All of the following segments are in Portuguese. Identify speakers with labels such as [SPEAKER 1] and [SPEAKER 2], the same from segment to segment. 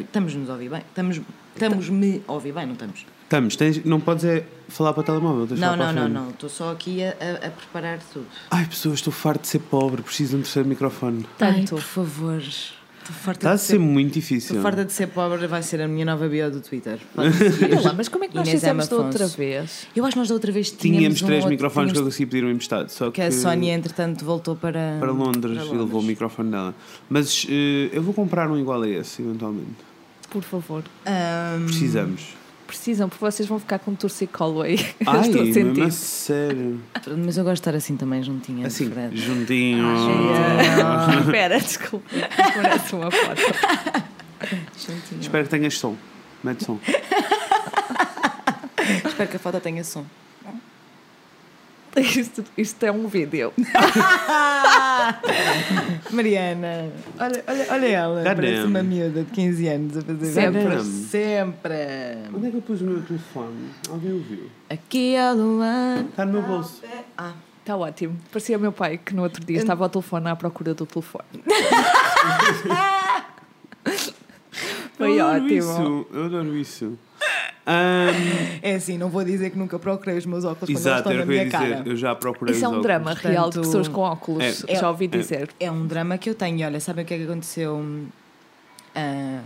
[SPEAKER 1] Estamos-nos a ouvir bem?
[SPEAKER 2] Então-
[SPEAKER 1] Estamos-me a ouvir bem, não estamos?
[SPEAKER 2] Estamos, tens- não podes é falar para o telemóvel, tens de
[SPEAKER 1] Não,
[SPEAKER 2] falar para
[SPEAKER 1] não,
[SPEAKER 2] a
[SPEAKER 1] não,
[SPEAKER 2] frente.
[SPEAKER 1] não. Estou só aqui a, a- a preparar tudo.
[SPEAKER 2] Ai, pessoas, estou farto de ser pobre, preciso de um terceiro microfone.
[SPEAKER 1] Ai,
[SPEAKER 3] Tanto.
[SPEAKER 1] Tá por favor. Estou farta
[SPEAKER 2] Está Tá a
[SPEAKER 1] de
[SPEAKER 2] ser
[SPEAKER 1] ser...
[SPEAKER 2] muito
[SPEAKER 1] Estou
[SPEAKER 2] difícil.
[SPEAKER 1] farta de ser pobre, vai ser a minha nova bio do Twitter. Pode seguir.
[SPEAKER 3] Olha lá, mas como é que nós
[SPEAKER 1] Inês M.
[SPEAKER 3] fizemos da outra
[SPEAKER 1] Afonso.
[SPEAKER 3] vez?
[SPEAKER 1] Eu acho que nós da outra vez tínhamos,
[SPEAKER 2] Tínhamos
[SPEAKER 1] um
[SPEAKER 2] três
[SPEAKER 1] outro-
[SPEAKER 2] microfones que eu
[SPEAKER 1] tínhamos-
[SPEAKER 2] consegui pedir um emprestado, só que,
[SPEAKER 1] que é a Sónia, entretanto, voltou para,
[SPEAKER 2] para Londres, e levou o microfone dela. Mas eh, eu vou comprar um igual a esse, eventualmente.
[SPEAKER 1] Hum.
[SPEAKER 3] Por favor.
[SPEAKER 1] Ahm,
[SPEAKER 2] Precisamos.
[SPEAKER 3] Precisam, porque vocês vão ficar com torcicolway.
[SPEAKER 2] Ai,
[SPEAKER 3] Estou a sentir.
[SPEAKER 2] mesmo assim. a sério.
[SPEAKER 1] mas eu gosto de estar assim também, juntinha. de
[SPEAKER 2] Assim,
[SPEAKER 1] Fred.
[SPEAKER 2] juntinho.
[SPEAKER 3] Ah, Espera, desculpa. Parece uma foto. Juntinho.
[SPEAKER 2] Espero que tenhas som. Mete som.
[SPEAKER 1] Espero que a foto tenha som.
[SPEAKER 3] Isto, isto é um vídeo.
[SPEAKER 1] Mariana, olha, olha, olha ela,
[SPEAKER 2] Caramba.
[SPEAKER 1] parece uma miúda de 15 anos a fazer
[SPEAKER 3] Sempre.
[SPEAKER 1] vídeos. Sempre.
[SPEAKER 2] Onde é que eu pus o meu telefone? Alguém ouviu?
[SPEAKER 1] Aqui é o Luan.
[SPEAKER 2] Está no meu bolso.
[SPEAKER 3] Está ótimo. Parecia o meu pai que no outro dia estava ao telefone à procura do telefone. Foi
[SPEAKER 2] eu adoro
[SPEAKER 3] ótimo.
[SPEAKER 2] Isso. Eu adoro isso. Ah, Ahm,
[SPEAKER 1] É assim, não vou dizer que nunca procurei os meus óculos
[SPEAKER 2] exato,
[SPEAKER 1] quando
[SPEAKER 2] era
[SPEAKER 1] eles
[SPEAKER 2] o
[SPEAKER 1] estão na
[SPEAKER 2] que eu ia
[SPEAKER 1] minha
[SPEAKER 2] dizer.
[SPEAKER 1] cara.
[SPEAKER 2] Eu já procurei
[SPEAKER 3] Isso é
[SPEAKER 2] os
[SPEAKER 3] um
[SPEAKER 2] óculos.
[SPEAKER 3] drama real de
[SPEAKER 1] Portanto,
[SPEAKER 3] pessoas com óculos.
[SPEAKER 1] é-
[SPEAKER 3] Já ouvi
[SPEAKER 2] é.
[SPEAKER 3] dizer.
[SPEAKER 1] É um drama que eu tenho. Olha, sabem o que é que aconteceu? Ah,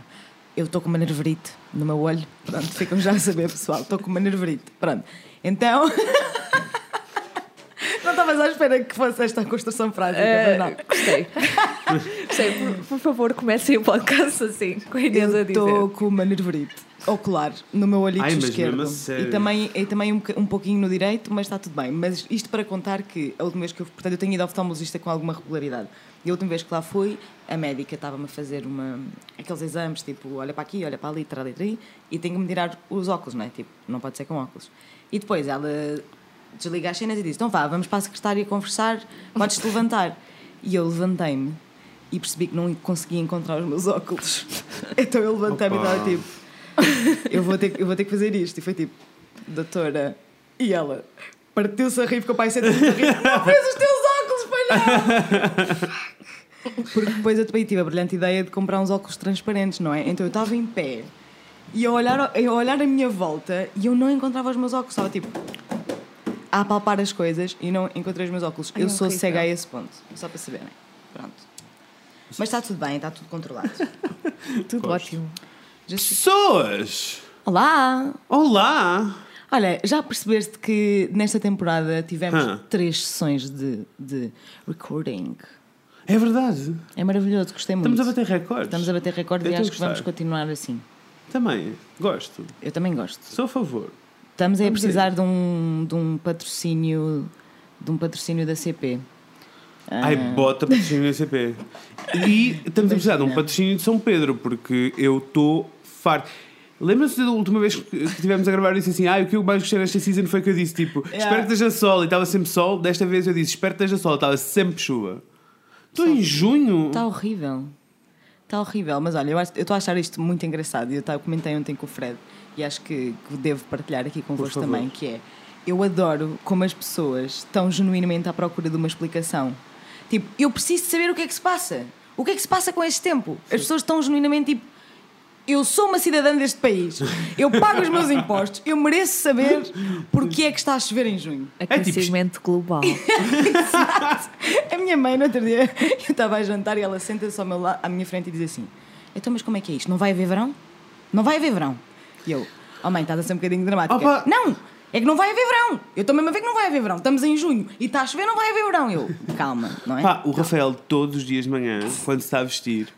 [SPEAKER 1] eu estou com uma nervurite no meu olho. Pronto, ficam já a saber, pessoal. Estou com uma nervurite. Pronto. Então. Não estavas à espera que fosse esta é a construção prática, mas
[SPEAKER 3] Eh,
[SPEAKER 1] não.
[SPEAKER 3] gostei. gostei. Por, por favor, comecem o podcast assim, com a Inês a
[SPEAKER 1] Eu
[SPEAKER 3] dizer.
[SPEAKER 1] estou com uma nervurite ocular no meu olhito
[SPEAKER 2] Ai, mas
[SPEAKER 1] esquerdo.
[SPEAKER 2] mesmo a sério.
[SPEAKER 1] E também, e também um, boca- um pouquinho no direito, mas está tudo bem. Mas isto para contar que a última vez que eu. Portanto, eu tenho ido ao oftalmologista com alguma regularidade. E a última vez que lá fui, a médica estava-me a fazer uma, aqueles exames, tipo, olha para aqui, olha para ali, trali, trali, e tenho que me tirar os óculos, não é? Tipo, não pode ser com óculos. E depois ela desliga as cenas e diz: então vá, vamos para a secretária conversar, podes-te levantar. E eu levantei-me e percebi que não conseguia encontrar os meus óculos. Então eu levantei-me e
[SPEAKER 2] Opa.
[SPEAKER 1] estava tipo: eu vou, ter, que- eu vou ter que fazer isto. E foi tipo: Doutora. E ela partiu-se a rir, ficou para aí sentada-se a rir: Não fez os teus óculos, palhaço! Porque depois eu também tive a brilhante ideia de comprar uns óculos transparentes, não é? Então eu estava em pé e a olhar, a olhar a minha volta e eu não encontrava os meus óculos, estava tipo. A apalpar as coisas e não encontrei os meus óculos.
[SPEAKER 3] Ai,
[SPEAKER 1] eu
[SPEAKER 3] é
[SPEAKER 1] sou
[SPEAKER 3] horrível.
[SPEAKER 1] cega a esse ponto, só para saberem. Pronto. Mas está tudo bem, está tudo controlado.
[SPEAKER 3] Tudo ótimo.
[SPEAKER 1] Just-
[SPEAKER 2] Pessoas!
[SPEAKER 1] Olá!
[SPEAKER 2] Olá!
[SPEAKER 1] Olha, já percebeste que nesta temporada tivemos
[SPEAKER 2] Hã?
[SPEAKER 1] três sessões de, de recording.
[SPEAKER 2] É verdade.
[SPEAKER 1] É maravilhoso, gostei muito.
[SPEAKER 2] Estamos a bater recordes.
[SPEAKER 1] Estamos a bater recorde
[SPEAKER 2] Eu
[SPEAKER 1] e
[SPEAKER 2] estou a
[SPEAKER 1] acho que vamos
[SPEAKER 2] gostar.
[SPEAKER 1] continuar assim.
[SPEAKER 2] Também. Gosto.
[SPEAKER 1] Eu também gosto.
[SPEAKER 2] Sou a favor.
[SPEAKER 1] Estamos aí a
[SPEAKER 2] Vamos
[SPEAKER 1] precisar de um, de um patrocínio de um patrocínio da CP. Ah.
[SPEAKER 2] Ai, bota patrocínio do CP. E estamos a precisar de um patrocínio de São Pedro, porque eu estou farto. Lembra-se da última vez que estivemos a gravar eu disse assim: ah, o que eu mais gostei nesta season foi que eu disse tipo, espero que esteja sol e estava sempre sol. Desta vez eu disse, espero que esteja sol, estava sempre chuva. Estou em junho.
[SPEAKER 1] Está Tá horrível. Está horrível. Mas olha, eu acho- eu estou a achar isto muito engraçado. e Eu ta- comentei ontem com o Fred e acho que, que devo partilhar aqui convosco
[SPEAKER 2] favor.
[SPEAKER 1] também, que é eu adoro como as pessoas estão genuinamente à procura de uma explicação. Tipo, eu preciso de saber o que é que se passa. O que é que se passa com este tempo? As pessoas estão genuinamente tipo. Eu sou uma cidadã deste país, eu pago os meus impostos, eu mereço saber porque é que está a chover em junho.
[SPEAKER 2] É tipo
[SPEAKER 3] Aquecimento global.
[SPEAKER 1] A minha mãe, no outro dia, eu estava a jantar e ela senta-se ao meu la- à minha frente e diz assim: Então, mas como é que é isto? Não vai haver verão? Não vai haver verão. E eu: Oh, mãe, estás a ser um bocadinho dramática.
[SPEAKER 2] Opa!
[SPEAKER 1] Não! É que não vai haver verão! Eu também a ver que não vai haver verão. Estamos em junho e está a chover, não vai haver verão. Eu: Calma, não é?
[SPEAKER 2] Pá, o Rafael, todos os dias de manhã, quando se está a vestir,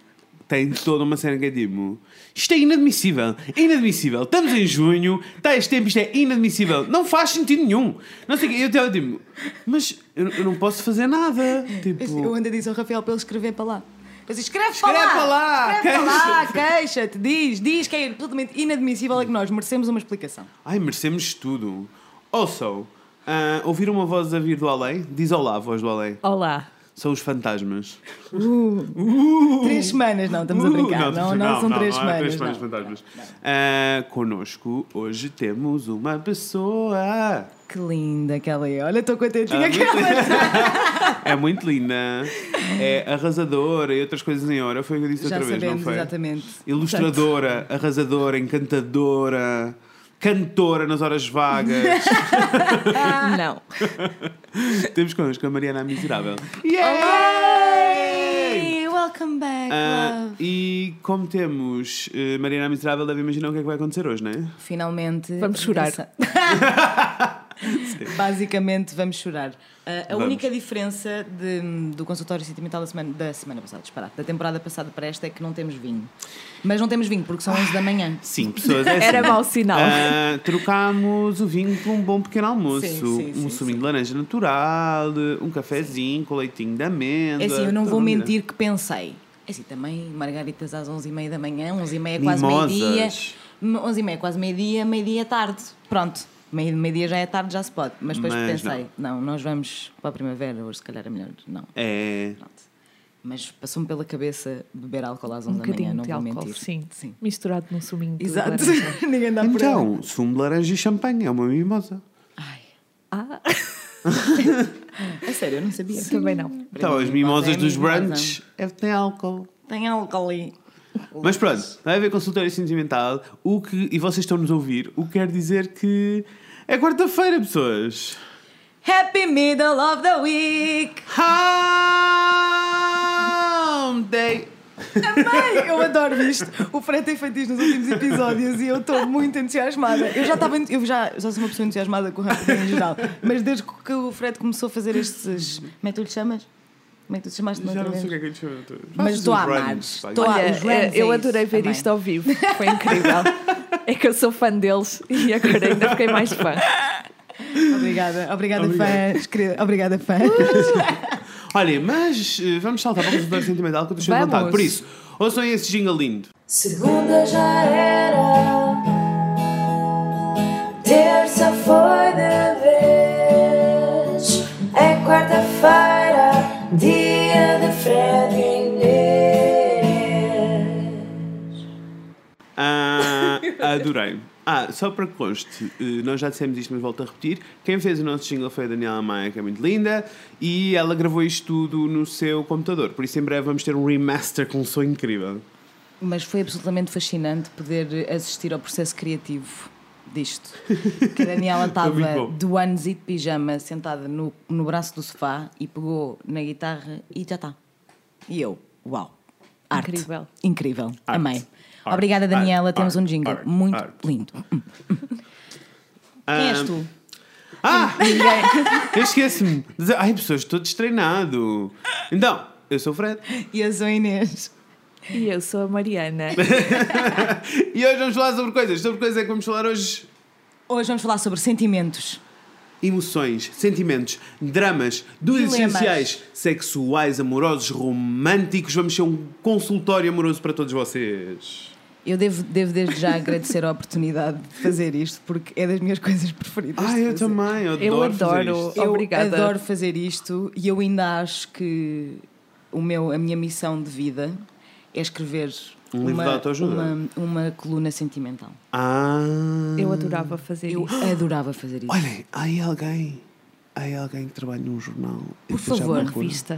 [SPEAKER 2] tem toda uma cena que é tipo: Isto é inadmissível, é inadmissível. Estamos em junho, está este tempo, isto é inadmissível. Não faz sentido nenhum. Não sei o quê. Eu estava tipo: Mas eu, eu não posso fazer nada. Tipo,
[SPEAKER 1] Eu ainda disse ao Rafael para ele escrever para lá. Eu disse, escreve,
[SPEAKER 2] Escreve
[SPEAKER 1] para
[SPEAKER 2] para
[SPEAKER 1] lá!
[SPEAKER 2] lá,
[SPEAKER 1] Escreve para lá! Queixa-te! Diz, diz que é absolutamente inadmissível é que nós merecemos uma explicação.
[SPEAKER 2] Ai, merecemos tudo. Also, ah, ouvir uma voz a vir do além? Diz olá, voz do além.
[SPEAKER 3] Olá.
[SPEAKER 2] são os fantasmas.
[SPEAKER 1] Uh, Três semanas, não, estamos a
[SPEAKER 2] Uh,
[SPEAKER 1] brincar. Não, não, são três
[SPEAKER 2] não, há
[SPEAKER 1] semanas.
[SPEAKER 2] três
[SPEAKER 1] não.
[SPEAKER 2] semanas fantasmas. Ah, connosco, hoje temos uma pessoa.
[SPEAKER 1] Que linda que ela é. Olha, estou contentinha
[SPEAKER 2] Ah,
[SPEAKER 1] que ela é.
[SPEAKER 2] É muito linda, é arrasadora e outras coisas em hora. Foi o que eu disse
[SPEAKER 1] Já
[SPEAKER 2] outra vez, não
[SPEAKER 1] sabemos,
[SPEAKER 2] foi?
[SPEAKER 1] exatamente.
[SPEAKER 2] Ilustradora, arrasadora, encantadora, cantora nas horas vagas.
[SPEAKER 3] Não.
[SPEAKER 2] Temos connosco a Mariana a Miserável.
[SPEAKER 1] Hey, welcome back,
[SPEAKER 2] Ah,
[SPEAKER 1] love.
[SPEAKER 2] e como temos eh, Mariana a Miserável, deve imaginar o que é que vai acontecer hoje, não é?
[SPEAKER 1] Finalmente.
[SPEAKER 3] Vamos chorar.
[SPEAKER 1] Essa- Basicamente, vamos chorar. Ah, a
[SPEAKER 2] Vamos.
[SPEAKER 1] única diferença de- do consultório sentimental da semana, da semana passada, disparado, da temporada passada para esta é que não temos vinho. Mas não temos vinho porque são 11 da manhã.
[SPEAKER 2] Sim, pessoas. É
[SPEAKER 3] Era
[SPEAKER 2] assim.
[SPEAKER 3] mau sinal.
[SPEAKER 2] Ah, trocámos o vinho por um bom pequeno almoço.
[SPEAKER 1] Sim, sim,
[SPEAKER 2] um
[SPEAKER 1] sim,
[SPEAKER 2] suminho de laranja natural, um cafezinho com leitinho de amêndoa.
[SPEAKER 1] É assim, eu não
[SPEAKER 2] Tá
[SPEAKER 1] vou
[SPEAKER 2] bom, né?
[SPEAKER 1] mentir que pensei. É assim, também margaritas às 11h30 da manhã, 11h30 quase
[SPEAKER 2] Mimosas.
[SPEAKER 1] meio-dia. 11h30 quase meio-dia, meio-dia é tarde. Pronto, meio- meio-dia já é tarde, já se pode. Mas depois
[SPEAKER 2] Mas
[SPEAKER 1] pensei, não. nós vamos para a primavera, hoje se calhar é melhor. Não,
[SPEAKER 2] É.
[SPEAKER 1] pronto. Mas passou-me pela cabeça beber álcool às 11
[SPEAKER 3] Um
[SPEAKER 1] da manhã,
[SPEAKER 3] bocadinho
[SPEAKER 1] não
[SPEAKER 3] de
[SPEAKER 1] vou
[SPEAKER 3] álcool,
[SPEAKER 1] mentir.
[SPEAKER 3] sim. é
[SPEAKER 1] Sim.
[SPEAKER 3] Misturado num suminho de
[SPEAKER 1] Exato,
[SPEAKER 3] laranja.
[SPEAKER 1] ninguém dá por ela.
[SPEAKER 2] Então, sumo de laranja e champanhe, é uma mimosa.
[SPEAKER 1] Ai,
[SPEAKER 3] Ah,
[SPEAKER 1] a sério, eu não sabia.
[SPEAKER 3] também não.
[SPEAKER 2] Então, as
[SPEAKER 1] é
[SPEAKER 2] mimosas dos brunch é que tem álcool.
[SPEAKER 1] Tem álcool ali.
[SPEAKER 2] Mas pronto, vai haver consultório sentimental. O que, e vocês estão-nos a ouvir, o que quer dizer que é quarta-feira, pessoas.
[SPEAKER 1] Happy middle of the week!
[SPEAKER 2] Hum, Home Day!
[SPEAKER 1] Amei! Eu adoro isto. O Fred tem feito isto nos últimos episódios e eu estou muito entusiasmada. Eu já estava. Eu já, já sou uma pessoa entusiasmada com o rap em geral, mas desde que o Fred começou a fazer estes. Como é que tu lhe chamas? Como é que tu te chamaste? na
[SPEAKER 2] Já
[SPEAKER 1] outra
[SPEAKER 2] não sei o
[SPEAKER 1] vez?
[SPEAKER 2] que é que eu te chamo. tu-
[SPEAKER 1] Mas estou a
[SPEAKER 2] Fazes um
[SPEAKER 1] amar.
[SPEAKER 2] brunch, pá.
[SPEAKER 1] Estou a-
[SPEAKER 3] Olha,
[SPEAKER 1] os Rams
[SPEAKER 3] eu
[SPEAKER 1] é
[SPEAKER 3] adorei
[SPEAKER 1] isso,
[SPEAKER 3] ver
[SPEAKER 1] também.
[SPEAKER 3] isto ao vivo. Foi incrível. É que eu sou fã deles e agora ainda fiquei mais fã.
[SPEAKER 1] Obrigada, obrigada,
[SPEAKER 2] é Obrigado.
[SPEAKER 1] fãs. querida- Obrigada, fãs.
[SPEAKER 2] Olha, mas eh, vamos saltar para o consultório sentimental que eu estou cheio de
[SPEAKER 3] Vamos.
[SPEAKER 2] vontade. Por isso, ouçam esse jingle lindo.
[SPEAKER 4] Segunda já era, terça foi de vez, é quarta-feira, dia de Fred e Inês.
[SPEAKER 2] Ah, adorei. Ah, só para que conste, eh, nós já dissemos isto, mas volto a repetir. Quem fez o nosso jingle foi a Daniela Maia, que é muito linda, e ela gravou isto tudo no seu computador. Por isso, em breve vamos ter um remaster com um som incrível.
[SPEAKER 1] Mas foi absolutamente fascinante poder assistir ao processo criativo disto. Que a Daniela
[SPEAKER 2] muito
[SPEAKER 1] estava
[SPEAKER 2] bom.
[SPEAKER 1] do anos e de pijama, sentada no, no braço do sofá e pegou na guitarra e já está. E eu, uau, arte.
[SPEAKER 3] Incrível.
[SPEAKER 1] Incrível.
[SPEAKER 2] Arte.
[SPEAKER 1] Amei.
[SPEAKER 2] Arte.
[SPEAKER 1] Obrigada, Daniela.
[SPEAKER 2] Arte.
[SPEAKER 1] Temos um
[SPEAKER 2] Arte.
[SPEAKER 1] jingle
[SPEAKER 2] Arte.
[SPEAKER 1] muito
[SPEAKER 2] Arte. Hum.
[SPEAKER 1] lindo. Quem és tu?
[SPEAKER 2] Ah! Eu esqueço-me. de dizer- Ai, pessoas, estou destreinado. Então, eu sou o Fred.
[SPEAKER 1] E eu sou a Inês.
[SPEAKER 3] E eu sou a Mariana.
[SPEAKER 2] E hoje vamos falar sobre coisas. Sobre coisas é que vamos falar hoje.
[SPEAKER 1] Hoje vamos falar sobre sentimentos.
[SPEAKER 2] Emoções, sentimentos, dramas, dúvidas
[SPEAKER 1] Dilemas.
[SPEAKER 2] essenciais, sexuais, amorosos, românticos. Vamos ser um consultório amoroso para todos vocês.
[SPEAKER 1] Eu devo, devo desde já agradecer a oportunidade de fazer isto, porque é das minhas coisas preferidas.
[SPEAKER 2] Ah,
[SPEAKER 1] de
[SPEAKER 2] eu
[SPEAKER 1] fazer.
[SPEAKER 2] também. Eu adoro.
[SPEAKER 3] Eu
[SPEAKER 2] fazer
[SPEAKER 3] adoro.
[SPEAKER 2] isto.
[SPEAKER 1] Eu
[SPEAKER 3] Obrigada.
[SPEAKER 1] adoro fazer isto e eu ainda acho que o meu, a minha missão de vida é escrever
[SPEAKER 2] Um livro de autoajuda.
[SPEAKER 1] uma, uma coluna sentimental.
[SPEAKER 2] Ah.
[SPEAKER 3] Eu adorava fazer
[SPEAKER 1] Eu
[SPEAKER 3] isso.
[SPEAKER 1] adorava fazer isso.
[SPEAKER 2] Olhem, há aí alguém. Há aí alguém que trabalha num jornal.
[SPEAKER 1] Por
[SPEAKER 2] Isso já
[SPEAKER 1] favor,
[SPEAKER 2] me acordo.
[SPEAKER 3] Revista.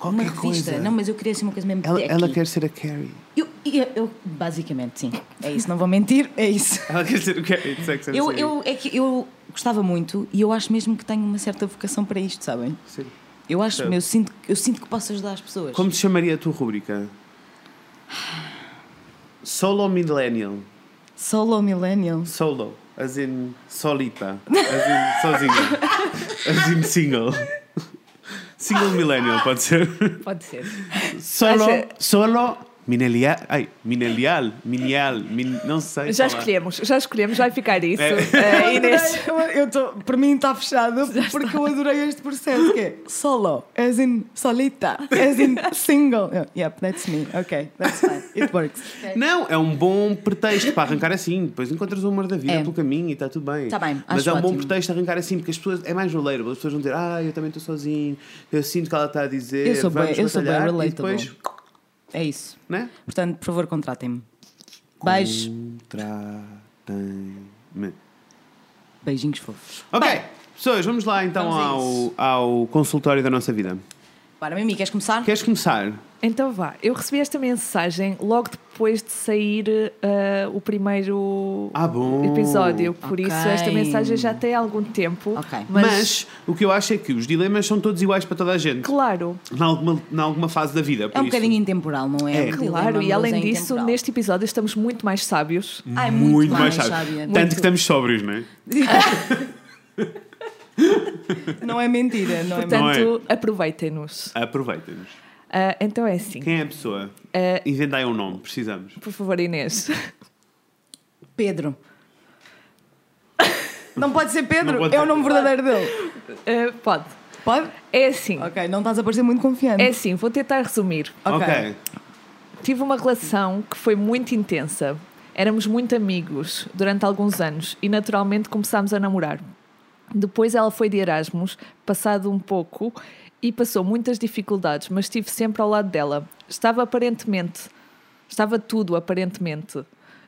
[SPEAKER 1] uma
[SPEAKER 2] Qualquer
[SPEAKER 1] revista.
[SPEAKER 2] coisa.
[SPEAKER 1] Não, mas eu queria assim uma coisa mesmo.
[SPEAKER 2] ela,
[SPEAKER 1] tech.
[SPEAKER 2] ela quer ser a Carrie.
[SPEAKER 1] eu, eu, eu- basicamente, sim. É isso, não vou mentir, é isso.
[SPEAKER 2] Ela quer ser o Carrie de Sex and
[SPEAKER 1] Eu,
[SPEAKER 2] the
[SPEAKER 1] eu, é que eu gostava muito e eu acho mesmo que tenho uma certa vocação para isto, sabem?
[SPEAKER 2] City. Sim.
[SPEAKER 1] Eu acho,
[SPEAKER 2] Certo.
[SPEAKER 1] eu sinto, eu sinto que posso ajudar as pessoas.
[SPEAKER 2] Como se chamaria a tua rubrica? Solo Millennial.
[SPEAKER 1] Solo Millennial.
[SPEAKER 2] Solo. As in solita. As in sozinha. As in single. Single Millennial, pode ser.
[SPEAKER 3] Pode ser.
[SPEAKER 2] Solo,
[SPEAKER 3] Acha-
[SPEAKER 2] solo Minelial. Ai, Minelial. Minial. min- não sei.
[SPEAKER 3] Já
[SPEAKER 2] falar.
[SPEAKER 3] escolhemos, já escolhemos, vai ficar isso.
[SPEAKER 2] É.
[SPEAKER 3] Eh, Inês.
[SPEAKER 1] Eu, eu tô- para mim está fechado porque eu adorei este processo que é solo, as in solita, as in single. Eu, Yep, that's me. Ok, that's fine. It works.
[SPEAKER 2] Não, é um bom pretexto para arrancar assim. Depois encontras o amor da vida
[SPEAKER 1] É.
[SPEAKER 2] pelo caminho e está tudo bem.
[SPEAKER 1] Tá bem,
[SPEAKER 2] Mas
[SPEAKER 1] acho
[SPEAKER 2] é um bom
[SPEAKER 1] ótimo.
[SPEAKER 2] pretexto arrancar assim, porque as pessoas. É mais relatable. As pessoas vão dizer, ah, eu também estou sozinho. Eu sinto que ela está a dizer.
[SPEAKER 1] Eu sou
[SPEAKER 2] vamos
[SPEAKER 1] bem- eu sou bem
[SPEAKER 2] batalhar",
[SPEAKER 1] relatable.
[SPEAKER 2] E depois,
[SPEAKER 1] É isso.
[SPEAKER 2] né?
[SPEAKER 1] Portanto, por favor, contratem-me. Beijo.
[SPEAKER 2] Contratem-me.
[SPEAKER 1] Beijinhos fofos.
[SPEAKER 2] Ok, pessoas, vamos lá então
[SPEAKER 1] Vamos
[SPEAKER 2] ao, ao consultório da nossa vida.
[SPEAKER 1] Para, Mimi, queres começar? É
[SPEAKER 2] Queres começar?
[SPEAKER 3] Então vá, eu recebi esta mensagem logo depois de sair eh, o primeiro
[SPEAKER 2] Ah, bom.
[SPEAKER 3] episódio. Por
[SPEAKER 1] Ok.
[SPEAKER 3] isso, esta mensagem já tem algum tempo.
[SPEAKER 1] Ok.
[SPEAKER 2] Mas...
[SPEAKER 3] mas
[SPEAKER 2] o que eu acho é que os dilemas são todos iguais para toda a gente.
[SPEAKER 3] claro.
[SPEAKER 2] Em alguma, em alguma fase da vida. Por
[SPEAKER 1] É um
[SPEAKER 2] isso.
[SPEAKER 1] bocadinho intemporal, não é?
[SPEAKER 2] É.
[SPEAKER 1] Um dilema
[SPEAKER 3] Claro, e
[SPEAKER 1] amoroso
[SPEAKER 3] além
[SPEAKER 1] é
[SPEAKER 3] disso,
[SPEAKER 1] intemporal.
[SPEAKER 3] neste episódio estamos muito mais sábios.
[SPEAKER 1] Ah, é
[SPEAKER 2] Muito, mais sábio.
[SPEAKER 1] sábia.
[SPEAKER 2] Tanto que estamos sóbrios, não é?
[SPEAKER 1] Não é mentira, não é mentira.
[SPEAKER 3] Portanto, aproveitem-nos.
[SPEAKER 2] Aproveitem-nos.
[SPEAKER 3] Ah, então é assim.
[SPEAKER 2] Quem é a pessoa?
[SPEAKER 3] Ah,
[SPEAKER 2] Inventai um nome, precisamos.
[SPEAKER 3] por favor, Inês.
[SPEAKER 1] Pedro. Não pode ser Pedro,
[SPEAKER 2] Não pode
[SPEAKER 1] é
[SPEAKER 2] ser
[SPEAKER 1] o nome
[SPEAKER 2] Pedro.
[SPEAKER 1] verdadeiro dele.
[SPEAKER 3] Ah, pode.
[SPEAKER 1] Pode?
[SPEAKER 3] É assim.
[SPEAKER 1] Ok, não estás a parecer muito confiante.
[SPEAKER 3] É assim, vou tentar resumir.
[SPEAKER 1] Ok.
[SPEAKER 3] Tive uma relação que foi muito intensa. Éramos muito amigos durante alguns anos e naturalmente começámos a namorar. Depois ela foi de Erasmus, passado um pouco, e passou muitas dificuldades, mas estive sempre ao lado dela. Estava aparentemente, estava tudo aparentemente.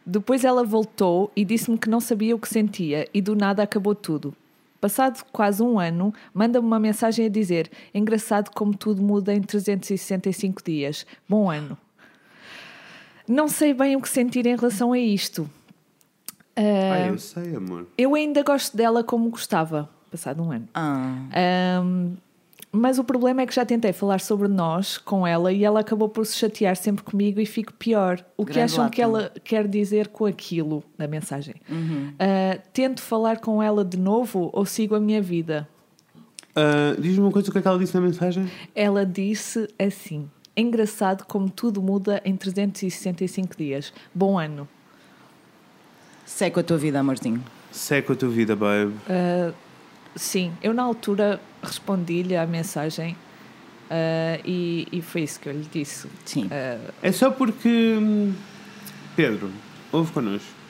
[SPEAKER 3] Depois ela voltou e disse-me que não sabia o que sentia e do nada acabou tudo. Passado quase um ano, manda-me uma mensagem a dizer: Engraçado como tudo muda em 365 dias. Bom ano. Não sei bem o que sentir em relação a isto.
[SPEAKER 2] Ah, eu sei, amor.
[SPEAKER 3] Eu ainda gosto dela como gostava, passado um ano.
[SPEAKER 1] Ah,
[SPEAKER 3] Ahm, mas o problema é que já tentei falar sobre nós com ela e ela acabou por se chatear sempre comigo e fico pior. O que
[SPEAKER 1] Grande
[SPEAKER 3] acham que
[SPEAKER 1] lata. Uhum.
[SPEAKER 3] ela quer dizer com aquilo na mensagem? Ah, tento falar com ela de novo ou sigo a minha vida?
[SPEAKER 2] Ah, Diz-me uma coisa, o que é que ela disse na mensagem?
[SPEAKER 3] Ela disse assim: "É engraçado como tudo muda em 365 dias. Bom ano.
[SPEAKER 1] segue com a tua vida, amorzinho.
[SPEAKER 2] Seca a tua vida, babe.
[SPEAKER 3] Sim, eu na altura respondi-lhe à mensagem ah, e, e foi isso que eu lhe disse.
[SPEAKER 1] Sim.
[SPEAKER 2] É só porque. hum, Pedro, ouve connosco.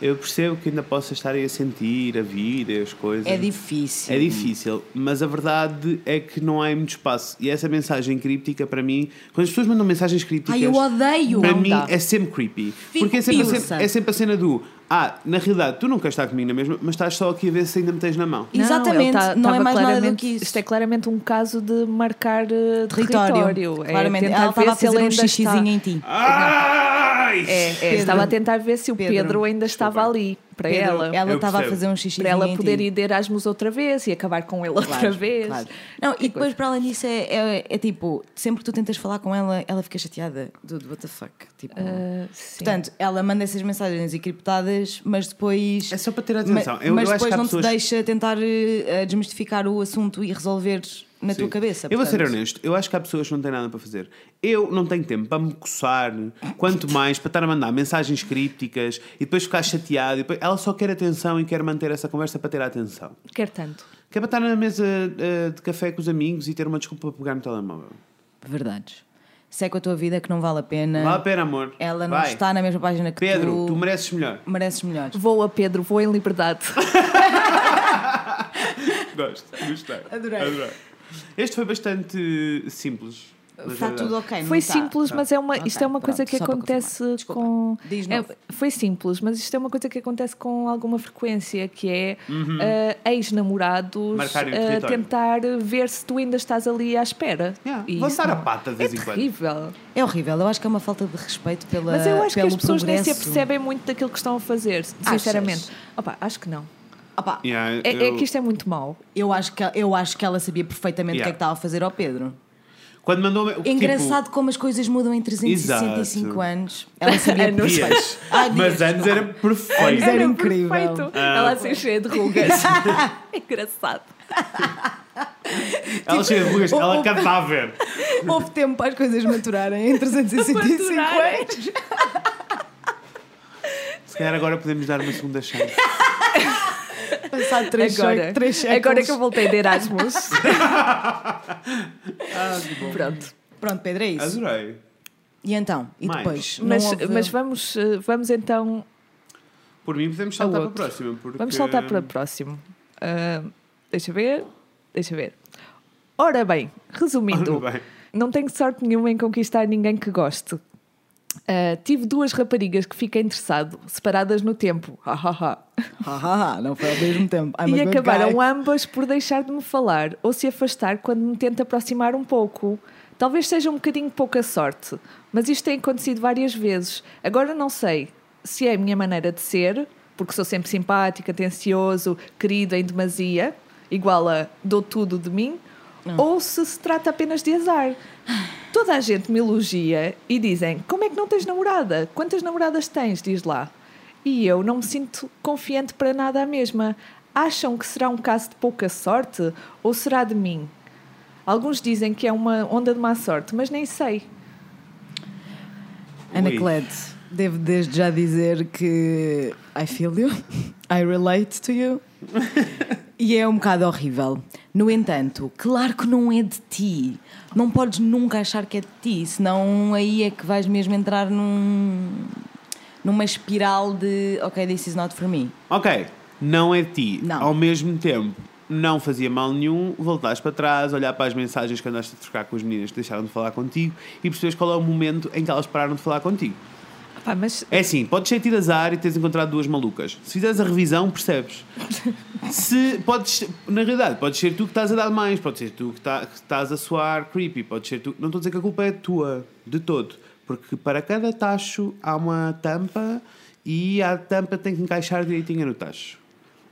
[SPEAKER 2] Eu percebo que ainda possa estar aí a sentir a vida e as coisas.
[SPEAKER 1] é difícil.
[SPEAKER 2] É difícil, mas a verdade é que não há muito espaço. E essa mensagem críptica, para mim, quando as pessoas mandam mensagens crípticas.
[SPEAKER 1] Ai, eu odeio.
[SPEAKER 2] Para
[SPEAKER 1] Não
[SPEAKER 2] mim
[SPEAKER 1] dá.
[SPEAKER 2] é sempre creepy. Porque é sempre, a
[SPEAKER 1] piusa.
[SPEAKER 2] cena- é sempre a cena do. Ah, na realidade, tu não queres estar comigo na mesma, mas estás só aqui a ver se ainda me tens na mão.
[SPEAKER 3] Não, ele
[SPEAKER 1] Exatamente,
[SPEAKER 3] tá-
[SPEAKER 1] não é
[SPEAKER 3] tava
[SPEAKER 1] mais nada do
[SPEAKER 3] claramente-
[SPEAKER 1] que isso.
[SPEAKER 3] Isto é claramente um caso de marcar eh,
[SPEAKER 1] Território.
[SPEAKER 3] território.
[SPEAKER 1] Claramente,
[SPEAKER 3] É tentar
[SPEAKER 1] ela
[SPEAKER 3] ver
[SPEAKER 1] estava a
[SPEAKER 3] se ele
[SPEAKER 1] fazer um
[SPEAKER 3] ainda
[SPEAKER 1] xixizinho
[SPEAKER 3] está- Ah,
[SPEAKER 1] em ti.
[SPEAKER 2] Ai!
[SPEAKER 3] É, é, estava a tentar ver se o Pedro,
[SPEAKER 1] Pedro,
[SPEAKER 3] ainda estava ali para
[SPEAKER 1] Pedro,
[SPEAKER 3] ela.
[SPEAKER 1] ela
[SPEAKER 2] Eu
[SPEAKER 1] estava a
[SPEAKER 2] percebo.
[SPEAKER 1] fazer um xixi
[SPEAKER 3] Para ela
[SPEAKER 1] em
[SPEAKER 3] poder
[SPEAKER 1] ti.
[SPEAKER 3] ir de Erasmus outra vez e acabar com ele outra
[SPEAKER 1] Claro,
[SPEAKER 3] vez.
[SPEAKER 1] claro. Não, e depois, para além disso, é, é- é tipo, sempre que tu tentas falar com ela, ela fica chateada. Dude, what the fuck? Tipo,
[SPEAKER 3] Ah, sim.
[SPEAKER 1] Portanto, ela manda essas mensagens encriptadas, mas depois.
[SPEAKER 2] É só para ter atenção.
[SPEAKER 1] Ma-
[SPEAKER 2] Eu-
[SPEAKER 1] mas
[SPEAKER 2] eu acho
[SPEAKER 1] depois
[SPEAKER 2] que há
[SPEAKER 1] não
[SPEAKER 2] pessoas-
[SPEAKER 1] te deixa tentar eh, eh, desmistificar o assunto e resolver na tua
[SPEAKER 2] Sim.
[SPEAKER 1] cabeça.
[SPEAKER 2] Eu vou ser
[SPEAKER 1] portanto.
[SPEAKER 2] honesto, eu acho que há pessoas que não têm nada para fazer. Eu não tenho tempo para me coçar, quanto mais para estar a mandar mensagens crípticas e depois ficar chateado. E depois... Ela só quer atenção e quer manter essa conversa para ter a atenção.
[SPEAKER 3] Quer tanto.
[SPEAKER 2] Quer para estar na mesa eh, de café com os amigos e ter uma desculpa para pegar no telemóvel.
[SPEAKER 1] Verdades. Se é com a tua vida que não vale a pena.
[SPEAKER 2] Vale a pena, amor.
[SPEAKER 1] Ah, Ela não
[SPEAKER 2] Vai.
[SPEAKER 1] está na mesma página que
[SPEAKER 2] Pedro,
[SPEAKER 1] tu.
[SPEAKER 2] tu mereces melhor.
[SPEAKER 1] mereces melhor.
[SPEAKER 3] Voa, Pedro, voa em liberdade.
[SPEAKER 2] Gosto, gostei.
[SPEAKER 1] Adorei.
[SPEAKER 2] Este foi bastante eh, simples. na
[SPEAKER 1] Está
[SPEAKER 2] é verdade.
[SPEAKER 1] tudo ok. não
[SPEAKER 3] Foi
[SPEAKER 1] está?
[SPEAKER 3] simples, mas é uma,
[SPEAKER 1] Ok,
[SPEAKER 3] isto é uma coisa
[SPEAKER 1] pronto,
[SPEAKER 3] que
[SPEAKER 1] só para
[SPEAKER 3] acontece
[SPEAKER 1] confirmar. Desculpa.
[SPEAKER 3] com.
[SPEAKER 1] Diz
[SPEAKER 3] é,
[SPEAKER 1] novo.
[SPEAKER 3] foi simples, mas isto é uma coisa que acontece com alguma frequência, que é eh, ex-namorados
[SPEAKER 2] Marcarem Uhum. o
[SPEAKER 3] eh,
[SPEAKER 2] território.
[SPEAKER 3] tentar ver se tu ainda estás ali à espera.
[SPEAKER 2] Yeah,
[SPEAKER 3] E
[SPEAKER 2] vou
[SPEAKER 3] isso
[SPEAKER 2] dar a
[SPEAKER 3] não-
[SPEAKER 2] pata de vez
[SPEAKER 3] é
[SPEAKER 2] em quando.
[SPEAKER 3] terrível.
[SPEAKER 1] É horrível. Eu acho que é uma falta de respeito pela.
[SPEAKER 3] Mas eu acho que
[SPEAKER 1] pelo
[SPEAKER 3] as pessoas nem se
[SPEAKER 1] progresso.
[SPEAKER 3] apercebem muito daquilo que estão a fazer, sinceramente. Opa, acho que não.
[SPEAKER 1] Opa,
[SPEAKER 2] Yeah,
[SPEAKER 3] É, é
[SPEAKER 2] eu-
[SPEAKER 3] que isto é muito mau.
[SPEAKER 1] eu, acho que, eu acho que ela sabia perfeitamente o que é
[SPEAKER 2] Yeah.
[SPEAKER 1] que estava a fazer ao Pedro.
[SPEAKER 2] Quando mandou. tipo,
[SPEAKER 1] É engraçado como as coisas mudam em 365
[SPEAKER 2] Exato.
[SPEAKER 1] anos. Ela sabia
[SPEAKER 3] Anos.
[SPEAKER 1] perfeito.
[SPEAKER 2] dias.
[SPEAKER 1] Ah, dias,
[SPEAKER 2] Mas antes
[SPEAKER 1] desculpa.
[SPEAKER 2] era perfeito.
[SPEAKER 1] Antes era incrível.
[SPEAKER 2] Ah.
[SPEAKER 3] É Perfeito. Ela assim cheia de rugas. Engraçado.
[SPEAKER 2] Ela cheia de rugas,
[SPEAKER 1] o-
[SPEAKER 2] ela
[SPEAKER 1] o-
[SPEAKER 2] canta a ver.
[SPEAKER 1] Houve tempo para as coisas maturarem em 365
[SPEAKER 3] Maturarem.
[SPEAKER 1] anos.
[SPEAKER 2] Se calhar agora podemos dar uma segunda chance.
[SPEAKER 1] Passado 3
[SPEAKER 3] Agora,
[SPEAKER 1] séculos.
[SPEAKER 3] agora que eu voltei de Erasmus.
[SPEAKER 2] Ah,
[SPEAKER 3] Pronto.
[SPEAKER 1] Pronto, Pedro, é isso.
[SPEAKER 2] Adorei.
[SPEAKER 1] E então? E
[SPEAKER 2] Mais.
[SPEAKER 1] depois? Não
[SPEAKER 3] Mas,
[SPEAKER 1] houve-
[SPEAKER 3] mas vamos, eh, vamos então
[SPEAKER 2] Por mim podemos saltar para a
[SPEAKER 3] outro.
[SPEAKER 2] próxima. Porque...
[SPEAKER 3] Vamos saltar para o próximo. Ah, deixa ver, deixa ver. Ora bem, resumindo,
[SPEAKER 2] Ora bem.
[SPEAKER 3] não tenho sorte nenhuma em conquistar ninguém que goste. Ah, tive duas raparigas que fiquei interessado, separadas no tempo. Ah, ah, ah.
[SPEAKER 1] Ah, ah, ah, não foi ao mesmo tempo. I'm
[SPEAKER 3] E
[SPEAKER 1] a good
[SPEAKER 3] acabaram
[SPEAKER 1] guy.
[SPEAKER 3] ambas por deixar de me falar ou se afastar quando me tento aproximar um pouco. Talvez seja um bocadinho pouca sorte, mas isto tem acontecido várias vezes. Agora não sei se é a minha maneira de ser, porque sou sempre simpático, atencioso, querido em demasia, igual a dou tudo de mim,
[SPEAKER 1] Ah.
[SPEAKER 3] ou se se trata apenas de azar. Toda a gente me elogia e dizem: Como é que não tens namorada? Quantas namoradas tens? Diz lá. E eu não me sinto confiante para nada a mesma. Acham que será um caso de pouca sorte ou será de mim? Alguns dizem que é uma onda de má sorte, mas nem sei.
[SPEAKER 1] Ana
[SPEAKER 2] Ui.
[SPEAKER 1] Clete, devo desde já dizer que I feel you, I relate to you. E é um bocado horrível. No entanto, claro que não é de ti. Não podes nunca achar que é de ti, senão aí é que vais mesmo entrar num, numa espiral de ok, this is not for me.
[SPEAKER 2] Ok, não é de ti.
[SPEAKER 1] Não.
[SPEAKER 2] Ao mesmo tempo, não fazia mal nenhum voltares para trás, olhar para as mensagens que andaste a trocar com as meninas que deixaram de falar contigo e perceberes qual é o momento em que elas pararam de falar contigo.
[SPEAKER 3] Pá, mas
[SPEAKER 2] É assim, podes ter tido azar e teres encontrado duas malucas. Se fizeres a revisão, percebes. Se podes, na realidade, podes ser tu que estás a dar mais, pode ser tu que, tá- que estás a soar creepy, pode ser tu. Não estou a dizer que a culpa é tua, de todo. Porque para cada tacho há uma tampa e a tampa tem que encaixar direitinho no tacho.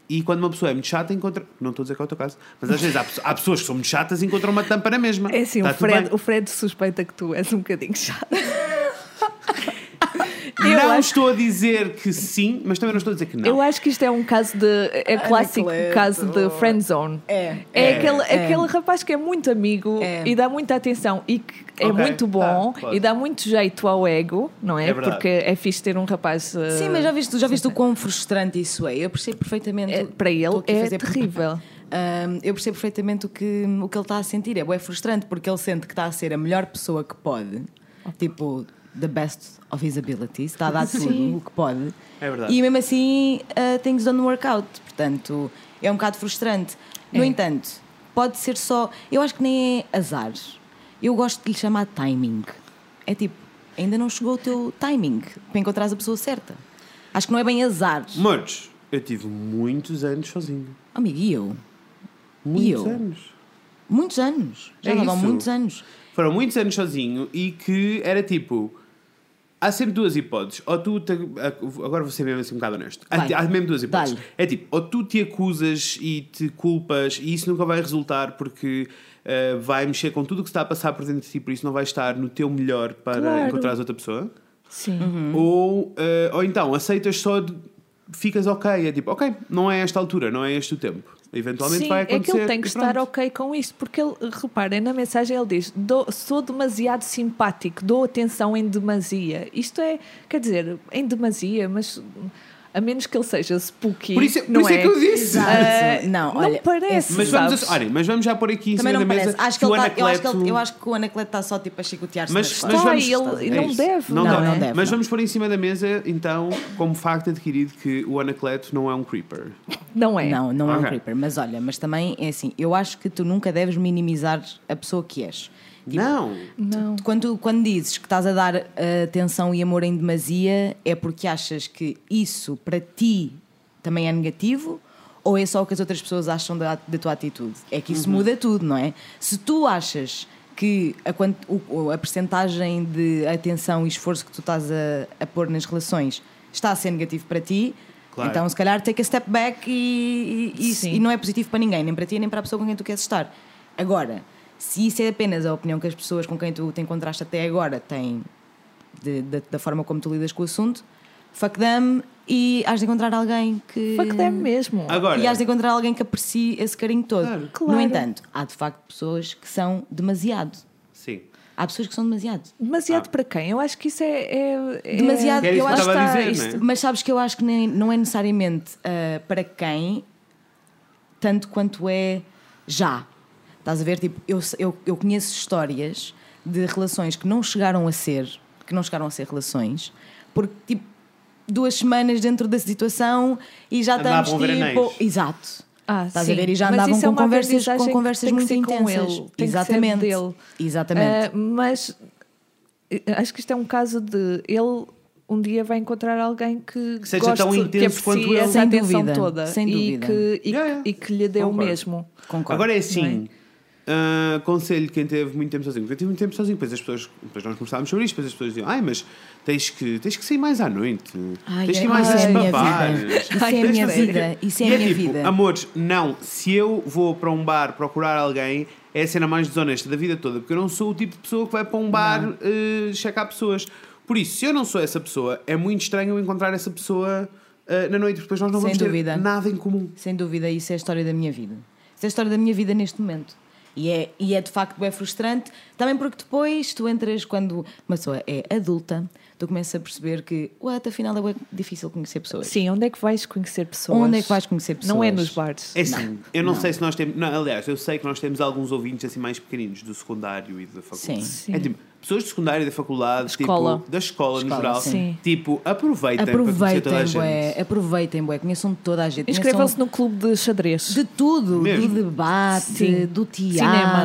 [SPEAKER 2] E quando uma pessoa é muito chata, encontra. Não estou a dizer que é o teu caso, mas às vezes há, pesso- há pessoas que são muito chatas e encontram uma tampa na mesma.
[SPEAKER 3] é assim,
[SPEAKER 2] Tá
[SPEAKER 3] o,
[SPEAKER 2] tudo
[SPEAKER 3] Fred,
[SPEAKER 2] bem.
[SPEAKER 3] o Fred suspeita que tu és um bocadinho chato.
[SPEAKER 2] Não
[SPEAKER 3] acho-
[SPEAKER 2] estou a dizer que sim, mas também não estou a dizer que não.
[SPEAKER 3] Eu acho que isto é um caso de. É clássico
[SPEAKER 1] Cleto.
[SPEAKER 3] caso de friend zone.
[SPEAKER 1] É.
[SPEAKER 3] É,
[SPEAKER 2] É,
[SPEAKER 3] aquele,
[SPEAKER 1] é.
[SPEAKER 3] aquele rapaz que é muito amigo
[SPEAKER 1] É.
[SPEAKER 3] e dá muita atenção e que é
[SPEAKER 2] Ok,
[SPEAKER 3] muito bom
[SPEAKER 2] tá, claro.
[SPEAKER 3] e dá muito jeito ao ego, não é?
[SPEAKER 2] É verdade.
[SPEAKER 3] Porque é fixe ter um rapaz. uh,
[SPEAKER 1] Sim, mas já viste, já viste o quão frustrante isso é. Eu percebo perfeitamente.
[SPEAKER 3] é, para
[SPEAKER 1] Estou
[SPEAKER 3] ele
[SPEAKER 1] aqui a
[SPEAKER 3] é
[SPEAKER 1] fazer-
[SPEAKER 3] terrível.
[SPEAKER 1] Hum, eu percebo perfeitamente o que, o que ele está a sentir. É bué frustrante porque ele sente que está a ser a melhor pessoa que pode. Tipo, the best of his abilities. Está a dar tudo o que pode.
[SPEAKER 2] É verdade.
[SPEAKER 1] E mesmo assim, uh, things don't work out. Portanto, é um bocado frustrante. No
[SPEAKER 2] É.
[SPEAKER 1] entanto, pode ser só. Eu acho que nem é azar. Eu gosto de lhe chamar timing. É tipo, ainda não chegou o teu timing para encontrares a pessoa certa. Acho que não é bem azar.
[SPEAKER 2] Mas eu tive muitos anos sozinho.
[SPEAKER 1] Amigo, e eu? E
[SPEAKER 2] Muitos
[SPEAKER 1] eu?
[SPEAKER 2] anos.
[SPEAKER 1] Muitos anos. Já
[SPEAKER 2] É
[SPEAKER 1] lá vão
[SPEAKER 2] isso.
[SPEAKER 1] muitos anos.
[SPEAKER 2] Foram muitos anos sozinho e que era tipo. Há sempre duas hipóteses. Ou tu. te- agora vou ser mesmo assim um bocado honesto.
[SPEAKER 1] Vai.
[SPEAKER 2] Há, há mesmo duas hipóteses.
[SPEAKER 1] Dá-lhe.
[SPEAKER 2] É tipo, ou tu te acusas e te culpas e isso nunca vai resultar porque eh, vai mexer com tudo o que se está a passar por dentro de ti, por isso não vai estar no teu melhor para
[SPEAKER 3] Claro.
[SPEAKER 2] encontrares outra pessoa.
[SPEAKER 3] eh, Sim.
[SPEAKER 2] Ou, eh, ou então aceitas só. de- ficas ok. É tipo, ok, não é esta altura, não é este o tempo. Eventualmente
[SPEAKER 3] Sim,
[SPEAKER 2] vai
[SPEAKER 3] é
[SPEAKER 2] acontecer.
[SPEAKER 3] que ele tem que
[SPEAKER 2] e
[SPEAKER 3] estar
[SPEAKER 2] pronto.
[SPEAKER 3] ok com isto, porque ele, reparem, na mensagem ele diz: "Dou- sou demasiado simpático, dou atenção em demasia. Isto é, quer dizer, em demasia, mas a menos que ele seja spooky.
[SPEAKER 2] Por isso, por
[SPEAKER 3] não
[SPEAKER 2] isso é? que eu disse.
[SPEAKER 1] Exato.
[SPEAKER 3] Ah,
[SPEAKER 1] não,
[SPEAKER 3] não
[SPEAKER 1] olha,
[SPEAKER 3] parece.
[SPEAKER 1] esse-
[SPEAKER 2] Mas vamos,
[SPEAKER 3] sabes?
[SPEAKER 2] a- olha, mas vamos já pôr aqui em
[SPEAKER 1] Também
[SPEAKER 2] cima
[SPEAKER 1] não
[SPEAKER 2] da
[SPEAKER 1] me
[SPEAKER 2] mesa
[SPEAKER 1] parece. Acho que, ele
[SPEAKER 2] o
[SPEAKER 1] tá, eu, acho que
[SPEAKER 2] é Anacleto-
[SPEAKER 1] ele- eu acho que o Anacleto está só tipo a chicotear-se.
[SPEAKER 2] mas,
[SPEAKER 1] nas
[SPEAKER 2] mas
[SPEAKER 1] costas.
[SPEAKER 3] Está,
[SPEAKER 2] vamos,
[SPEAKER 3] ele- ele
[SPEAKER 2] é
[SPEAKER 3] não
[SPEAKER 2] isso.
[SPEAKER 3] deve,
[SPEAKER 2] Não,
[SPEAKER 1] não,
[SPEAKER 2] deve.
[SPEAKER 1] não deve,
[SPEAKER 2] Mas
[SPEAKER 1] não.
[SPEAKER 2] vamos pôr em cima da mesa, então, como facto adquirido, que o Anacleto não é um creeper.
[SPEAKER 3] Não é.
[SPEAKER 1] Não, não é um
[SPEAKER 2] Ok.
[SPEAKER 1] creeper. Mas olha, mas também é assim. Eu acho que tu nunca deves minimizar a pessoa que és.
[SPEAKER 3] Tipo,
[SPEAKER 2] não.
[SPEAKER 1] Tu- Quando, quando dizes que estás a dar eh, atenção e amor em demasia, é porque achas que isso para ti também é negativo? Ou é só o que as outras pessoas acham da, da tua atitude? É que
[SPEAKER 2] Uhum.
[SPEAKER 1] isso muda tudo, não é? Se tu achas que a, quant, o- o- a percentagem de atenção e esforço que tu estás a, a pôr nas relações está a ser negativo para ti,
[SPEAKER 2] Claro.
[SPEAKER 1] então se calhar take a step back e, e- e isso-
[SPEAKER 3] Sim.
[SPEAKER 1] e não é positivo para ninguém, nem para ti, nem para a pessoa com quem tu queres estar. Agora, se isso é apenas a opinião que as pessoas com quem tu te encontraste até agora têm de- da- da forma como tu lidas com o assunto, fuck them e has de encontrar alguém que.
[SPEAKER 3] Fuck them mesmo.
[SPEAKER 2] Hum. Agora,
[SPEAKER 1] E has de encontrar alguém que aprecie esse carinho todo.
[SPEAKER 2] Claro.
[SPEAKER 3] Claro.
[SPEAKER 1] No entanto, há de facto pessoas que são demasiado.
[SPEAKER 2] sim.
[SPEAKER 1] Há pessoas que são demasiado.
[SPEAKER 2] Ah.
[SPEAKER 3] Demasiado para quem? Eu acho que isso é. é- é-
[SPEAKER 1] Demasiado,
[SPEAKER 2] É isso
[SPEAKER 1] eu
[SPEAKER 2] que
[SPEAKER 1] acho tá
[SPEAKER 2] estava a
[SPEAKER 3] está
[SPEAKER 2] dizer,
[SPEAKER 3] isto-
[SPEAKER 2] não é?
[SPEAKER 1] Mas sabes que eu acho que nem, não é necessariamente ah, para quem, tanto quanto é já. Estás a ver? Tipo, eu, se- eu, eu conheço histórias de relações que não chegaram a ser, que não chegaram a ser relações, porque tipo, duas semanas dentro da situação e já
[SPEAKER 2] Andavam
[SPEAKER 1] estamos
[SPEAKER 2] veraneios.
[SPEAKER 1] tipo. Exato.
[SPEAKER 3] Ah,
[SPEAKER 1] Estás
[SPEAKER 3] sim.
[SPEAKER 1] a ver? E já
[SPEAKER 3] Mas
[SPEAKER 1] andavam
[SPEAKER 3] isso é
[SPEAKER 1] com
[SPEAKER 3] uma
[SPEAKER 1] conversas,
[SPEAKER 3] aprendizagem
[SPEAKER 1] com
[SPEAKER 3] que
[SPEAKER 1] conversas
[SPEAKER 3] tem que
[SPEAKER 1] muito
[SPEAKER 3] ser com
[SPEAKER 1] intensas.
[SPEAKER 3] ele, tem que ser
[SPEAKER 1] Exatamente.
[SPEAKER 3] dele.
[SPEAKER 1] Exatamente.
[SPEAKER 3] Ah, mas eh, acho que isto é um caso de ele um dia vai encontrar alguém que,
[SPEAKER 2] seja
[SPEAKER 3] goste,
[SPEAKER 2] tão intenso
[SPEAKER 3] que aprecie
[SPEAKER 2] quanto ele.
[SPEAKER 3] essa
[SPEAKER 1] Sem
[SPEAKER 3] atenção
[SPEAKER 1] dúvida,
[SPEAKER 3] toda
[SPEAKER 1] sem
[SPEAKER 3] e
[SPEAKER 1] dúvida.
[SPEAKER 3] que e,
[SPEAKER 2] Yeah, yeah.
[SPEAKER 3] e que lhe dê o
[SPEAKER 2] Concordo.
[SPEAKER 3] mesmo.
[SPEAKER 1] Concordo.
[SPEAKER 2] Agora é assim. ah, aconselho quem teve muito tempo sozinho, porque eu tive muito tempo sozinho, depois as pessoas, depois nós conversávamos sobre isto, depois as pessoas diziam, ai, mas tens que, tens que sair mais à noite,
[SPEAKER 1] Ai,
[SPEAKER 2] tens que ir
[SPEAKER 1] é-
[SPEAKER 2] mais
[SPEAKER 1] isso é a minha
[SPEAKER 2] babar.
[SPEAKER 1] vida. Isso é a
[SPEAKER 2] tens de
[SPEAKER 1] minha
[SPEAKER 2] fazer-
[SPEAKER 1] vida. Isso é
[SPEAKER 2] E
[SPEAKER 1] a minha
[SPEAKER 2] tipo,
[SPEAKER 1] vida.
[SPEAKER 2] Amores, não, se eu vou para um bar procurar alguém, é a cena mais desonesta da vida toda, porque eu não sou o tipo de pessoa que vai
[SPEAKER 1] é.
[SPEAKER 2] para um bar eh, checar pessoas. Por isso, se eu não sou essa pessoa, é muito estranho eu encontrar essa pessoa eh, na noite, porque depois nós não
[SPEAKER 1] Sem
[SPEAKER 2] vamos
[SPEAKER 1] dúvida.
[SPEAKER 2] ter nada em comum.
[SPEAKER 1] Sem dúvida, isso é a história da minha vida. Isso é a história da minha vida neste momento. E é, e é de facto bem frustrante, também porque depois tu entras quando uma pessoa é adulta, tu começas a perceber que, what, afinal é bué difícil conhecer pessoas.
[SPEAKER 3] Sim, onde é que vais conhecer pessoas?
[SPEAKER 1] Onde é que vais conhecer
[SPEAKER 3] Não é
[SPEAKER 1] pessoas?
[SPEAKER 3] nos bares.
[SPEAKER 2] É assim,
[SPEAKER 1] Não,
[SPEAKER 2] eu não,
[SPEAKER 1] não.
[SPEAKER 2] sei se nós temos. Não, aliás, eu sei que nós temos alguns ouvintes assim mais pequeninos do secundário e da
[SPEAKER 1] Sim.
[SPEAKER 2] faculdade.
[SPEAKER 3] Sim.
[SPEAKER 2] É tipo, pessoas do secundário e da faculdade,
[SPEAKER 3] Escola.
[SPEAKER 2] tipo, da escola, no
[SPEAKER 1] Escola,
[SPEAKER 2] geral.
[SPEAKER 3] sim.
[SPEAKER 2] Tipo, aproveitem,
[SPEAKER 1] Aproveitem,
[SPEAKER 2] para conhecer toda a
[SPEAKER 1] bué,
[SPEAKER 2] gente. É
[SPEAKER 1] aproveitem, bué, conheçam toda a gente.
[SPEAKER 3] Inscrevam-se
[SPEAKER 1] Conheçam
[SPEAKER 3] no clube de xadrez.
[SPEAKER 1] de tudo,
[SPEAKER 2] Mesmo.
[SPEAKER 1] do debate,
[SPEAKER 3] Sim.
[SPEAKER 1] do
[SPEAKER 3] Cinema.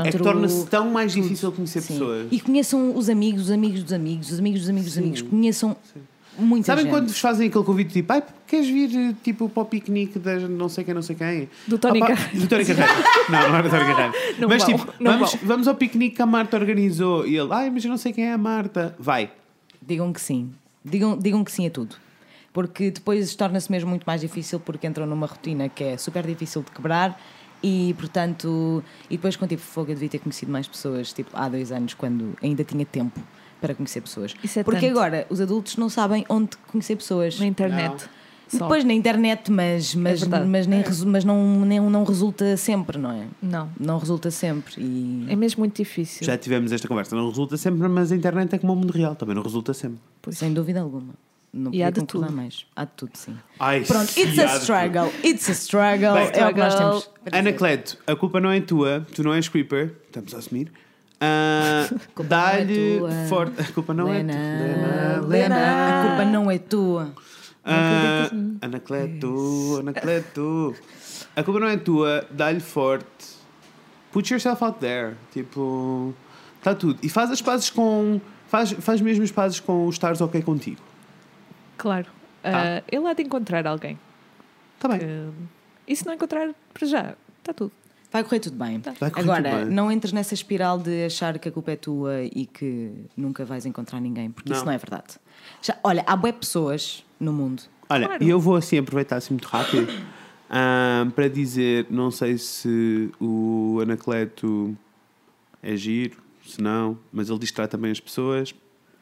[SPEAKER 1] teatro.
[SPEAKER 2] É que torna-se tão mais difícil conhecer
[SPEAKER 1] Sim.
[SPEAKER 2] pessoas.
[SPEAKER 1] E conheçam os amigos, os amigos dos amigos, os amigos dos amigos dos amigos. Conheçam muita
[SPEAKER 2] Sabem
[SPEAKER 1] gente.
[SPEAKER 2] quando vos fazem aquele convite tipo, ai, queres vir eh, tipo para o piquenique da não sei quem, não sei quem?
[SPEAKER 3] Do Tony
[SPEAKER 2] Opa,
[SPEAKER 3] Carreiro.
[SPEAKER 2] Do Tony Carreiro. não, não era do Tony Carreiro.
[SPEAKER 3] Não
[SPEAKER 2] mas
[SPEAKER 3] vão,
[SPEAKER 2] tipo,
[SPEAKER 3] não
[SPEAKER 2] vamos,
[SPEAKER 3] vão.
[SPEAKER 2] vamos ao piquenique que a Marta organizou. E ele, ai, mas eu não sei quem é a Marta. Vai.
[SPEAKER 1] Digam que sim. Digam, digam que sim a tudo. Porque depois torna-se mesmo muito mais difícil porque entram numa rotina que é super difícil de quebrar e, portanto, e depois com tipo fogo eu devia ter conhecido mais pessoas, tipo há dois anos, quando ainda tinha tempo para conhecer pessoas.
[SPEAKER 3] Isso é
[SPEAKER 1] porque
[SPEAKER 3] tanto.
[SPEAKER 1] agora os adultos não sabem onde conhecer pessoas.
[SPEAKER 3] Na internet. Só. É
[SPEAKER 1] Depois na internet, mas, mas,
[SPEAKER 3] verdade.
[SPEAKER 1] mas, nem, resu- mas não, nem, não resulta sempre, não é?
[SPEAKER 3] Não.
[SPEAKER 1] Não resulta sempre. E...
[SPEAKER 3] É mesmo muito difícil.
[SPEAKER 2] Já tivemos esta conversa. Não resulta sempre, mas a internet é como o mundo real. Também não resulta sempre.
[SPEAKER 1] Sem dúvida alguma. Não
[SPEAKER 3] E há
[SPEAKER 1] podia
[SPEAKER 3] de
[SPEAKER 1] concordar
[SPEAKER 3] tudo.
[SPEAKER 1] mais. Há de tudo, sim.
[SPEAKER 2] Ai,
[SPEAKER 1] Pronto, it's a
[SPEAKER 2] fiado.
[SPEAKER 1] struggle. It's a struggle.
[SPEAKER 2] Bem,
[SPEAKER 1] é o que nós temos.
[SPEAKER 2] Ana Cleto, a culpa não é tua, tu não és creeper, estamos a assumir. Ah,
[SPEAKER 1] culpa
[SPEAKER 2] Dá-lhe
[SPEAKER 1] não é tua.
[SPEAKER 2] forte. A culpa não
[SPEAKER 1] Lena,
[SPEAKER 2] é tua.
[SPEAKER 1] Lena, a culpa não é tua.
[SPEAKER 2] Ah, Ana Cleto, Ana Cleto. A culpa não é tua, dá-lhe forte. Put yourself out there. Tipo, está tudo. E faz as pazes com. Faz, faz mesmo as pazes com os estares ok contigo.
[SPEAKER 3] Claro.
[SPEAKER 2] Tá.
[SPEAKER 3] Ah, ele há de encontrar alguém.
[SPEAKER 2] Está Tá bem.
[SPEAKER 3] que- E se não encontrar, para já, está tudo.
[SPEAKER 1] Vai correr tudo bem.
[SPEAKER 2] Vai correr
[SPEAKER 1] Agora,
[SPEAKER 2] tudo bem.
[SPEAKER 1] não entres nessa espiral de achar que a culpa é tua e que nunca vais encontrar ninguém, porque
[SPEAKER 2] Não.
[SPEAKER 1] isso não é verdade. Já, olha, há bué pessoas no mundo.
[SPEAKER 2] Olha,
[SPEAKER 3] Claro.
[SPEAKER 2] e eu vou assim aproveitar assim muito rápido ah, para dizer, não sei se o Anacleto é giro, se não, mas ele distrai também as pessoas.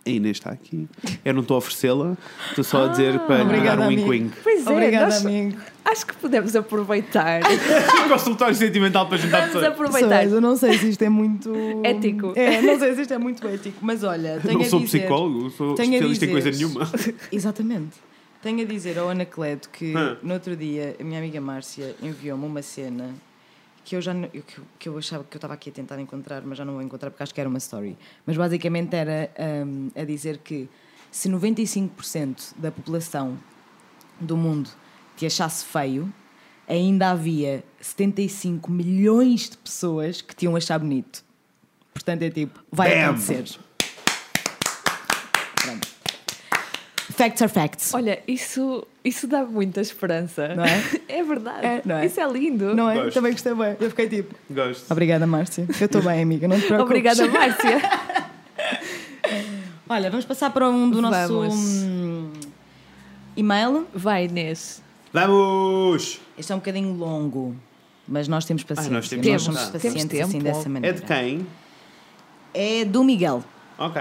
[SPEAKER 2] A Inês está aqui. Eu não estou a oferecê-la, estou só a dizer para lhe dar
[SPEAKER 1] obrigada,
[SPEAKER 2] um
[SPEAKER 1] amigo.
[SPEAKER 2] wink-wink.
[SPEAKER 3] Pois é,
[SPEAKER 1] Obrigada,
[SPEAKER 3] nós-
[SPEAKER 1] amigo.
[SPEAKER 3] acho que podemos aproveitar.
[SPEAKER 2] Consultório sentimental para juntar
[SPEAKER 3] Vamos
[SPEAKER 2] pessoas.
[SPEAKER 3] aproveitar.
[SPEAKER 1] eu não sei se isto é muito.
[SPEAKER 3] Ético.
[SPEAKER 1] É, não sei se isto é muito ético, mas olha, tenho
[SPEAKER 2] Não
[SPEAKER 1] a
[SPEAKER 2] sou
[SPEAKER 1] dizer-
[SPEAKER 2] psicólogo, sou
[SPEAKER 1] Tenho a
[SPEAKER 2] especialista em
[SPEAKER 1] dizer-
[SPEAKER 2] coisa nenhuma.
[SPEAKER 1] Exatamente. Tenho a dizer ao Anacleto que
[SPEAKER 2] Ah.
[SPEAKER 1] no outro dia a minha amiga Márcia enviou-me uma cena que eu já não- que, eu- que eu achava que eu estava aqui a tentar encontrar, mas já não vou encontrar porque acho que era uma story. Mas basicamente era hum, a dizer que se 95% da população do mundo te achasse feio, ainda havia 75 milhões de pessoas que te iam achar bonito. Portanto, é tipo, vai
[SPEAKER 2] Bam!
[SPEAKER 1] acontecer. Pronto. Facts are facts.
[SPEAKER 3] Olha, isso, isso dá muita esperança.
[SPEAKER 1] Não é?
[SPEAKER 3] É verdade.
[SPEAKER 1] É, não é?
[SPEAKER 3] Isso é lindo.
[SPEAKER 1] Não é?
[SPEAKER 2] Gosto.
[SPEAKER 1] Também gostei bem. Eu fiquei tipo,
[SPEAKER 2] Gosto.
[SPEAKER 1] obrigada, Márcia. Eu estou bem, amiga, não te preocupes.
[SPEAKER 3] Obrigada, Márcia.
[SPEAKER 1] Olha, vamos passar para um do nosso
[SPEAKER 3] Vamos.
[SPEAKER 1] hum, e-mail.
[SPEAKER 3] Vai, Inês.
[SPEAKER 2] Vamos!
[SPEAKER 1] Este é um bocadinho longo, mas nós temos paciência.
[SPEAKER 2] Ah, nós temos
[SPEAKER 1] nós
[SPEAKER 2] tempo.
[SPEAKER 1] somos
[SPEAKER 2] Temos
[SPEAKER 1] pacientes
[SPEAKER 3] tempo.
[SPEAKER 1] assim dessa
[SPEAKER 2] É
[SPEAKER 1] maneira.
[SPEAKER 2] de quem?
[SPEAKER 1] É do Miguel.
[SPEAKER 2] Ok.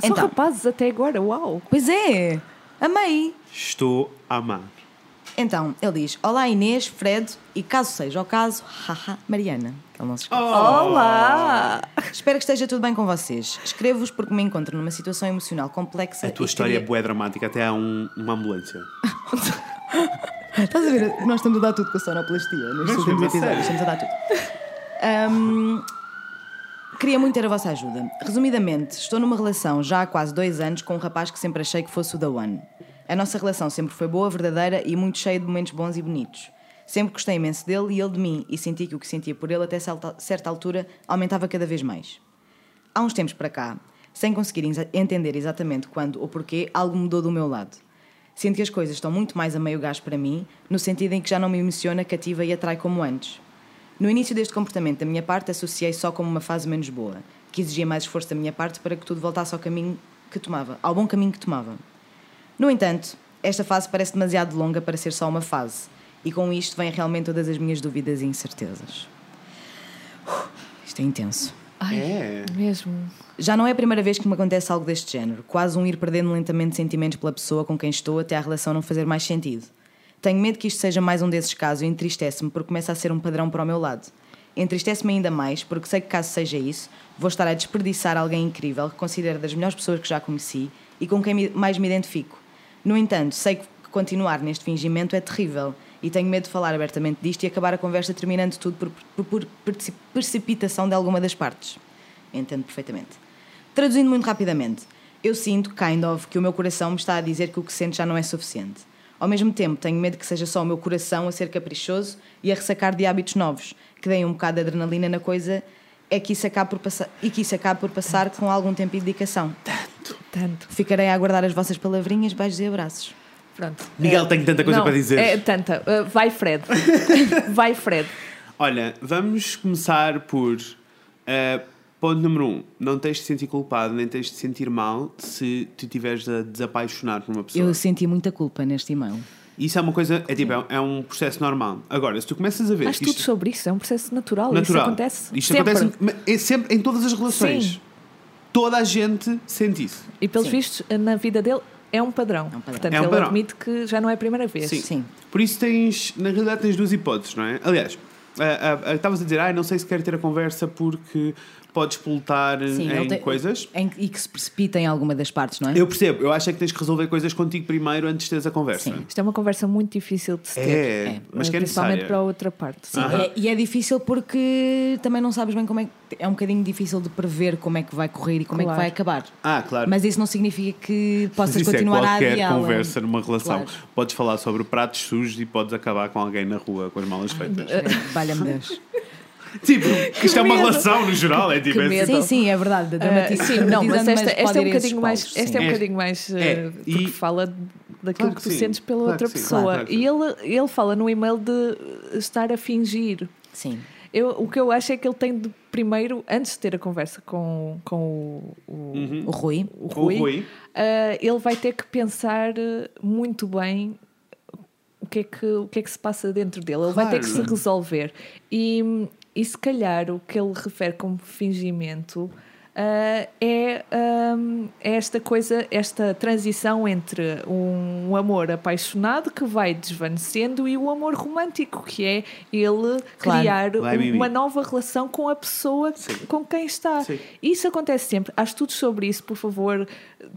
[SPEAKER 3] São
[SPEAKER 1] Então.
[SPEAKER 3] rapazes até agora, uau.
[SPEAKER 1] Pois é! Amei!
[SPEAKER 2] Estou a amar.
[SPEAKER 1] Então, ele diz: Olá Inês, Fred e caso seja o caso, haha, Mariana. Que é ele não se esquece.
[SPEAKER 3] Olá!
[SPEAKER 1] Espero que esteja tudo bem com vocês. Escrevo-vos porque me encontro numa situação emocional complexa.
[SPEAKER 2] A tua
[SPEAKER 1] e
[SPEAKER 2] história é
[SPEAKER 1] queria-
[SPEAKER 2] bué dramática, até há um- uma ambulância.
[SPEAKER 1] Estás a ver? Nós estamos a dar tudo com a sonoplastia
[SPEAKER 2] Mas,
[SPEAKER 1] nos últimos
[SPEAKER 2] a
[SPEAKER 1] episódios.
[SPEAKER 2] sério?
[SPEAKER 1] Estamos a dar tudo. Ahm, queria muito ter a vossa ajuda. Resumidamente, estou numa relação já há quase dois anos com um rapaz que sempre achei que fosse o da One. A nossa relação sempre foi boa, verdadeira e muito cheia de momentos bons e bonitos. Sempre gostei imenso dele e ele de mim, e senti que o que sentia por ele até certa certa altura aumentava cada vez mais. Há uns tempos para cá, sem conseguir exa- entender exatamente quando ou porquê, algo mudou do meu lado. Sinto que as coisas estão muito mais a meio gás para mim, no sentido em que já não me emociona, cativa e atrai como antes. No início deste comportamento, da minha parte, associei só como uma fase menos boa, que exigia mais esforço da minha parte para que tudo voltasse ao caminho que tomava, ao bom caminho que tomava. No entanto, esta fase parece demasiado longa para ser só uma fase, e com isto vêm realmente todas as minhas dúvidas e incertezas. Uf, isto é intenso.
[SPEAKER 3] Ai,
[SPEAKER 2] É.
[SPEAKER 3] mesmo.
[SPEAKER 1] Já não é a primeira vez que me acontece algo deste género, quase um ir perdendo lentamente sentimentos pela pessoa com quem estou até a relação não fazer mais sentido. Tenho medo que isto seja mais um desses casos e entristece-me porque começa a ser um padrão para o meu lado. Entristece-me ainda mais porque sei que, caso seja isso, vou estar a desperdiçar alguém incrível que considero das melhores pessoas que já conheci e com quem me- mais me identifico. No entanto, sei que continuar neste fingimento é terrível e tenho medo de falar abertamente disto e acabar a conversa terminando tudo por, por- por perci- precipitação de alguma das partes. Entendo perfeitamente. Traduzindo muito rapidamente, eu sinto, kind of, que o meu coração me está a dizer que o que sente já não é suficiente. Ao mesmo tempo, tenho medo que seja só o meu coração a ser caprichoso e a ressacar de hábitos novos, que deem um bocado de adrenalina na coisa é que isso acabe por passa- e que isso acabe por passar com algum tempo e dedicação.
[SPEAKER 3] Tanto.
[SPEAKER 1] Ficarei a aguardar as vossas palavrinhas, beijos e abraços.
[SPEAKER 3] Pronto. É,
[SPEAKER 2] Miguel tem tanta coisa
[SPEAKER 3] Não,
[SPEAKER 2] para dizer.
[SPEAKER 3] É tanta. Uh, vai, Fred. vai, Fred.
[SPEAKER 2] Olha, vamos começar por eh, ponto número um. Não tens de sentir culpado, nem tens de sentir mal se te tiveres a desapaixonar por uma pessoa.
[SPEAKER 1] Eu senti muita culpa neste e-mail.
[SPEAKER 2] Isso é uma coisa, é tipo, é um, é um processo normal. Agora, se tu começas a ver
[SPEAKER 3] Há
[SPEAKER 2] que
[SPEAKER 3] estudos
[SPEAKER 2] isto
[SPEAKER 3] sobre isso. É um processo natural. Isso
[SPEAKER 2] natural,
[SPEAKER 3] acontece.
[SPEAKER 2] isto
[SPEAKER 3] sempre.
[SPEAKER 2] acontece mas é sempre em todas as relações.
[SPEAKER 3] Sim.
[SPEAKER 2] Toda a gente sente isso.
[SPEAKER 3] E pelos
[SPEAKER 1] Sim.
[SPEAKER 3] vistos, na vida dele é um padrão.
[SPEAKER 1] um padrão.
[SPEAKER 3] Portanto,
[SPEAKER 2] É um
[SPEAKER 3] ele
[SPEAKER 2] padrão.
[SPEAKER 3] admite que já não é a primeira vez.
[SPEAKER 2] Sim.
[SPEAKER 1] Sim.
[SPEAKER 2] Por isso tens, na realidade tens duas hipóteses, não é? Aliás, ah, ah, ah, estavas a dizer, ai, não sei se quero ter a conversa porque podes polutar em
[SPEAKER 1] ele tem-
[SPEAKER 2] coisas.
[SPEAKER 1] em- e que se precipita em alguma das partes, não é?
[SPEAKER 2] Eu percebo, eu acho é que tens que resolver coisas contigo primeiro antes de teres a conversa.
[SPEAKER 1] Sim.
[SPEAKER 3] Isto é uma conversa muito difícil de se
[SPEAKER 2] É,
[SPEAKER 3] ter.
[SPEAKER 1] É,
[SPEAKER 2] mas
[SPEAKER 3] eh,
[SPEAKER 2] que é
[SPEAKER 3] Principalmente
[SPEAKER 2] necessária. Ah,
[SPEAKER 3] para a outra parte.
[SPEAKER 1] Sim, é- e é difícil porque também não sabes bem como é que. É um bocadinho difícil de prever como é que vai correr e como é que
[SPEAKER 3] Claro.
[SPEAKER 1] vai acabar.
[SPEAKER 2] Ah, claro.
[SPEAKER 1] Mas isso não significa que possas
[SPEAKER 2] Isso
[SPEAKER 1] continuar
[SPEAKER 2] é
[SPEAKER 1] a
[SPEAKER 2] qualquer
[SPEAKER 1] adiá-la.
[SPEAKER 2] conversa numa relação.
[SPEAKER 1] Claro.
[SPEAKER 2] Podes falar sobre pratos sujos e podes acabar com alguém na rua com as malas feitas.
[SPEAKER 1] Eh, Valha-me Deus.
[SPEAKER 2] tipo, isto é uma
[SPEAKER 3] medo.
[SPEAKER 2] relação no geral, é tipo.
[SPEAKER 3] Que
[SPEAKER 2] é
[SPEAKER 3] medo.
[SPEAKER 2] assim.
[SPEAKER 1] Sim, sim, é verdade.
[SPEAKER 3] Eh,
[SPEAKER 1] dramatiz-
[SPEAKER 3] sim, não, mas
[SPEAKER 1] dramatizando,
[SPEAKER 3] esta,
[SPEAKER 1] pode
[SPEAKER 3] esta é um
[SPEAKER 1] ir a esses
[SPEAKER 3] bocadinho mais,
[SPEAKER 1] palcos,
[SPEAKER 3] esta é um
[SPEAKER 2] sim.
[SPEAKER 3] bocadinho mais eh,
[SPEAKER 2] É,
[SPEAKER 3] porque
[SPEAKER 2] e-
[SPEAKER 3] fala daquilo
[SPEAKER 2] Claro
[SPEAKER 3] que
[SPEAKER 2] que
[SPEAKER 3] tu
[SPEAKER 2] sim,
[SPEAKER 3] sentes pela
[SPEAKER 2] claro
[SPEAKER 3] outra
[SPEAKER 2] que sim,
[SPEAKER 3] pessoa.
[SPEAKER 2] claro que
[SPEAKER 3] E ele, ele fala no e-mail de eh, estar a fingir.
[SPEAKER 1] sim. Sim.
[SPEAKER 3] Eu, o que eu acho é que ele tem de primeiro, antes de ter a conversa com, com o, o,
[SPEAKER 1] O Rui.
[SPEAKER 3] o
[SPEAKER 2] Uhum. Com o
[SPEAKER 3] Rui,
[SPEAKER 2] Rui.
[SPEAKER 3] ah, ele vai ter que pensar eh, muito bem o que é que, o que, é que se passa dentro dele. Ele vai ter que se
[SPEAKER 2] Claro.
[SPEAKER 3] resolver. E, e se calhar o que ele refere como fingimento ah, é, ahm, é esta coisa, esta transição entre um amor apaixonado que vai desvanecendo e o amor romântico, que é ele
[SPEAKER 1] Claro.
[SPEAKER 3] criar
[SPEAKER 2] Vai, Mimi.
[SPEAKER 3] uma nova relação com a pessoa com quem está.
[SPEAKER 2] Sim.
[SPEAKER 3] Isso acontece sempre. Há estudos sobre isso, por favor,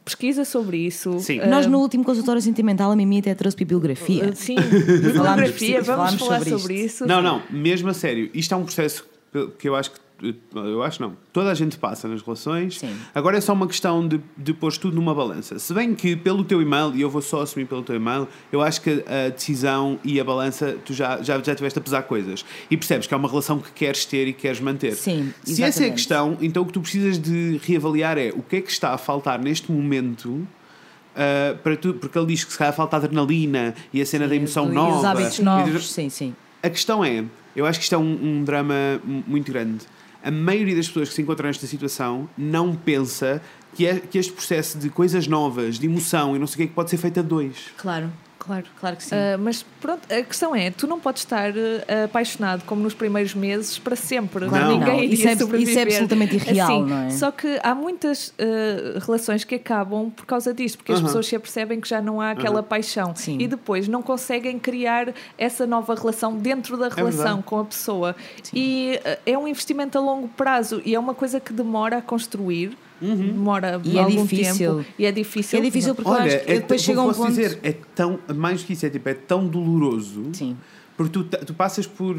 [SPEAKER 3] pesquisa sobre isso.
[SPEAKER 2] Sim.
[SPEAKER 3] Ah,
[SPEAKER 1] Nós no último consultório sentimental a Mimi até trouxe bibliografia.
[SPEAKER 3] Sim,
[SPEAKER 1] Falámos-
[SPEAKER 3] bibliografia,
[SPEAKER 1] preciso-
[SPEAKER 3] vamos
[SPEAKER 1] falámos
[SPEAKER 3] falar sobre,
[SPEAKER 1] sobre isto.
[SPEAKER 3] isso.
[SPEAKER 2] Não, não, mesmo a sério. Isto é um processo que- que eu acho que. Eu acho não. Toda a gente passa nas relações.
[SPEAKER 1] Sim.
[SPEAKER 2] Agora é só uma questão de, de pôr tudo numa balança. Se bem que pelo teu e-mail, e eu vou só assumir pelo teu e-mail, eu acho que a decisão e a balança tu já, já, já tiveste a pesar coisas. E percebes que é uma relação que queres ter e queres manter.
[SPEAKER 1] Sim,
[SPEAKER 2] Se essa é a
[SPEAKER 1] exatamente.
[SPEAKER 2] questão, então o que tu precisas de reavaliar é o que é que está a faltar neste momento. ah, para tu, porque ele diz que se calhar falta adrenalina e a cena da emoção
[SPEAKER 1] E
[SPEAKER 2] nova
[SPEAKER 1] os hábitos
[SPEAKER 2] e-
[SPEAKER 1] novos, sim, sim.
[SPEAKER 2] a questão é, eu acho que isto é um, um drama mu- muito grande. A maioria das pessoas que se encontram nesta situação não pensa que, é, que este processo de coisas novas, de emoção e não sei o que é que pode ser feito a dois.
[SPEAKER 1] Claro. Claro, claro que sim.
[SPEAKER 3] Ah, mas pronto, a questão é, tu não podes estar ah, apaixonado como nos primeiros meses para sempre.
[SPEAKER 2] Claro que
[SPEAKER 1] não.
[SPEAKER 3] Ninguém
[SPEAKER 1] Isso
[SPEAKER 3] ia
[SPEAKER 1] é- isso é
[SPEAKER 3] sobreviver.
[SPEAKER 1] absolutamente irreal,
[SPEAKER 3] Assim,
[SPEAKER 1] não é?
[SPEAKER 3] Só que há muitas ah, relações que acabam por causa disto, porque as
[SPEAKER 2] Aham.
[SPEAKER 3] pessoas se apercebem que já não há aquela paixão
[SPEAKER 1] Sim.
[SPEAKER 3] e depois não conseguem criar essa nova relação dentro
[SPEAKER 1] É
[SPEAKER 3] da relação
[SPEAKER 2] verdade.
[SPEAKER 3] com a pessoa. E ah, é um investimento a longo prazo e é uma coisa que demora a construir. Demora
[SPEAKER 1] E é
[SPEAKER 3] algum
[SPEAKER 1] difícil.
[SPEAKER 3] tempo e é difícil.
[SPEAKER 1] É difícil porque eu
[SPEAKER 2] Olha,
[SPEAKER 1] acho que
[SPEAKER 2] é,
[SPEAKER 1] depois chega a um
[SPEAKER 2] posso
[SPEAKER 1] ponto.
[SPEAKER 2] dizer, é tão, mais que isso, é tipo, é tão doloroso.
[SPEAKER 1] Sim.
[SPEAKER 2] Porque tu, ta- tu passas por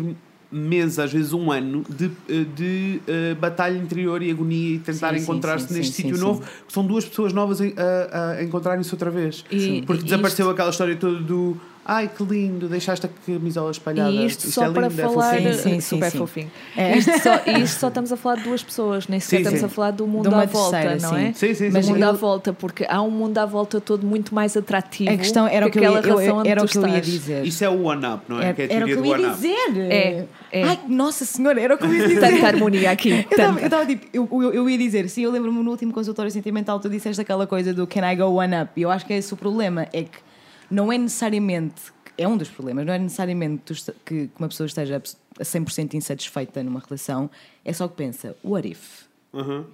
[SPEAKER 2] meses, às vezes um ano, de, eh, de, eh, batalha interior e agonia e tentar
[SPEAKER 1] Sim, sim,
[SPEAKER 2] encontrar-se
[SPEAKER 1] sim,
[SPEAKER 2] neste
[SPEAKER 1] sim,
[SPEAKER 2] sítio
[SPEAKER 1] sim,
[SPEAKER 2] novo, que são duas pessoas novas em- a, a encontrarem-se outra vez.
[SPEAKER 3] E- Sim.
[SPEAKER 2] Porque
[SPEAKER 3] e
[SPEAKER 2] desapareceu
[SPEAKER 3] isto-
[SPEAKER 2] aquela história toda do ai que lindo, deixaste a camisola espalhada.
[SPEAKER 3] E isto, só
[SPEAKER 2] é
[SPEAKER 3] para
[SPEAKER 2] lindo, é
[SPEAKER 3] falar
[SPEAKER 2] fofinho."
[SPEAKER 1] Sim, sim, sim,
[SPEAKER 3] super
[SPEAKER 1] sim.
[SPEAKER 3] fofinho.
[SPEAKER 1] É.
[SPEAKER 3] Isto, só, e isto só estamos a falar de duas pessoas, nem sequer
[SPEAKER 2] Sim,
[SPEAKER 3] estamos
[SPEAKER 2] sim.
[SPEAKER 3] a falar do mundo
[SPEAKER 1] De uma
[SPEAKER 3] à volta,
[SPEAKER 1] terceira,
[SPEAKER 3] não
[SPEAKER 1] sim.
[SPEAKER 3] é?
[SPEAKER 2] Sim, sim,
[SPEAKER 1] Mas
[SPEAKER 2] sim. sim.
[SPEAKER 3] o mundo
[SPEAKER 1] eu-
[SPEAKER 3] à volta, porque há um mundo à volta todo muito mais atrativo.
[SPEAKER 1] A questão era o que eu
[SPEAKER 3] aquela
[SPEAKER 1] ia, eu-
[SPEAKER 3] relação onde
[SPEAKER 1] era
[SPEAKER 3] tu
[SPEAKER 1] o que eu ia
[SPEAKER 3] estás.
[SPEAKER 1] dizer.
[SPEAKER 2] Isso é o one-up, não é?
[SPEAKER 1] Era,
[SPEAKER 2] que é a
[SPEAKER 1] era o que
[SPEAKER 2] teoria
[SPEAKER 1] eu
[SPEAKER 2] do
[SPEAKER 1] ia
[SPEAKER 2] one-up.
[SPEAKER 1] dizer.
[SPEAKER 3] É, é.
[SPEAKER 1] Ai, nossa senhora, era o que eu ia dizer.
[SPEAKER 3] Tanta harmonia aqui.
[SPEAKER 1] Eu
[SPEAKER 3] tanta.
[SPEAKER 1] tava- Eu estava tipo, eu, eu, eu ia dizer, sim, eu lembro-me no último consultório sentimental, tu disseste aquela coisa do can I go one up? E eu acho que é esse o problema, é que não é necessariamente, é um dos problemas, não é necessariamente tu esta- que, que uma pessoa esteja abs- a 100% insatisfeita numa relação, é só que pensa, what if?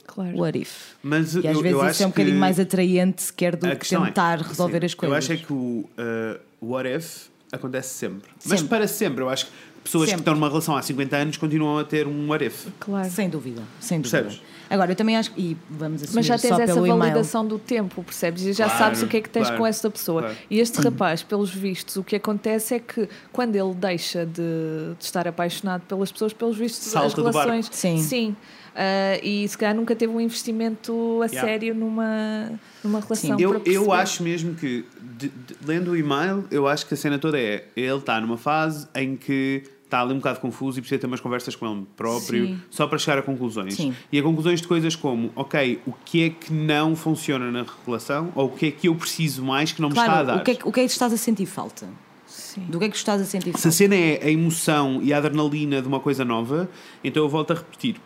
[SPEAKER 3] Claro.
[SPEAKER 1] What if?
[SPEAKER 2] Mas
[SPEAKER 1] E às
[SPEAKER 2] eu,
[SPEAKER 1] vezes
[SPEAKER 2] eu
[SPEAKER 1] isso
[SPEAKER 2] acho
[SPEAKER 1] é um bocadinho
[SPEAKER 2] que-
[SPEAKER 1] mais atraente sequer do
[SPEAKER 2] A
[SPEAKER 1] que
[SPEAKER 2] questão é-
[SPEAKER 1] tentar resolver
[SPEAKER 2] sim,
[SPEAKER 1] as coisas.
[SPEAKER 2] Eu acho é que o uh, what if acontece sempre. Mas
[SPEAKER 1] Sempre.
[SPEAKER 2] para sempre. Eu acho que pessoas
[SPEAKER 1] Sempre.
[SPEAKER 2] que estão numa relação há 50 anos continuam a ter um what if.
[SPEAKER 3] claro.
[SPEAKER 1] Sem dúvida, sem dúvida.
[SPEAKER 2] Percebes?
[SPEAKER 1] Agora, eu também acho que, e vamos assumir
[SPEAKER 3] Mas já tens
[SPEAKER 1] só
[SPEAKER 3] essa
[SPEAKER 1] pelo e-mail.
[SPEAKER 3] validação do tempo, percebes? E já
[SPEAKER 2] Claro,
[SPEAKER 3] sabes o que é que tens
[SPEAKER 2] claro,
[SPEAKER 3] com essa pessoa.
[SPEAKER 2] claro.
[SPEAKER 3] E este rapaz, pelos vistos, o que acontece é que quando ele deixa de, de estar apaixonado pelas pessoas, pelos vistos, as
[SPEAKER 2] Salta do barco.
[SPEAKER 3] relações.
[SPEAKER 1] Sim.
[SPEAKER 3] Ah, e se calhar nunca teve um investimento a
[SPEAKER 2] Yeah.
[SPEAKER 3] sério numa, numa
[SPEAKER 1] É
[SPEAKER 3] relação.
[SPEAKER 1] um
[SPEAKER 3] para
[SPEAKER 2] Eu, eu
[SPEAKER 3] perceber.
[SPEAKER 2] acho mesmo que, de- de- lendo o e-mail, eu acho que a cena toda é ele está numa fase em que está ali um bocado confuso e precisa ter umas conversas com ele próprio
[SPEAKER 3] Sim.
[SPEAKER 2] só para chegar a conclusões.
[SPEAKER 1] Sim.
[SPEAKER 2] E a conclusões de coisas como, ok, o que é que não funciona na relação ou o que é que eu preciso mais que não me está a
[SPEAKER 1] Claro,
[SPEAKER 2] dar?
[SPEAKER 1] o que, é que, o que é que estás a sentir falta?
[SPEAKER 3] Sim.
[SPEAKER 1] Do que é que estás a sentir
[SPEAKER 2] Se a
[SPEAKER 1] falta?
[SPEAKER 2] cena é a emoção e a adrenalina de uma coisa nova, então eu volto a repetir.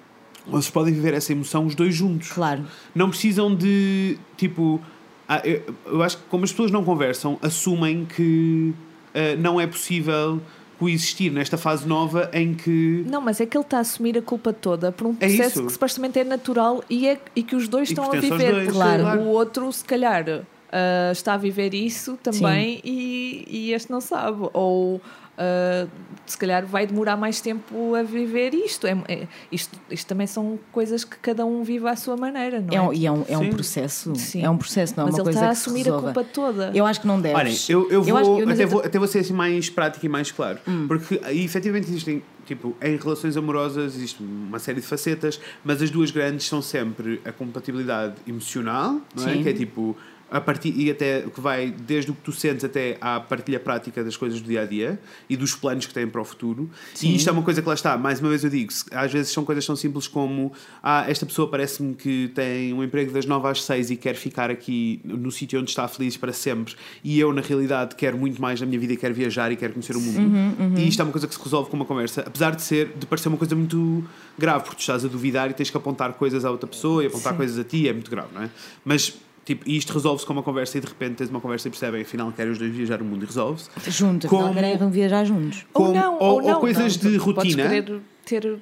[SPEAKER 2] Vocês podem viver essa emoção os dois juntos.
[SPEAKER 1] Claro.
[SPEAKER 2] Não precisam de, tipo... ah, eu, eu acho que como as pessoas não conversam, assumem que ah, não é possível coexistir nesta fase nova em que...
[SPEAKER 3] Não, mas é que ele está a assumir a culpa toda por um
[SPEAKER 2] É
[SPEAKER 3] processo
[SPEAKER 2] isso.
[SPEAKER 3] que supostamente é natural e, é, e que os dois
[SPEAKER 2] E
[SPEAKER 3] estão a
[SPEAKER 2] pertence aos
[SPEAKER 3] viver.
[SPEAKER 2] dois,
[SPEAKER 3] porque
[SPEAKER 2] claro.
[SPEAKER 3] O outro, se calhar, ah, está a viver isso também e, e este não sabe. Ou ah, se calhar vai demorar mais tempo a viver isto. É, é- isto. Isto também são coisas que cada um vive à sua maneira, não é?
[SPEAKER 1] É um, e é um, é um
[SPEAKER 2] Sim.
[SPEAKER 1] processo.
[SPEAKER 3] Sim.
[SPEAKER 1] É um processo, não é
[SPEAKER 3] mas
[SPEAKER 1] uma
[SPEAKER 3] ele
[SPEAKER 1] coisa
[SPEAKER 3] está a
[SPEAKER 1] que se
[SPEAKER 3] assumir a
[SPEAKER 1] resolva.
[SPEAKER 3] culpa toda.
[SPEAKER 1] Eu acho que não deves.
[SPEAKER 2] Olhem, eu, eu vou,
[SPEAKER 1] acho que- mas
[SPEAKER 2] até,
[SPEAKER 1] eu- Hum.
[SPEAKER 2] vou, até vou ser assim mais prático e mais claro. Porque e, efetivamente existem, tipo, em relações amorosas existe uma série de facetas, mas as duas grandes são sempre a compatibilidade emocional, não é?
[SPEAKER 1] Sim.
[SPEAKER 2] que é tipo, a partir, e até que vai desde o que tu sentes até à partilha prática das coisas do dia a dia e dos planos que têm para o futuro. E isto é uma coisa que lá está, mais uma vez eu digo, se- às vezes são coisas tão simples como ah, esta pessoa parece-me que tem um emprego das 9 às 6 e quer ficar aqui no sítio onde está feliz para sempre e eu na realidade quero muito mais na minha vida e quero viajar e quero conhecer o mundo.
[SPEAKER 1] Uhum,
[SPEAKER 2] E isto é uma coisa que se resolve com uma conversa, apesar de ser de parecer uma coisa muito grave, porque tu estás a duvidar e tens que apontar coisas à outra pessoa e apontar coisas a ti, é muito grave, não é? Mas tipo, isto resolve-se com uma conversa e de repente tens uma conversa e percebem, afinal querem os dois viajar o mundo e resolve-se.
[SPEAKER 1] Juntos,
[SPEAKER 2] Como-
[SPEAKER 1] não querem viajar juntos.
[SPEAKER 3] ou,
[SPEAKER 2] como-
[SPEAKER 3] não, ou, não,
[SPEAKER 2] coisas
[SPEAKER 3] não.
[SPEAKER 2] de
[SPEAKER 3] Tu podes
[SPEAKER 2] rotina.
[SPEAKER 3] querer ter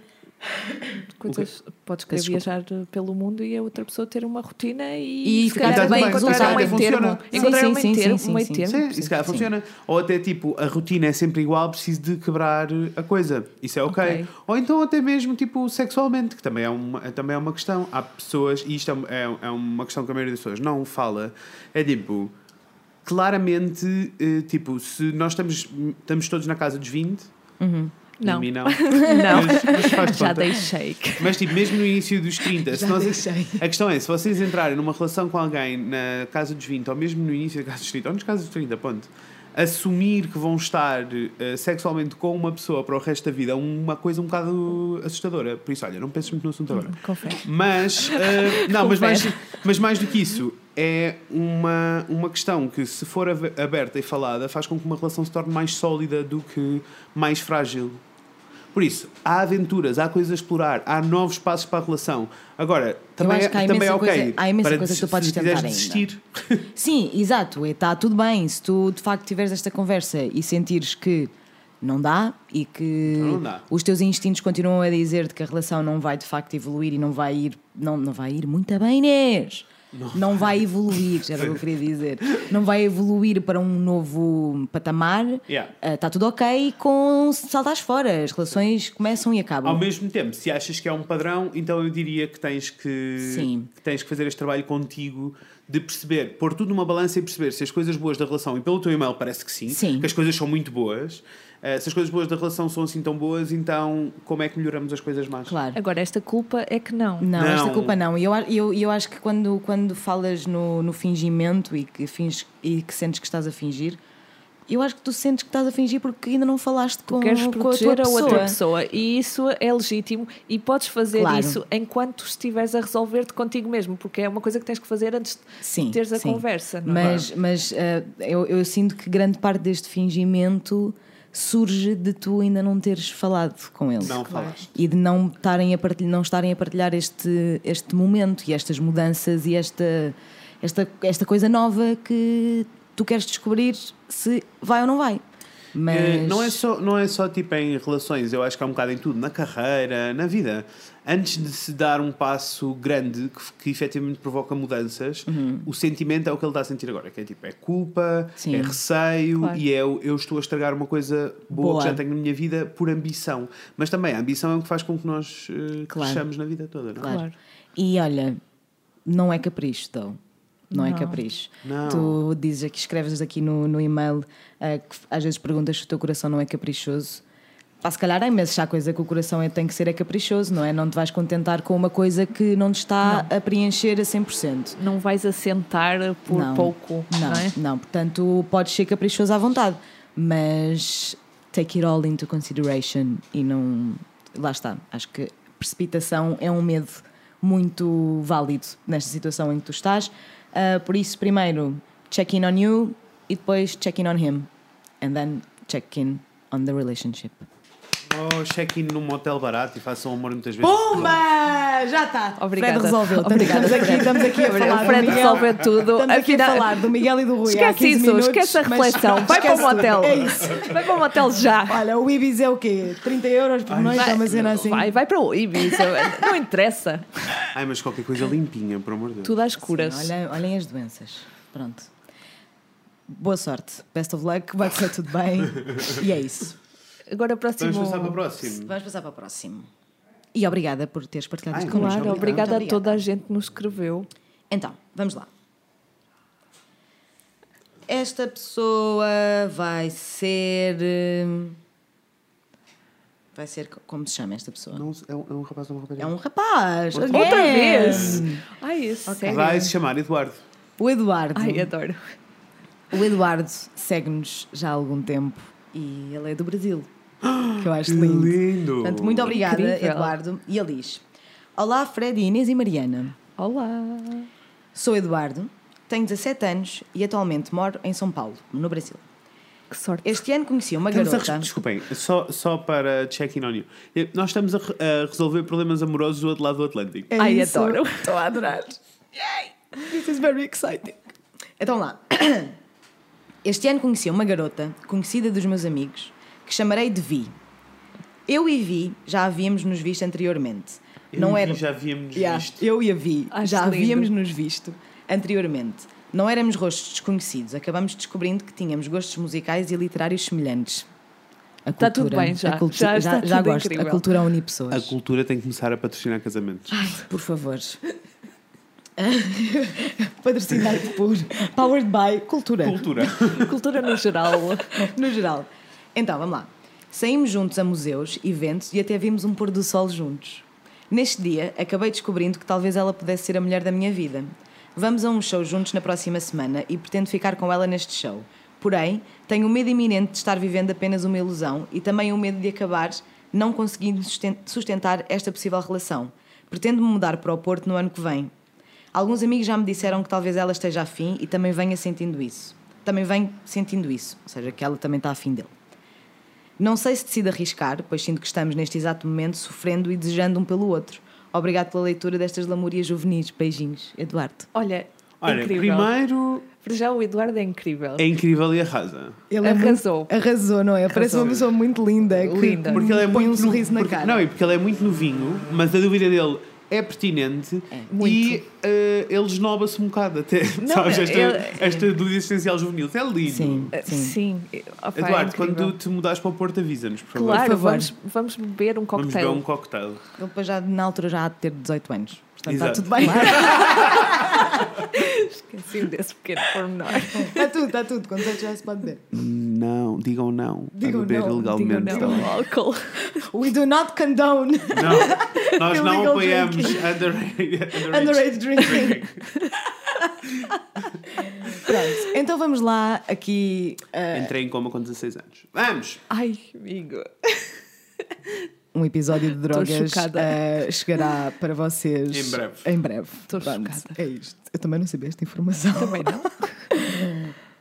[SPEAKER 3] coisas, podes querer viajar pelo mundo e a outra pessoa ter uma rotina e,
[SPEAKER 1] E
[SPEAKER 3] se
[SPEAKER 1] ficar
[SPEAKER 3] calhar
[SPEAKER 2] bem,
[SPEAKER 3] encontrar um
[SPEAKER 2] até
[SPEAKER 3] meio
[SPEAKER 2] funciona.
[SPEAKER 3] termo.
[SPEAKER 1] Sim,
[SPEAKER 3] Encontrar um
[SPEAKER 1] sim,
[SPEAKER 3] meio
[SPEAKER 1] sim,
[SPEAKER 3] termo,
[SPEAKER 1] sim,
[SPEAKER 3] um meio
[SPEAKER 1] sim,
[SPEAKER 3] termo.
[SPEAKER 2] Sim, isso se calhar
[SPEAKER 1] Sim.
[SPEAKER 2] funciona. Ou até tipo, a rotina é sempre igual, preciso de quebrar a coisa. Isso é ok.
[SPEAKER 3] Ok.
[SPEAKER 2] Ou então até mesmo tipo sexualmente, que também é uma, também é uma questão. Há pessoas, e isto é, é- é uma questão que a maioria das pessoas não fala, é tipo, claramente, eh, tipo, se nós estamos, estamos todos na casa dos 20,
[SPEAKER 3] Não.
[SPEAKER 2] mim não. Mas,
[SPEAKER 3] Não,
[SPEAKER 2] mas faz de
[SPEAKER 3] já
[SPEAKER 2] conta.
[SPEAKER 3] deixei. que-
[SPEAKER 2] Mas tipo, mesmo no início dos 30, se
[SPEAKER 1] Já
[SPEAKER 2] nós-
[SPEAKER 1] deixei.
[SPEAKER 2] a questão é, se vocês entrarem numa relação com alguém na casa dos 20, ou mesmo no início da casa dos 30, ou nos casos dos 30, ponto, assumir que vão estar eh, sexualmente com uma pessoa para o resto da vida é uma coisa um bocado assustadora. Por isso, olha, não penses muito no assunto agora.
[SPEAKER 3] Confere.
[SPEAKER 2] Mas, eh, não, mas, mais,
[SPEAKER 3] Confere.
[SPEAKER 2] mas mais do que isso, é uma, uma questão que, se for ave- aberta e falada, faz com que uma relação se torne mais sólida do que mais frágil. Por isso, há aventuras, há coisas a explorar, há novos passos para a relação. Agora, também,
[SPEAKER 1] acho
[SPEAKER 2] é-
[SPEAKER 1] que há
[SPEAKER 2] também é
[SPEAKER 1] imensa
[SPEAKER 2] ok.
[SPEAKER 1] coisa- há imensa
[SPEAKER 2] para
[SPEAKER 1] coisa que tu
[SPEAKER 2] se
[SPEAKER 1] podes
[SPEAKER 2] quiseres
[SPEAKER 1] tentar ainda.
[SPEAKER 2] desistir.
[SPEAKER 1] Sim, exato. Está tudo bem. Se tu de facto tiveres esta conversa e sentires que não dá e que
[SPEAKER 2] Então não dá.
[SPEAKER 1] os teus instintos continuam a dizer-te que a relação não vai de facto evoluir e não vai ir, não, não vai ir muito bem, Inês. Não, vai evoluir, era o que eu queria dizer. Não vai evoluir para um novo patamar. Está
[SPEAKER 2] Yeah.
[SPEAKER 1] tudo ok com saltares fora. As relações começam e acabam.
[SPEAKER 2] Ao mesmo tempo, se achas que é um padrão, então eu diria que tens que,
[SPEAKER 1] Sim.
[SPEAKER 2] que tens que fazer este trabalho contigo de perceber, pôr tudo numa balança e perceber se as coisas boas da relação, e pelo teu e-mail parece que sim,
[SPEAKER 1] Sim.
[SPEAKER 2] que as coisas são muito boas, eh, se as coisas boas da relação são assim tão boas, então como é que melhoramos as coisas mais?
[SPEAKER 1] Claro.
[SPEAKER 3] Agora, esta culpa é que não.
[SPEAKER 1] Não, esta
[SPEAKER 2] Não.
[SPEAKER 1] culpa não. E eu, a- eu, eu acho que quando, quando falas no, no fingimento e que, finges, e que sentes que estás a fingir, eu acho que tu sentes que estás a fingir porque ainda não falaste com,
[SPEAKER 3] Queres
[SPEAKER 1] com a tua
[SPEAKER 3] proteger a,
[SPEAKER 1] pessoa.
[SPEAKER 3] outra pessoa e isso é legítimo e podes fazer
[SPEAKER 1] Claro.
[SPEAKER 3] isso enquanto estiveres a resolver-te contigo mesmo, porque é uma coisa que tens que fazer antes
[SPEAKER 1] Sim,
[SPEAKER 3] de teres a
[SPEAKER 1] sim.
[SPEAKER 3] conversa. Não é?
[SPEAKER 1] Mas, mas ah, eu, eu sinto que grande parte deste fingimento surge de tu ainda não teres falado com ele.
[SPEAKER 2] Não falaste.
[SPEAKER 1] E de não estarem a partilhar, não estarem a partilhar este, este momento e estas mudanças e esta, esta, esta coisa nova que tu queres descobrir se vai ou não vai. Mas
[SPEAKER 2] Eh, Não é, só, não é só tipo em relações, eu acho que é um bocado em tudo, na carreira, na vida. Antes de se dar um passo grande que, que efetivamente provoca mudanças, o sentimento é o que ele está a sentir agora, que é tipo, é culpa,
[SPEAKER 1] Uhum. Sim.
[SPEAKER 2] é receio
[SPEAKER 3] Claro.
[SPEAKER 2] e é o- eu estou a estragar uma coisa boa,
[SPEAKER 1] Boa.
[SPEAKER 2] que já tenho na minha vida por ambição. Mas também a ambição é o que faz com que nós eh,
[SPEAKER 1] Claro.
[SPEAKER 2] cresçamos na vida toda, não é?
[SPEAKER 1] claro.
[SPEAKER 3] Claro.
[SPEAKER 1] E olha, não é capricho, então. Não, é capricho.
[SPEAKER 2] Não.
[SPEAKER 1] Tu dizes aqui, escreves aqui no, no e-mail eh, que às vezes perguntas se o teu coração não é caprichoso. Pá, se calhar há imenso já coisa que o coração é- tem que ser é caprichoso, não é? Não te vais contentar com uma coisa que não te está a preencher a 100%.
[SPEAKER 3] Não vais assentar por
[SPEAKER 1] Não,
[SPEAKER 3] pouco, não,
[SPEAKER 1] Não,
[SPEAKER 3] é?
[SPEAKER 1] não. Portanto, podes ser caprichoso à vontade, mas take it all into consideration e não. Lá está. Acho que precipitação é um medo muito válido nesta situação em que tu estás. Ah, por isso, primeiro, check in on you e depois check in on him. And then check in on the relationship.
[SPEAKER 2] Ou check-in num motel barato e façam amor muitas vezes.
[SPEAKER 1] Pumba! Já está!
[SPEAKER 3] Obrigada.
[SPEAKER 1] Fred resolveu. Estamos-
[SPEAKER 3] Obrigada,
[SPEAKER 1] estamos, aqui,
[SPEAKER 3] Fred.
[SPEAKER 1] estamos aqui a falar.
[SPEAKER 3] O
[SPEAKER 1] do
[SPEAKER 3] Fred
[SPEAKER 1] Miguel.
[SPEAKER 3] resolveu tudo.
[SPEAKER 1] Estamos aqui a
[SPEAKER 3] Afinal-
[SPEAKER 1] falar do Miguel e do Rui. há
[SPEAKER 3] Esquece
[SPEAKER 1] 15
[SPEAKER 3] isso,
[SPEAKER 1] minutos,
[SPEAKER 3] esquece a
[SPEAKER 1] mas-
[SPEAKER 3] reflexão. Vai para o
[SPEAKER 1] esquece tudo.
[SPEAKER 3] motel.
[SPEAKER 1] É isso.
[SPEAKER 3] Vai para o motel já.
[SPEAKER 1] Olha, o Ibis é o quê? 30 euros por noite? É uma cena assim.
[SPEAKER 3] vai, vai para o Ibiza. não interessa.
[SPEAKER 2] Ai, mas qualquer coisa limpinha, por amor de Deus.
[SPEAKER 3] Tudo às curas.
[SPEAKER 1] Olha, olhem as doenças. Pronto. Boa sorte. Best of luck. Vai correr tudo bem. e é isso.
[SPEAKER 3] Agora o
[SPEAKER 2] Vamos
[SPEAKER 3] próximo.
[SPEAKER 2] passar para o próximo.
[SPEAKER 1] Vamos passar para o próximo. E obrigada por teres partilhado
[SPEAKER 2] Ai,
[SPEAKER 1] isto
[SPEAKER 2] claro,
[SPEAKER 1] connosco.
[SPEAKER 3] Claro,
[SPEAKER 2] Muito
[SPEAKER 3] obrigada a
[SPEAKER 1] Muito
[SPEAKER 3] toda a gente que nos escreveu.
[SPEAKER 1] Então, vamos lá. Esta pessoa vai ser. hum, Vai ser. co- Como se chama esta pessoa?
[SPEAKER 2] Não, é, um, é um rapaz ou uma
[SPEAKER 1] É
[SPEAKER 2] rapariga?
[SPEAKER 1] um rapaz!
[SPEAKER 3] Outra
[SPEAKER 1] again.
[SPEAKER 3] vez! Ai, isso sério.
[SPEAKER 2] Vai se chamar Eduardo.
[SPEAKER 1] O Eduardo.
[SPEAKER 3] Ai, adoro.
[SPEAKER 1] O Eduardo segue-nos já há algum tempo e ele é do Brasil. Que eu acho lindo.
[SPEAKER 2] lindo.
[SPEAKER 1] Portanto, muito obrigada,
[SPEAKER 3] Incrível.
[SPEAKER 1] Eduardo. E ele diz: Olá, Fred, Inês e Mariana.
[SPEAKER 3] Olá.
[SPEAKER 1] Sou Eduardo, tenho 17 anos e atualmente moro em São Paulo, no Brasil.
[SPEAKER 3] Que sorte.
[SPEAKER 1] Este ano conheci uma
[SPEAKER 2] Estamos a
[SPEAKER 1] garota.
[SPEAKER 2] res- Desculpem, só, só para check-in on you. Eh, Nós estamos a, re- a resolver problemas amorosos do outro lado do Atlântico.
[SPEAKER 1] É
[SPEAKER 3] Ai,
[SPEAKER 1] isso.
[SPEAKER 3] adoro.
[SPEAKER 1] Estou a adorar. Yay! This is very exciting. Então lá. Este ano conheci uma garota, conhecida dos meus amigos, que chamarei de Vi. Eu e Vi já havíamos nos visto anteriormente.
[SPEAKER 2] Eu
[SPEAKER 1] É, não
[SPEAKER 2] e
[SPEAKER 1] era...
[SPEAKER 2] Vi Já víamos
[SPEAKER 1] Yeah,
[SPEAKER 2] isto.
[SPEAKER 1] Eu e a Vi
[SPEAKER 3] Acho
[SPEAKER 1] já
[SPEAKER 3] lindo.
[SPEAKER 1] havíamos nos visto anteriormente. Não éramos rostos desconhecidos, acabamos descobrindo que tínhamos gostos musicais e literários semelhantes. A
[SPEAKER 3] Está Tá tudo bem, já.
[SPEAKER 1] a cultu-
[SPEAKER 3] Já
[SPEAKER 1] já,
[SPEAKER 3] está
[SPEAKER 1] já
[SPEAKER 3] tudo
[SPEAKER 1] gosto.
[SPEAKER 3] incrível.
[SPEAKER 1] A cultura une pessoas.
[SPEAKER 2] A cultura tem que começar a patrocinar casamentos.
[SPEAKER 1] Por favor. Patrocinado por Powered by Cultura,
[SPEAKER 2] Cultura.
[SPEAKER 3] Cultura no geral.
[SPEAKER 1] no geral. Então, vamos lá. Saímos juntos a museus, eventos e até vimos um pôr do sol juntos. Neste dia, acabei descobrindo que talvez ela pudesse ser a mulher da minha vida. Vamos a um show juntos na próxima semana e pretendo ficar com ela neste show. Porém, tenho o medo iminente de estar vivendo apenas uma ilusão e também o medo de acabar não conseguindo susten- sustentar esta possível relação. Pretendo-me mudar para o Porto no ano que vem. Alguns amigos já me disseram que talvez ela esteja afim e também venha sentindo isso. Também venho sentindo isso, ou seja, que ela também está afim dele. Não sei se decido arriscar, pois sinto que estamos neste exato momento sofrendo e desejando um pelo outro. Obrigado pela leitura destas lamúrias juvenis. Beijinhos, Eduardo.
[SPEAKER 3] Olha,
[SPEAKER 2] Olha,
[SPEAKER 3] incrível.
[SPEAKER 2] primeiro
[SPEAKER 3] Para já o Eduardo é incrível.
[SPEAKER 2] é incrível e arrasa.
[SPEAKER 1] Ele é
[SPEAKER 3] Arrasou.
[SPEAKER 1] muito- arrasou, não é? Parece uma pessoa muito linda. que
[SPEAKER 3] Linda.
[SPEAKER 2] Porque ele é
[SPEAKER 1] põe
[SPEAKER 2] muito
[SPEAKER 1] um
[SPEAKER 2] no-
[SPEAKER 1] sorriso na
[SPEAKER 2] porque-
[SPEAKER 1] cara.
[SPEAKER 2] Não, e porque ele é muito novinho, mas a dúvida dele é pertinente e
[SPEAKER 3] muito.
[SPEAKER 2] eh, ele esnoba-se um bocado até.
[SPEAKER 3] Não,
[SPEAKER 2] sabes? Esta,
[SPEAKER 3] ele-
[SPEAKER 2] esta dúvida existencial juvenil. É lindo.
[SPEAKER 1] é, Sim,
[SPEAKER 3] Ah,
[SPEAKER 1] sim.
[SPEAKER 3] Sim. Opa, é
[SPEAKER 2] Eduardo, quando
[SPEAKER 3] incrível.
[SPEAKER 2] tu te mudares para o Porto, avisa-nos, por favor.
[SPEAKER 3] Claro,
[SPEAKER 1] Por favor.
[SPEAKER 3] Vamos, vamos beber um
[SPEAKER 2] Vamos beber
[SPEAKER 3] cocktail.
[SPEAKER 2] um cocktail.
[SPEAKER 1] Ele depois já, na altura já há de ter 18 anos. Portanto,
[SPEAKER 2] Exato.
[SPEAKER 1] está tudo bem.
[SPEAKER 3] Esqueci-me desse pequeno pormenor.
[SPEAKER 1] Está tudo, está tudo. Quando já se pode beber.
[SPEAKER 2] Não, digam não.
[SPEAKER 1] Digam
[SPEAKER 2] a beber
[SPEAKER 1] não,
[SPEAKER 2] ilegalmente.
[SPEAKER 3] Digam
[SPEAKER 2] tá
[SPEAKER 3] não
[SPEAKER 2] bem?
[SPEAKER 3] ao álcool.
[SPEAKER 1] We do not condone
[SPEAKER 2] Não, nós não
[SPEAKER 1] Illegal
[SPEAKER 2] apoiamos
[SPEAKER 1] drinking.
[SPEAKER 2] underage. underage.
[SPEAKER 1] underage drinking. Pronto, então vamos lá aqui. ah,
[SPEAKER 2] Entrei em coma com 16 anos. Vamos!
[SPEAKER 3] Ai, amigo.
[SPEAKER 1] um episódio de drogas
[SPEAKER 3] chocada.
[SPEAKER 1] ah, chegará para vocês
[SPEAKER 2] Em breve.
[SPEAKER 1] Em breve.
[SPEAKER 3] Tô
[SPEAKER 1] Pronto,
[SPEAKER 3] chocada.
[SPEAKER 1] É isto. Eu também não sabia esta informação.
[SPEAKER 3] Também não.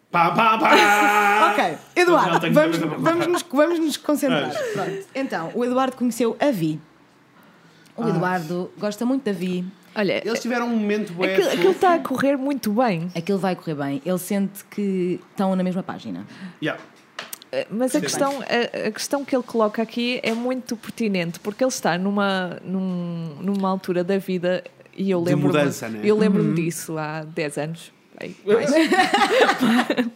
[SPEAKER 2] Pá, pá, pá!
[SPEAKER 1] Ok,
[SPEAKER 2] Não
[SPEAKER 1] Eduardo,
[SPEAKER 2] tenho
[SPEAKER 1] vamos,
[SPEAKER 2] nada para
[SPEAKER 1] vamos, nos, vamos nos concentrar.
[SPEAKER 2] Vamos.
[SPEAKER 1] Pronto. Então, o Eduardo conheceu a Vi.
[SPEAKER 3] Ah.
[SPEAKER 1] O Eduardo gosta muito da Vi.
[SPEAKER 3] Olha, é
[SPEAKER 2] Eles tiveram um momento bué
[SPEAKER 3] aquilo
[SPEAKER 2] fofo.
[SPEAKER 3] aquilo está a correr muito bem.
[SPEAKER 1] Aquilo vai correr bem. Ele sente que estão na mesma página.
[SPEAKER 2] Yeah.
[SPEAKER 3] Mas a
[SPEAKER 2] Sim.
[SPEAKER 3] questão, a, a questão que ele coloca aqui é muito pertinente, porque ele está numa, num- numa altura da vida e eu
[SPEAKER 2] De
[SPEAKER 3] lembro-me
[SPEAKER 2] mudança, né?
[SPEAKER 3] eu lembro-me disso há 10 anos. bem, Mais,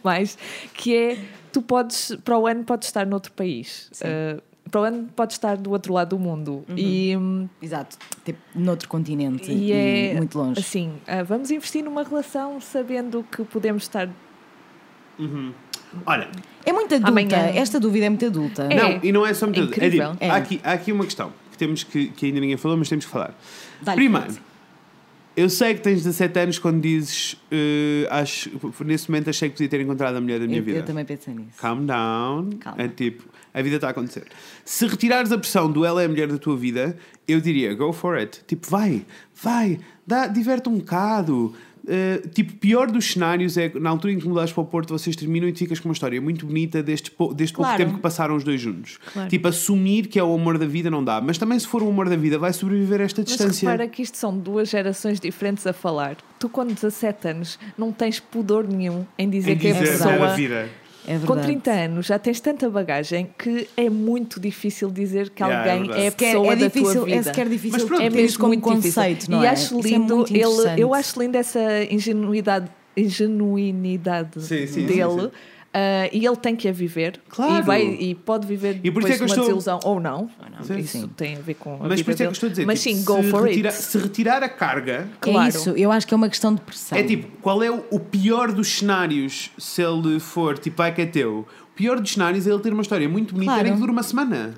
[SPEAKER 3] mais, que é tu podes, para o ano podes estar noutro país. Eh, para o ano podes estar do outro lado do mundo.
[SPEAKER 2] Uhum.
[SPEAKER 3] E, hum,
[SPEAKER 1] Exato. Tipo, noutro continente e,
[SPEAKER 3] e é
[SPEAKER 1] muito longe.
[SPEAKER 3] Assim, ah, vamos investir numa relação sabendo que podemos estar.
[SPEAKER 2] Olha,
[SPEAKER 1] É muito adulta.
[SPEAKER 3] Amanhã.
[SPEAKER 1] Esta dúvida é muito adulta.
[SPEAKER 3] É.
[SPEAKER 2] não, e não é só muito. É
[SPEAKER 3] incrível.
[SPEAKER 2] digo,
[SPEAKER 1] É.
[SPEAKER 2] Há, aqui, há aqui uma questão que, temos que, que ainda ninguém falou, mas temos que falar.
[SPEAKER 1] Dá-lhe.
[SPEAKER 2] Primeiro, eu sei que tens 17 anos quando dizes. eh, acho, nesse momento achei que podia ter encontrado a mulher da minha
[SPEAKER 1] Eu,
[SPEAKER 2] vida.
[SPEAKER 1] eu também pensei nisso.
[SPEAKER 2] Calm down.
[SPEAKER 1] Calma.
[SPEAKER 2] É tipo, a vida está a acontecer. Se retirares a pressão do ela é a mulher da tua vida, eu diria go for it. Tipo, vai, vai, dá, diverte um bocado. Uh, tipo, pior dos cenários é que na altura em que mudares para o Porto, vocês terminam e tu ficas com uma história muito bonita deste, pou- deste pouco
[SPEAKER 1] Claro.
[SPEAKER 2] tempo que passaram os dois juntos.
[SPEAKER 3] Claro.
[SPEAKER 2] Tipo, assumir que é o amor da vida não dá, mas também se for o amor da vida, vai sobreviver a esta
[SPEAKER 3] Mas
[SPEAKER 2] distância.
[SPEAKER 3] repara que isto são duas gerações diferentes a falar. Tu, com 17 anos, não tens pudor nenhum em dizer,
[SPEAKER 2] Em
[SPEAKER 3] que a
[SPEAKER 2] dizer,
[SPEAKER 1] verdade.
[SPEAKER 3] pessoa.
[SPEAKER 2] "Bela vida.
[SPEAKER 1] É verdade.
[SPEAKER 3] Com 30 anos já tens tanta bagagem que é muito difícil dizer que
[SPEAKER 2] Yeah, é
[SPEAKER 3] alguém
[SPEAKER 2] verdade.
[SPEAKER 3] é, a
[SPEAKER 1] Sequer-
[SPEAKER 3] pessoa
[SPEAKER 1] é
[SPEAKER 3] da
[SPEAKER 1] difícil,
[SPEAKER 3] tua vida.
[SPEAKER 1] É sequer difícil
[SPEAKER 2] Mas pronto,
[SPEAKER 1] é
[SPEAKER 2] é
[SPEAKER 1] mesmo como conceito,
[SPEAKER 3] difícil.
[SPEAKER 1] não
[SPEAKER 3] e
[SPEAKER 1] é? Isso
[SPEAKER 3] acho
[SPEAKER 1] é
[SPEAKER 3] lindo,
[SPEAKER 1] muito
[SPEAKER 3] ele, eu
[SPEAKER 1] interessante.
[SPEAKER 3] acho lindo essa ingenuidade, ingenuinidade
[SPEAKER 2] Sim, sim,
[SPEAKER 3] dele.
[SPEAKER 2] sim, sim.
[SPEAKER 3] Ah, e ele tem que a viver
[SPEAKER 2] Claro.
[SPEAKER 3] e, vai, e pode viver
[SPEAKER 2] E por isso é
[SPEAKER 3] depois
[SPEAKER 2] que
[SPEAKER 3] de
[SPEAKER 2] eu
[SPEAKER 3] uma
[SPEAKER 2] estou-
[SPEAKER 3] desilusão ou não,
[SPEAKER 2] Sim.
[SPEAKER 3] isso tem a ver com a
[SPEAKER 2] Mas
[SPEAKER 3] vida
[SPEAKER 2] por isso é que eu
[SPEAKER 3] dele.
[SPEAKER 2] estou a dizer:
[SPEAKER 3] mas
[SPEAKER 2] tipo,
[SPEAKER 3] sim, go
[SPEAKER 2] se,
[SPEAKER 3] for
[SPEAKER 2] retira-
[SPEAKER 3] it
[SPEAKER 2] se retirar a carga,
[SPEAKER 1] É
[SPEAKER 3] Claro.
[SPEAKER 1] isso, eu acho que é uma questão de pressão.
[SPEAKER 2] É tipo, qual é o o pior dos cenários se ele for tipo, ai que é teu? O pior dos cenários é ele ter uma história muito bonita
[SPEAKER 1] Claro.
[SPEAKER 2] nem que dura uma semana.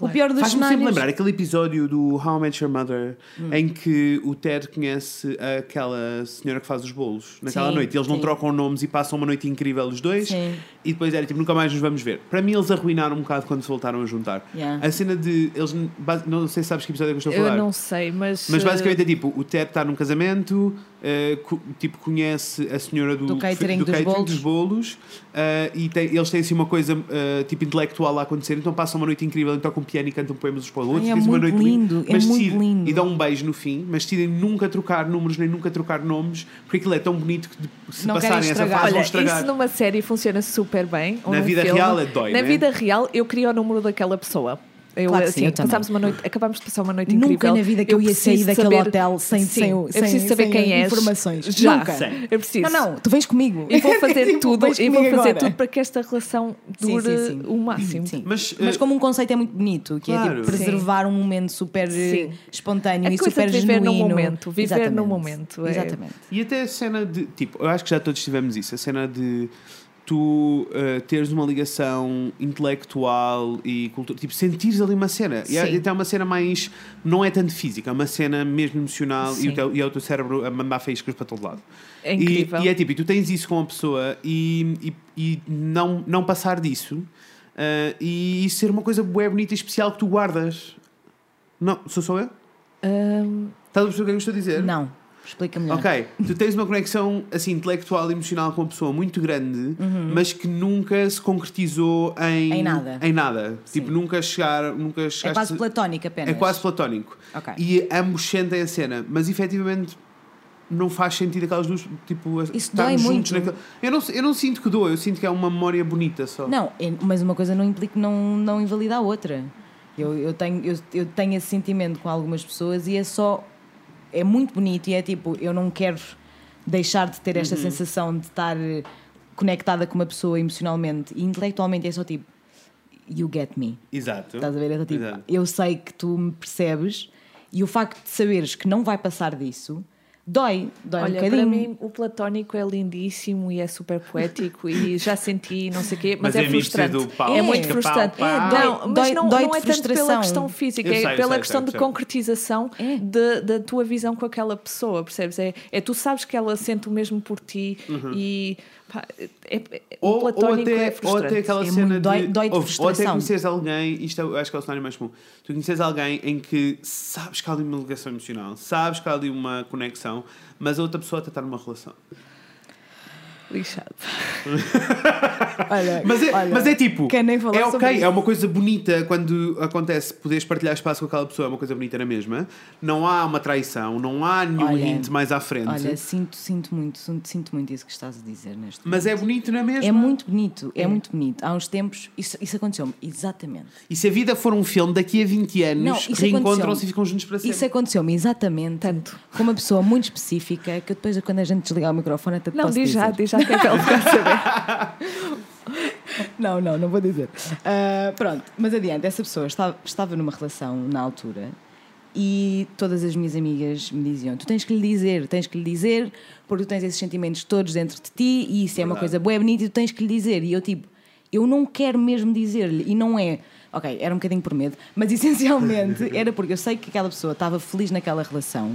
[SPEAKER 1] o pior dos
[SPEAKER 2] Faz-me sempre
[SPEAKER 1] cenários. Hum.
[SPEAKER 2] lembrar aquele episódio do How I Met Your Mother em que o Ted conhece aquela senhora que faz os bolos naquela
[SPEAKER 1] Sim,
[SPEAKER 2] noite. Eles não
[SPEAKER 1] sim.
[SPEAKER 2] trocam nomes e passam uma noite incrível os dois
[SPEAKER 1] Sim.
[SPEAKER 2] e depois era tipo, nunca mais nos vamos ver. Para mim, eles arruinaram um bocado quando se voltaram a juntar.
[SPEAKER 1] Yeah.
[SPEAKER 2] A cena de. Eles, base- não sei se sabes que episódio é que eu estou a falar.
[SPEAKER 3] eu não sei, mas,
[SPEAKER 2] Mas
[SPEAKER 3] eh,
[SPEAKER 2] basicamente é tipo, o Ted está num casamento, eh, co- tipo, conhece a senhora do,
[SPEAKER 1] Do catering dos bolos.
[SPEAKER 2] bolos, eh, e tem- eles têm assim uma coisa eh, tipo intelectual a acontecer, então passam uma noite incrível, então tocam piano e cantam poemas uns para os outros,
[SPEAKER 1] Ai, é
[SPEAKER 2] dizem uma
[SPEAKER 1] muito
[SPEAKER 2] noite linda,
[SPEAKER 1] lindo, é
[SPEAKER 2] mas
[SPEAKER 1] muito
[SPEAKER 2] decidem-
[SPEAKER 1] lindo.
[SPEAKER 2] e dão um beijo no fim, mas decidem nunca trocar números nem nunca trocar nomes, porque aquilo é tão bonito que de- se
[SPEAKER 1] Não querem
[SPEAKER 2] passarem essa
[SPEAKER 1] estragar.
[SPEAKER 2] fase
[SPEAKER 1] Olha,
[SPEAKER 2] vão
[SPEAKER 3] isso
[SPEAKER 2] um estragar.
[SPEAKER 3] numa série funciona super bem. ou
[SPEAKER 2] Na
[SPEAKER 3] num
[SPEAKER 2] vida
[SPEAKER 3] filme.
[SPEAKER 2] real é dói,
[SPEAKER 3] Na
[SPEAKER 2] né?
[SPEAKER 3] vida real, eu queria o número daquela pessoa. Eu,
[SPEAKER 1] Claro que
[SPEAKER 3] assim,
[SPEAKER 1] sim, eu também.
[SPEAKER 3] passámos uma noite, acabámos de passar uma noite
[SPEAKER 1] Nunca
[SPEAKER 3] incrível.
[SPEAKER 1] na vida que eu ia
[SPEAKER 3] preciso
[SPEAKER 1] sair daquele
[SPEAKER 3] saber-
[SPEAKER 1] hotel sem-
[SPEAKER 3] Sim,
[SPEAKER 1] sem o-
[SPEAKER 3] eu
[SPEAKER 1] sem-
[SPEAKER 3] preciso saber
[SPEAKER 1] sem
[SPEAKER 3] quem és.
[SPEAKER 1] informações.
[SPEAKER 3] Já.
[SPEAKER 1] Nunca.
[SPEAKER 2] Sim.
[SPEAKER 3] Eu
[SPEAKER 1] Não,
[SPEAKER 3] preciso.
[SPEAKER 1] não, tu vens comigo.
[SPEAKER 3] E vou fazer
[SPEAKER 1] Tipo,
[SPEAKER 3] tudo,
[SPEAKER 1] vens
[SPEAKER 3] e vou
[SPEAKER 1] comigo
[SPEAKER 3] fazer
[SPEAKER 1] agora.
[SPEAKER 3] tudo para que esta relação
[SPEAKER 1] Sim,
[SPEAKER 3] dure
[SPEAKER 1] sim, sim.
[SPEAKER 3] o máximo.
[SPEAKER 1] Sim.
[SPEAKER 2] Mas,
[SPEAKER 1] Mas,
[SPEAKER 2] eh,
[SPEAKER 1] como um conceito é muito bonito, que é
[SPEAKER 2] Claro.
[SPEAKER 1] tipo preservar um momento super eh,
[SPEAKER 3] Sim.
[SPEAKER 1] espontâneo
[SPEAKER 3] A
[SPEAKER 1] e
[SPEAKER 3] coisa
[SPEAKER 1] super
[SPEAKER 3] de viver num
[SPEAKER 1] genuíno.
[SPEAKER 3] momento, viver
[SPEAKER 1] Exatamente.
[SPEAKER 3] num momento, é-
[SPEAKER 1] Exatamente.
[SPEAKER 2] E até a cena de. Tipo, eu acho que já todos tivemos isso. A cena de tu eh, teres uma ligação intelectual e cultural. Tipo, sentires ali uma cena. E há-
[SPEAKER 3] Sim.
[SPEAKER 2] até uma cena mais. Não é tanto física, é uma cena mesmo emocional e
[SPEAKER 3] Sim.
[SPEAKER 2] o, teu, e é o teu cérebro a mandar faíscas para todo lado.
[SPEAKER 3] É
[SPEAKER 2] E-
[SPEAKER 3] incrível.
[SPEAKER 2] E, é tipo, e tu tens isso com a pessoa e, e, e não, não passar disso. eh, e isso ser uma coisa bué bonita e especial que tu guardas. Não, sou só eu?
[SPEAKER 3] Hum,
[SPEAKER 2] Estás a perceber o que é que eu estou a dizer?
[SPEAKER 1] Não. Explica melhor.
[SPEAKER 2] Ok, tu tens uma conexão assim intelectual e emocional com a pessoa muito grande, mas que nunca se concretizou em,
[SPEAKER 1] Uhum. Em nada.
[SPEAKER 2] em nada.
[SPEAKER 1] Sim.
[SPEAKER 2] Tipo, nunca chegar, nunca chegaste
[SPEAKER 1] É quase platónico apenas.
[SPEAKER 2] é quase platónico.
[SPEAKER 1] Ok.
[SPEAKER 2] E ambos sentem a cena, mas efetivamente não faz sentido aquelas duas, tipo, a-
[SPEAKER 1] Isso
[SPEAKER 2] estarmos
[SPEAKER 1] dói
[SPEAKER 2] juntos
[SPEAKER 1] muito.
[SPEAKER 2] naquele- Eu não, eu não sinto que doa, eu sinto que é uma memória bonita só.
[SPEAKER 1] Não, é- mas uma coisa não implica não, não invalida a outra. Eu, eu, tenho, eu, eu tenho esse sentimento com algumas pessoas e é só. É muito bonito e é tipo, eu não quero deixar de ter
[SPEAKER 2] Uhum.
[SPEAKER 1] esta sensação de estar eh, conectada com uma pessoa emocionalmente e intelectualmente. É só tipo, you get me.
[SPEAKER 2] Exato.
[SPEAKER 1] Estás a ver? É do tipo,
[SPEAKER 2] Exato.
[SPEAKER 1] eu sei que tu me percebes e o facto de saberes que não vai passar disso dói, dói
[SPEAKER 3] Olha,
[SPEAKER 1] um
[SPEAKER 3] para
[SPEAKER 1] bocadinho.
[SPEAKER 3] mim o platónico é lindíssimo e é super poético e já senti não sei o quê,
[SPEAKER 2] Mas
[SPEAKER 3] mas,
[SPEAKER 2] é
[SPEAKER 3] é
[SPEAKER 2] amigo ser
[SPEAKER 3] frustrante.
[SPEAKER 2] do pau,
[SPEAKER 3] é
[SPEAKER 1] É.
[SPEAKER 3] muito
[SPEAKER 1] que
[SPEAKER 3] frustrante.
[SPEAKER 2] pau, pau.
[SPEAKER 3] É, não, mas
[SPEAKER 1] Dói-
[SPEAKER 3] não,
[SPEAKER 1] dói
[SPEAKER 3] não
[SPEAKER 1] de
[SPEAKER 3] é tanto pela
[SPEAKER 1] frustração.
[SPEAKER 3] questão física,
[SPEAKER 2] Eu
[SPEAKER 3] é
[SPEAKER 2] sei, eu
[SPEAKER 3] pela
[SPEAKER 2] sei, eu
[SPEAKER 3] questão
[SPEAKER 2] sei,
[SPEAKER 3] de
[SPEAKER 2] eu sei.
[SPEAKER 3] concretização
[SPEAKER 1] É.
[SPEAKER 3] de- da tua visão com aquela pessoa, percebes? É, é tu sabes que ela sente o mesmo por ti e pá, é, é- o
[SPEAKER 2] Uhum. Ou, ou,
[SPEAKER 3] platónico
[SPEAKER 2] até,
[SPEAKER 3] é
[SPEAKER 2] ou
[SPEAKER 3] frustrante.
[SPEAKER 2] até aquela
[SPEAKER 1] É
[SPEAKER 2] cena
[SPEAKER 1] muito- dói-
[SPEAKER 2] de,
[SPEAKER 1] dói de
[SPEAKER 2] ou, ou até
[SPEAKER 1] frustração.
[SPEAKER 2] conheces alguém, isto é- eu acho que é o cenário mais comum. Tu conheces alguém em que sabes que há ali uma ligação emocional, sabes que há ali uma conexão, mas a outra pessoa até está numa relação.
[SPEAKER 3] Lixado.
[SPEAKER 1] Olha,
[SPEAKER 2] Mas é,
[SPEAKER 1] olha,
[SPEAKER 2] mas é tipo,
[SPEAKER 1] quem nem falou
[SPEAKER 2] é
[SPEAKER 1] sobre
[SPEAKER 2] ok,
[SPEAKER 1] isso.
[SPEAKER 2] é uma coisa bonita quando acontece poderes partilhar espaço com aquela pessoa, é uma coisa bonita na mesma. Não há uma traição, não há nenhum
[SPEAKER 1] Olha,
[SPEAKER 2] hint mais à frente.
[SPEAKER 1] Olha, sinto, sinto muito, sinto, sinto muito isso que estás a dizer neste
[SPEAKER 2] mas é bonito na mesma.
[SPEAKER 1] É muito bonito, é, muito bonito. Há uns tempos, isso, isso aconteceu-me, exatamente.
[SPEAKER 2] E se a vida for um filme, daqui a 20
[SPEAKER 1] Não,
[SPEAKER 2] anos
[SPEAKER 1] isso
[SPEAKER 2] reencontram-se
[SPEAKER 1] aconteceu-me.
[SPEAKER 2] e ficam juntos para sempre.
[SPEAKER 1] Isso aconteceu-me exatamente
[SPEAKER 3] Tanto.
[SPEAKER 1] com uma pessoa muito específica que eu depois, quando a gente desligar o microfone, até te
[SPEAKER 3] Não,
[SPEAKER 1] posso
[SPEAKER 3] diz já,
[SPEAKER 1] dizer.
[SPEAKER 3] diz já que é para ele ficar a saber.
[SPEAKER 1] Não, não, não vou dizer. Ah, pronto, mas adiante, essa pessoa estava, estava numa relação na altura e todas as minhas amigas me diziam: Tu tens que lhe dizer, tens que lhe dizer, porque tu tens esses sentimentos todos dentro de ti e isso é uma coisa boa, bonita e tu tens que lhe dizer. E eu, tipo, eu não quero mesmo dizer-lhe. E não é. Ok, era um bocadinho por medo, mas essencialmente era porque eu sei que aquela pessoa estava feliz naquela relação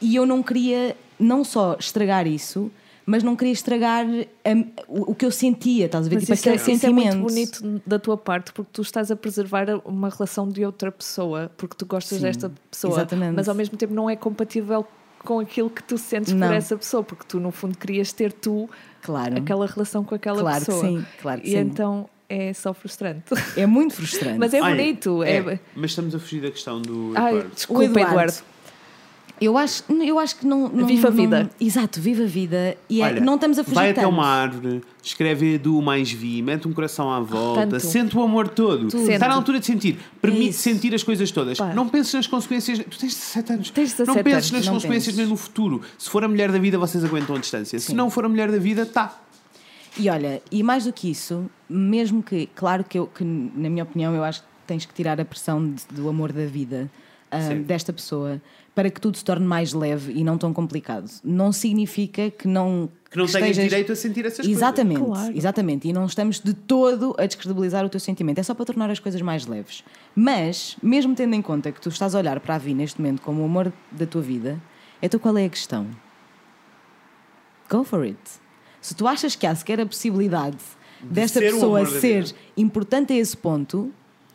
[SPEAKER 1] e eu não queria não só estragar isso, mas não queria estragar hum, o o que eu sentia, estás a ver?
[SPEAKER 3] Mas
[SPEAKER 1] tipo
[SPEAKER 3] isso, é,
[SPEAKER 1] aquele
[SPEAKER 3] isso é
[SPEAKER 1] sentimento.
[SPEAKER 3] muito bonito da tua parte porque tu estás a preservar uma relação de outra pessoa porque tu gostas
[SPEAKER 1] Sim,
[SPEAKER 3] desta pessoa,
[SPEAKER 1] exatamente.
[SPEAKER 3] mas ao mesmo tempo não é compatível com aquilo que tu sentes
[SPEAKER 1] Não.
[SPEAKER 3] por essa pessoa porque tu no fundo querias ter tu
[SPEAKER 1] Claro.
[SPEAKER 3] aquela relação com aquela
[SPEAKER 1] Claro que
[SPEAKER 3] pessoa
[SPEAKER 1] sim, claro que
[SPEAKER 3] e
[SPEAKER 1] sim.
[SPEAKER 3] então é só frustrante.
[SPEAKER 1] É muito frustrante.
[SPEAKER 3] mas é
[SPEAKER 2] Olha,
[SPEAKER 3] bonito.
[SPEAKER 2] é,
[SPEAKER 3] é-
[SPEAKER 2] Mas estamos a fugir da questão do.
[SPEAKER 3] Ai,
[SPEAKER 2] Eduardo.
[SPEAKER 3] desculpa, Eduardo.
[SPEAKER 1] Eu acho, eu acho que não, não-
[SPEAKER 3] Viva a
[SPEAKER 1] não-
[SPEAKER 3] vida.
[SPEAKER 1] exato, viva a vida. E é-
[SPEAKER 2] Olha,
[SPEAKER 1] não estamos a fugir
[SPEAKER 2] Vai até
[SPEAKER 1] tanto.
[SPEAKER 2] uma árvore, escreve Edu mais vi, mete um coração à volta,
[SPEAKER 3] Tanto.
[SPEAKER 2] sente o amor todo.
[SPEAKER 3] Tudo.
[SPEAKER 2] Está
[SPEAKER 3] Sente.
[SPEAKER 2] na altura de sentir. Permite
[SPEAKER 1] isso.
[SPEAKER 2] sentir as coisas todas.
[SPEAKER 3] Pá.
[SPEAKER 2] Não penses nas consequências. Tu tens 17 anos.
[SPEAKER 3] Tens 17
[SPEAKER 2] não penses
[SPEAKER 3] anos,
[SPEAKER 2] nas
[SPEAKER 1] não
[SPEAKER 2] consequências
[SPEAKER 1] penses.
[SPEAKER 2] nem no futuro. Se for a mulher da vida, vocês aguentam a distância. Se não for a mulher da vida, tá.
[SPEAKER 1] E olha, e mais do que isso, mesmo que, claro que, eu, que na minha opinião, eu acho que tens que tirar a pressão de- do amor da vida ah,
[SPEAKER 2] Sim.
[SPEAKER 1] desta pessoa para que tudo se torne mais leve e não tão complicado. Não significa que não.
[SPEAKER 2] Que não tenhas
[SPEAKER 1] estejas-
[SPEAKER 2] direito a sentir essas
[SPEAKER 1] Exatamente,
[SPEAKER 3] Claro.
[SPEAKER 1] exatamente. E não estamos de todo a descredibilizar o teu sentimento. É só para tornar as coisas mais leves. Mas, mesmo tendo em conta que tu estás a olhar para a Vi neste momento como o amor da tua vida, então qual é a questão? Go for it. Se tu achas que há sequer a possibilidade desta
[SPEAKER 2] ser o
[SPEAKER 1] pessoa
[SPEAKER 2] amor da
[SPEAKER 1] ser
[SPEAKER 2] vida.
[SPEAKER 1] importante a esse ponto,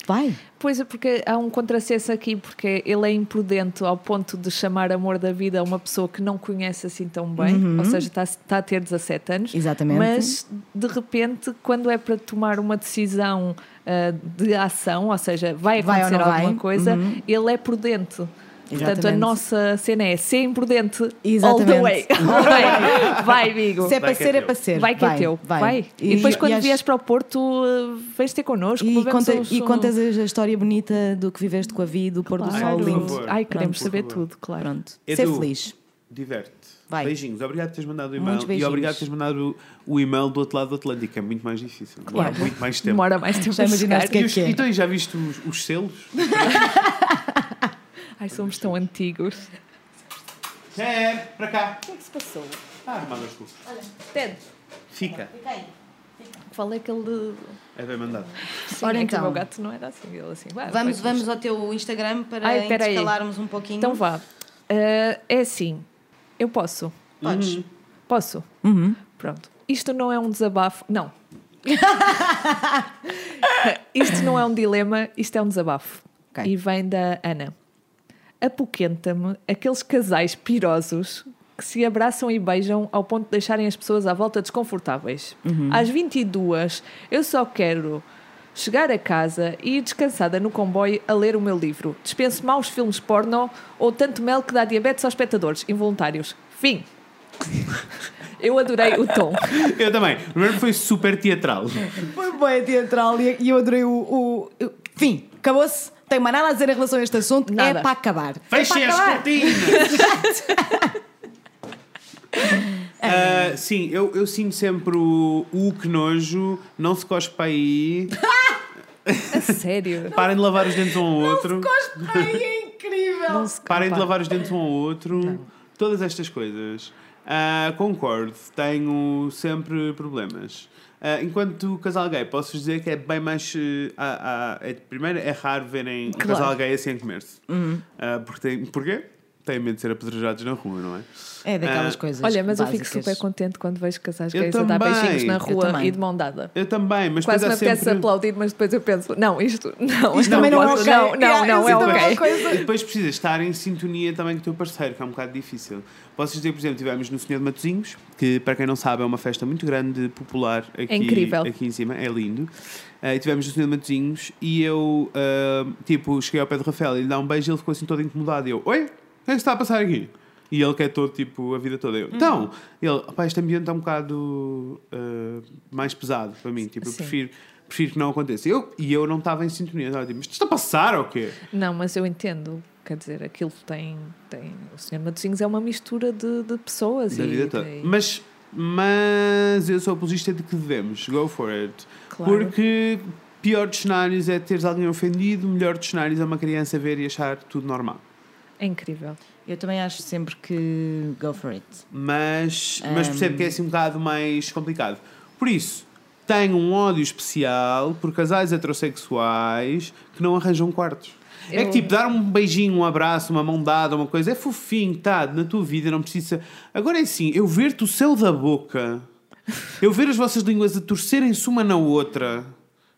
[SPEAKER 1] vai.
[SPEAKER 3] Pois é, porque há um contrassenso aqui, porque ele é imprudente ao ponto de chamar amor da vida a uma pessoa que não conhece assim tão bem, ou seja, está, está a ter 17 anos.
[SPEAKER 1] Uhum. Exatamente.
[SPEAKER 3] Mas, de repente, quando é para tomar uma decisão ah, de ação, ou seja, vai
[SPEAKER 1] Vai ou
[SPEAKER 3] acontecer
[SPEAKER 1] não vai? Uhum.
[SPEAKER 3] alguma coisa, ele é prudente. Portanto, a
[SPEAKER 1] Exatamente.
[SPEAKER 3] nossa cena é ser imprudente all the
[SPEAKER 1] Exatamente.
[SPEAKER 3] way. All the way. Vai, amigo.
[SPEAKER 1] Se é
[SPEAKER 2] Vai
[SPEAKER 1] para
[SPEAKER 2] que é
[SPEAKER 1] ser, é
[SPEAKER 2] teu.
[SPEAKER 1] para ser.
[SPEAKER 3] Vai que é teu. Vai. E, depois, quando
[SPEAKER 1] acho-
[SPEAKER 3] vieres para o Porto, ah, vens ter connosco.
[SPEAKER 1] E,
[SPEAKER 3] bebemos
[SPEAKER 1] conta,
[SPEAKER 3] uns-
[SPEAKER 1] e contas a história bonita do que viveste com a vida, do pôr do
[SPEAKER 3] Claro.
[SPEAKER 1] sol
[SPEAKER 2] Por
[SPEAKER 1] lindo.
[SPEAKER 2] favor.
[SPEAKER 3] Ai, queremos
[SPEAKER 2] Pronto.
[SPEAKER 3] saber
[SPEAKER 2] Por favor.
[SPEAKER 3] tudo, claro.
[SPEAKER 1] Pronto.
[SPEAKER 2] Edu,
[SPEAKER 1] Ser feliz.
[SPEAKER 2] Diverte.
[SPEAKER 1] Vai.
[SPEAKER 2] Beijinhos. Obrigado por teres mandado o
[SPEAKER 1] Muitos
[SPEAKER 2] e-mail. E
[SPEAKER 1] beijinhos.
[SPEAKER 2] obrigado por teres mandado o, o e-mail do outro lado do Atlântico. É muito mais difícil.
[SPEAKER 3] Claro.
[SPEAKER 2] Demora muito mais tempo.
[SPEAKER 3] Demora mais tempo
[SPEAKER 1] Já
[SPEAKER 3] a
[SPEAKER 1] imaginaste
[SPEAKER 3] chegar.
[SPEAKER 1] que é
[SPEAKER 2] E os- Então, e já viste os, os selos?
[SPEAKER 3] Ai, somos tão antigos.
[SPEAKER 2] É, para cá.
[SPEAKER 3] O que é que se passou?
[SPEAKER 2] Ah, mandas tu.
[SPEAKER 3] Ted,
[SPEAKER 2] Fica.
[SPEAKER 3] qual é aquele...
[SPEAKER 2] É bem mandado.
[SPEAKER 3] Sim,
[SPEAKER 1] Ora
[SPEAKER 3] é que
[SPEAKER 1] então.
[SPEAKER 3] o meu gato não era assim. Ele assim, vai,
[SPEAKER 1] Vamos,
[SPEAKER 3] vai,
[SPEAKER 1] vamos ao teu Instagram para
[SPEAKER 3] Ai, espera aí.
[SPEAKER 1] escalarmos um pouquinho.
[SPEAKER 3] Então vá. Ah, é assim, eu posso.
[SPEAKER 1] Podes.
[SPEAKER 3] Posso? Pronto. Isto não é um desabafo. Não. isto não é um dilema, isto é um desabafo.
[SPEAKER 1] Ok.
[SPEAKER 3] E vem da Ana. apoquenta-me aqueles casais pirosos que se abraçam e beijam ao ponto de deixarem as pessoas à volta desconfortáveis. Às 22, eu só quero chegar a casa e ir descansada no comboio a ler o meu livro. Dispenso maus filmes porno ou tanto mel que dá diabetes aos espectadores involuntários. Fim. Eu adorei o tom.
[SPEAKER 2] Eu também. Primeiro foi super teatral.
[SPEAKER 1] Foi bem teatral e e eu adorei o. o- o- Fim, acabou-se. Não Tenho mais nada a dizer em relação a este assunto.
[SPEAKER 3] Nada.
[SPEAKER 1] É para acabar.
[SPEAKER 2] Fechem
[SPEAKER 1] é
[SPEAKER 2] as
[SPEAKER 1] para acabar.
[SPEAKER 2] cortinas! Ah, sim, eu, eu sinto sempre o, o que nojo, não se cospe para aí,
[SPEAKER 3] A sério.
[SPEAKER 2] parem de lavar os dentes um ao outro,
[SPEAKER 1] Ai, é incrível.
[SPEAKER 3] Não se-
[SPEAKER 2] parem de
[SPEAKER 3] Opa.
[SPEAKER 2] lavar os dentes um ao outro, todas estas coisas. Ah, concordo, tenho sempre problemas. Ah, enquanto casal gay, posso dizer que é bem mais. eh, ah, ah, é- primeiro, é raro verem um
[SPEAKER 3] Claro. Uhum.
[SPEAKER 2] casal gay assim a comer-se. Ah, porque tem, porquê? Têm medo de ser apedrejados na rua, não é?
[SPEAKER 1] É daquelas
[SPEAKER 2] Ah,
[SPEAKER 1] coisas.
[SPEAKER 3] Olha, mas eu fico
[SPEAKER 1] básicas.
[SPEAKER 3] super contente quando vejo casais
[SPEAKER 2] Eu
[SPEAKER 3] gays a dar
[SPEAKER 2] também.
[SPEAKER 3] beijinhos na
[SPEAKER 2] Eu
[SPEAKER 3] rua
[SPEAKER 1] também.
[SPEAKER 3] e de mão dada.
[SPEAKER 2] Eu também, mas
[SPEAKER 3] Quase me
[SPEAKER 2] depois há
[SPEAKER 3] apetece
[SPEAKER 2] sempre...
[SPEAKER 3] aplaudir, mas depois eu penso, não, isto não,
[SPEAKER 1] Isto
[SPEAKER 3] não,
[SPEAKER 1] também não é
[SPEAKER 3] pode-
[SPEAKER 1] ok.
[SPEAKER 3] não, não,
[SPEAKER 1] Yeah,
[SPEAKER 3] não
[SPEAKER 1] isso
[SPEAKER 3] é
[SPEAKER 1] também não é
[SPEAKER 3] ok.
[SPEAKER 1] ok. coisa.
[SPEAKER 2] E depois precisas estar em sintonia também com o teu parceiro, que é um bocado difícil. Posso dizer, por exemplo, tivemos no Senhor de Matozinhos, que para quem não sabe é uma festa muito grande, popular aqui,
[SPEAKER 3] É incrível.
[SPEAKER 2] aqui em cima, é lindo. Ah, e tivemos no Senhor de Matozinhos e eu, ah, tipo, cheguei ao pé do Rafael e lhe dá um beijo e ele ficou assim todo incomodado. E eu, oi, o que é que se está a passar aqui? E ele que é todo, tipo, a vida toda.
[SPEAKER 3] Uhum.
[SPEAKER 2] Eu, então, ele, pá, este ambiente está um bocado ah, mais pesado para mim, tipo, eu
[SPEAKER 3] Sim.
[SPEAKER 2] prefiro. Prefiro que não aconteça. Eu, e eu não estava em sintonia. Estava tipo, mas isto está a passar ou quê?
[SPEAKER 3] Não, mas eu entendo. Quer dizer, aquilo tem. tem o Senhor Matosinhos é uma mistura de, de pessoas
[SPEAKER 2] da
[SPEAKER 3] e.
[SPEAKER 2] vida toda.
[SPEAKER 3] e-
[SPEAKER 2] Mas, mas eu sou apologista de que devemos. Go for it.
[SPEAKER 3] Claro.
[SPEAKER 2] Porque pior dos cenários é teres alguém ofendido, melhor dos cenários é uma criança ver e achar tudo normal.
[SPEAKER 3] É incrível.
[SPEAKER 1] Eu também acho sempre que go for it.
[SPEAKER 2] Mas, mas percebo que é assim um bocado mais complicado. Por isso, tenho um ódio especial por casais heterossexuais que não arranjam quartos. É que
[SPEAKER 3] Eu-
[SPEAKER 2] tipo, dar um beijinho, um abraço, uma mão dada, uma coisa, é fofinho, tá, na tua vida, não precisa. Agora é assim, eu ver-te o céu da boca, eu ver as vossas línguas a torcerem-se uma na outra,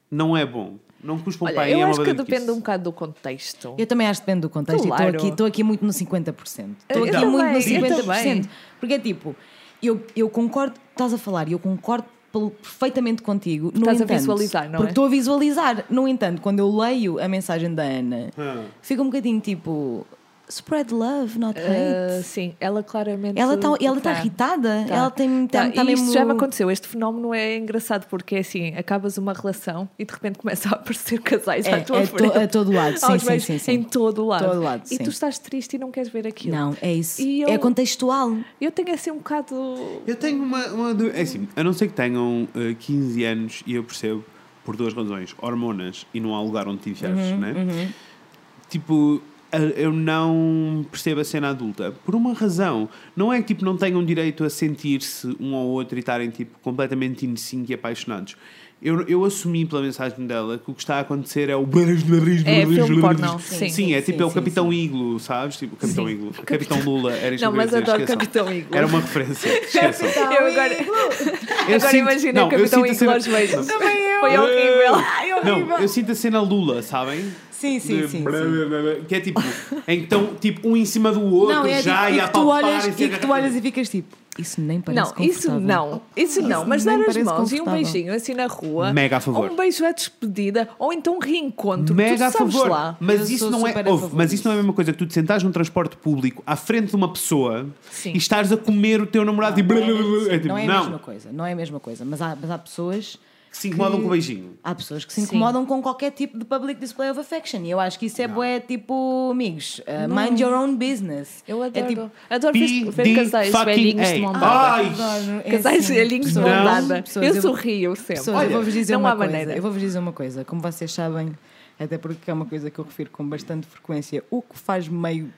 [SPEAKER 2] não é bom. Não cuspam
[SPEAKER 3] Olha,
[SPEAKER 2] para aí,
[SPEAKER 3] eu
[SPEAKER 2] é uma
[SPEAKER 3] acho que
[SPEAKER 2] babaquice.
[SPEAKER 3] depende um bocado do contexto.
[SPEAKER 1] Eu também acho que depende do contexto. e
[SPEAKER 3] Claro.
[SPEAKER 1] Estou aqui, estou aqui muito no 50%.
[SPEAKER 3] Eu
[SPEAKER 1] Estou aqui
[SPEAKER 3] também,
[SPEAKER 1] muito
[SPEAKER 3] eu
[SPEAKER 1] no 50%.
[SPEAKER 3] também.
[SPEAKER 1] Porque é tipo, eu, eu concordo, estás a falar, e eu concordo pelo- perfeitamente contigo. No
[SPEAKER 3] Estás a
[SPEAKER 1] entanto,
[SPEAKER 3] visualizar, não é?
[SPEAKER 1] Porque estou a visualizar. No entanto, quando eu leio a mensagem da Ana,
[SPEAKER 2] Ah.
[SPEAKER 1] fica um bocadinho tipo. Spread love, not hate.
[SPEAKER 3] Ah, sim, ela claramente.
[SPEAKER 1] ela está ela tá
[SPEAKER 3] tá.
[SPEAKER 1] irritada,
[SPEAKER 3] Tá.
[SPEAKER 1] ela tem.
[SPEAKER 3] Tá,
[SPEAKER 1] Tá,
[SPEAKER 3] e
[SPEAKER 1] tá mesmo...
[SPEAKER 3] isto já me aconteceu. Este fenómeno é engraçado porque é assim: acabas uma relação e de repente começa a aparecer casais
[SPEAKER 1] É,
[SPEAKER 3] à tua
[SPEAKER 1] é to-
[SPEAKER 3] frente.
[SPEAKER 1] a todo lado. Sim,
[SPEAKER 3] Aos
[SPEAKER 1] sim,
[SPEAKER 3] beijos,
[SPEAKER 1] sim, sim.
[SPEAKER 3] Em todo o lado.
[SPEAKER 1] Todo lado, sim.
[SPEAKER 3] e tu estás triste e não queres ver aquilo.
[SPEAKER 1] Não, é isso.
[SPEAKER 3] E eu-
[SPEAKER 1] É contextual.
[SPEAKER 3] Eu tenho assim um bocado.
[SPEAKER 2] Eu tenho uma, uma dú- É assim, a não ser que tenham eh, 15 anos, e eu percebo, por duas razões: hormonas e não há lugar onde te
[SPEAKER 3] Uhum,
[SPEAKER 2] enfiares, né? Tipo, a- eu não percebo a cena adulta. Por uma razão. Não é que tipo, não tenham direito a sentir-se um ao outro e estarem tipo, completamente in sync e apaixonados. Eu, eu assumi pela mensagem dela que o que está a acontecer é o.
[SPEAKER 3] É filme porno, sim.
[SPEAKER 2] Sim, é tipo
[SPEAKER 1] Sim,
[SPEAKER 2] é o
[SPEAKER 1] sim,
[SPEAKER 2] Capitão Iglo, sabes? Tipo, Capitão
[SPEAKER 3] Sim.
[SPEAKER 2] Iglo. Capitão Lula, era isto
[SPEAKER 3] Não,
[SPEAKER 2] que eu ia
[SPEAKER 3] mas
[SPEAKER 2] dizer,
[SPEAKER 3] adoro
[SPEAKER 2] esqueçam.
[SPEAKER 3] Capitão Iglo.
[SPEAKER 2] Era uma referência. Esqueçam.
[SPEAKER 3] Eu agora.
[SPEAKER 2] Eu
[SPEAKER 3] Agora
[SPEAKER 2] sinto-
[SPEAKER 3] imagina
[SPEAKER 2] não,
[SPEAKER 3] o
[SPEAKER 2] eu
[SPEAKER 3] Capitão
[SPEAKER 2] sinto a
[SPEAKER 3] Iglo
[SPEAKER 2] cena-
[SPEAKER 3] aos beijos.
[SPEAKER 2] Não.
[SPEAKER 1] Também eu.
[SPEAKER 3] Foi horrível.
[SPEAKER 1] Ai, horrível.
[SPEAKER 2] Não, eu sinto a cena Lula, sabem?
[SPEAKER 1] Sim, sim,
[SPEAKER 2] De-
[SPEAKER 1] sim.
[SPEAKER 2] blá,
[SPEAKER 1] sim.
[SPEAKER 2] blá, blá, blá, Que é tipo, então, tipo, um em cima do outro,
[SPEAKER 1] Não, é
[SPEAKER 2] já
[SPEAKER 1] tipo,
[SPEAKER 2] e
[SPEAKER 1] e
[SPEAKER 2] a
[SPEAKER 1] que tu
[SPEAKER 2] palpar
[SPEAKER 1] olhas
[SPEAKER 2] e se
[SPEAKER 1] e que tu
[SPEAKER 2] agarrar.
[SPEAKER 1] olhas e ficas tipo, isso nem parece
[SPEAKER 3] Não, isso
[SPEAKER 1] confortável.
[SPEAKER 3] não, isso não, mas
[SPEAKER 1] nem
[SPEAKER 3] dar as
[SPEAKER 1] parece
[SPEAKER 3] mãos e um
[SPEAKER 1] confortável.
[SPEAKER 3] beijinho assim na rua,
[SPEAKER 2] Mega a favor.
[SPEAKER 3] ou um beijo à despedida, ou então um reencontro,
[SPEAKER 2] Mega a
[SPEAKER 3] tu sabes
[SPEAKER 2] favor.
[SPEAKER 3] lá.
[SPEAKER 1] Eu
[SPEAKER 2] Mas isso,
[SPEAKER 1] sou
[SPEAKER 2] não é,
[SPEAKER 1] super a
[SPEAKER 2] ouve,
[SPEAKER 1] favor
[SPEAKER 2] mas isso não é a
[SPEAKER 1] disso.
[SPEAKER 2] mesma coisa que tu te sentares num transporte público à frente de uma pessoa
[SPEAKER 3] Sim.
[SPEAKER 2] e estares a comer o teu namorado e. blá, blá, blá, blá. É tipo,
[SPEAKER 1] Não é a
[SPEAKER 2] não,
[SPEAKER 1] mesma coisa, não é a mesma coisa, mas há, mas há pessoas.
[SPEAKER 2] que se incomodam com o beijinho.
[SPEAKER 1] Há pessoas que se incomodam com qualquer tipo de public display of affection. E eu acho que isso é bué, tipo, amigos, uh, mind your own business.
[SPEAKER 3] Eu adoro,
[SPEAKER 1] É tipo,
[SPEAKER 3] adoro ver, ver
[SPEAKER 2] PD
[SPEAKER 3] casais
[SPEAKER 2] fucking
[SPEAKER 3] velhinhos de
[SPEAKER 2] A. Ah,
[SPEAKER 3] mão dada.
[SPEAKER 2] Ai!
[SPEAKER 1] adoro. é
[SPEAKER 3] casais
[SPEAKER 1] assim,
[SPEAKER 3] velhinhos de mão
[SPEAKER 2] Não.
[SPEAKER 3] dada.
[SPEAKER 1] Pessoas,
[SPEAKER 3] Eu
[SPEAKER 1] eu-
[SPEAKER 3] sorrio sempre.
[SPEAKER 1] Pessoas, eu vou-vos dizer
[SPEAKER 3] não
[SPEAKER 1] uma
[SPEAKER 3] há
[SPEAKER 1] coisa.
[SPEAKER 3] maneira.
[SPEAKER 1] Eu vou-vos dizer uma coisa. Como vocês sabem, até porque é uma coisa que eu refiro com bastante frequência, o que faz meio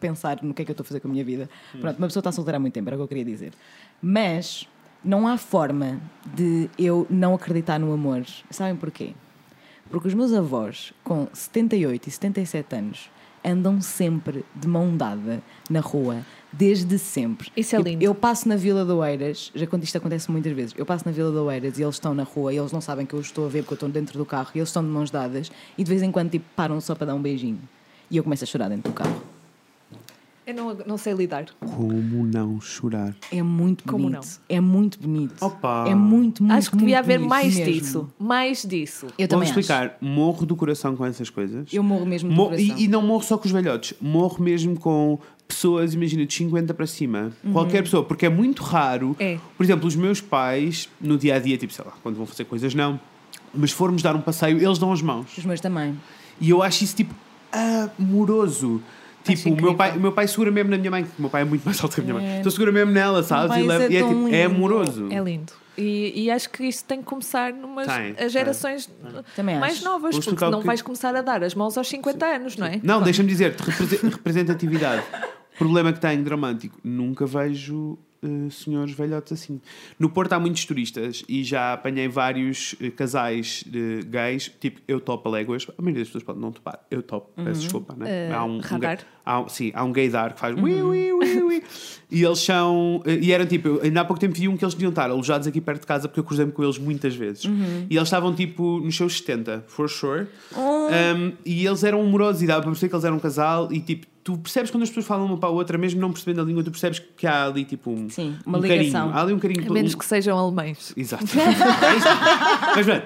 [SPEAKER 1] pensar no que é que eu estou a fazer com a minha vida.
[SPEAKER 3] Hum.
[SPEAKER 1] Pronto, uma pessoa está solteira há muito tempo, era o que eu queria dizer. Mas não há forma de eu não acreditar no amor. Sabem porquê? Porque os meus avós, com 78 e 77 anos, andam sempre de mão dada na rua, desde sempre. Tipo,
[SPEAKER 3] Isso é
[SPEAKER 1] Eu-
[SPEAKER 3] lindo.
[SPEAKER 1] Eu passo na Vila de Oeiras, já quando isto acontece muitas vezes, eu passo na Vila de Oeiras e eles estão na rua e eles não sabem que eu os estou a ver porque eu estou dentro do carro e eles estão de mãos dadas e de vez em quando tipo, param só para dar um beijinho. E eu começo a chorar dentro do carro.
[SPEAKER 3] Eu não, não sei lidar.
[SPEAKER 2] Como não chorar?
[SPEAKER 1] É muito
[SPEAKER 3] Como
[SPEAKER 1] bonito.
[SPEAKER 3] não?
[SPEAKER 1] É muito bonito.
[SPEAKER 2] Opa!
[SPEAKER 1] É muito, muito
[SPEAKER 3] Acho que devia
[SPEAKER 1] muito
[SPEAKER 3] haver
[SPEAKER 1] bonito
[SPEAKER 3] mais
[SPEAKER 1] mesmo.
[SPEAKER 3] disso. Mais disso.
[SPEAKER 1] Eu também
[SPEAKER 2] Vamos explicar. Morro do coração com essas coisas.
[SPEAKER 1] acho. Eu morro mesmo de
[SPEAKER 2] Mo-
[SPEAKER 1] coração.
[SPEAKER 2] e, e não morro só com os velhotes, morro mesmo com pessoas, imagina, de 50 para cima. Qualquer
[SPEAKER 1] Uhum.
[SPEAKER 2] pessoa, porque é muito raro.
[SPEAKER 3] É.
[SPEAKER 2] Por exemplo, os meus pais, no dia a dia, tipo, sei lá, quando vão fazer coisas, não. Mas se formos dar um passeio, eles dão as mãos.
[SPEAKER 1] Os meus também.
[SPEAKER 2] E eu acho isso, tipo, amoroso. Tipo, o meu,
[SPEAKER 3] incrível.
[SPEAKER 2] pai, o meu pai segura mesmo na minha mãe, que o meu pai é muito mais alto que a minha mãe.
[SPEAKER 1] É.
[SPEAKER 2] Então segura mesmo nela, sabes?
[SPEAKER 1] pai
[SPEAKER 2] E, leva-
[SPEAKER 1] é
[SPEAKER 2] e é,
[SPEAKER 1] tão
[SPEAKER 2] tipo, é
[SPEAKER 1] lindo.
[SPEAKER 2] amoroso.
[SPEAKER 3] É lindo. E, e acho que isto tem que começar numas
[SPEAKER 2] Tem,
[SPEAKER 3] as gerações
[SPEAKER 1] Também
[SPEAKER 3] mais
[SPEAKER 1] acho.
[SPEAKER 3] novas,
[SPEAKER 2] Vamos
[SPEAKER 3] porque
[SPEAKER 2] tocar um
[SPEAKER 3] não vais
[SPEAKER 2] bocadinho.
[SPEAKER 3] começar a dar as mãos aos 50 anos, não é?
[SPEAKER 2] Não, deixa-me dizer-te, represe- representatividade. Problema que tenho dramático. Nunca vejo eh, senhores velhotes assim. No Porto há muitos turistas e já apanhei vários eh, casais eh, gays, tipo, eu topo a léguas. A maioria das pessoas pode não topar. Eu topo, peço desculpa, né?
[SPEAKER 3] Eh,
[SPEAKER 2] gay-
[SPEAKER 3] radar. Uhum.
[SPEAKER 2] há um- sim, há um gaydar que faz ui, ui, ui, ui. E eles são. E eram tipo, eu ainda há pouco tempo vi um que eles deviam estar alojados aqui perto de casa porque eu cruzei-me com eles muitas vezes.
[SPEAKER 3] Uhum.
[SPEAKER 2] E eles estavam tipo nos seus 70, for sure. Um, e eles eram amorosos e dava para perceber que eles eram um casal. E tipo, tu percebes quando as pessoas falam uma para a outra, mesmo não percebendo a língua, tu percebes que há ali tipo um.
[SPEAKER 1] Sim, uma
[SPEAKER 2] um
[SPEAKER 1] ligação.
[SPEAKER 2] Carinho. Há ali um carinho
[SPEAKER 3] A É menos
[SPEAKER 2] um-
[SPEAKER 3] que sejam alemães.
[SPEAKER 2] Exato. É Mas bem.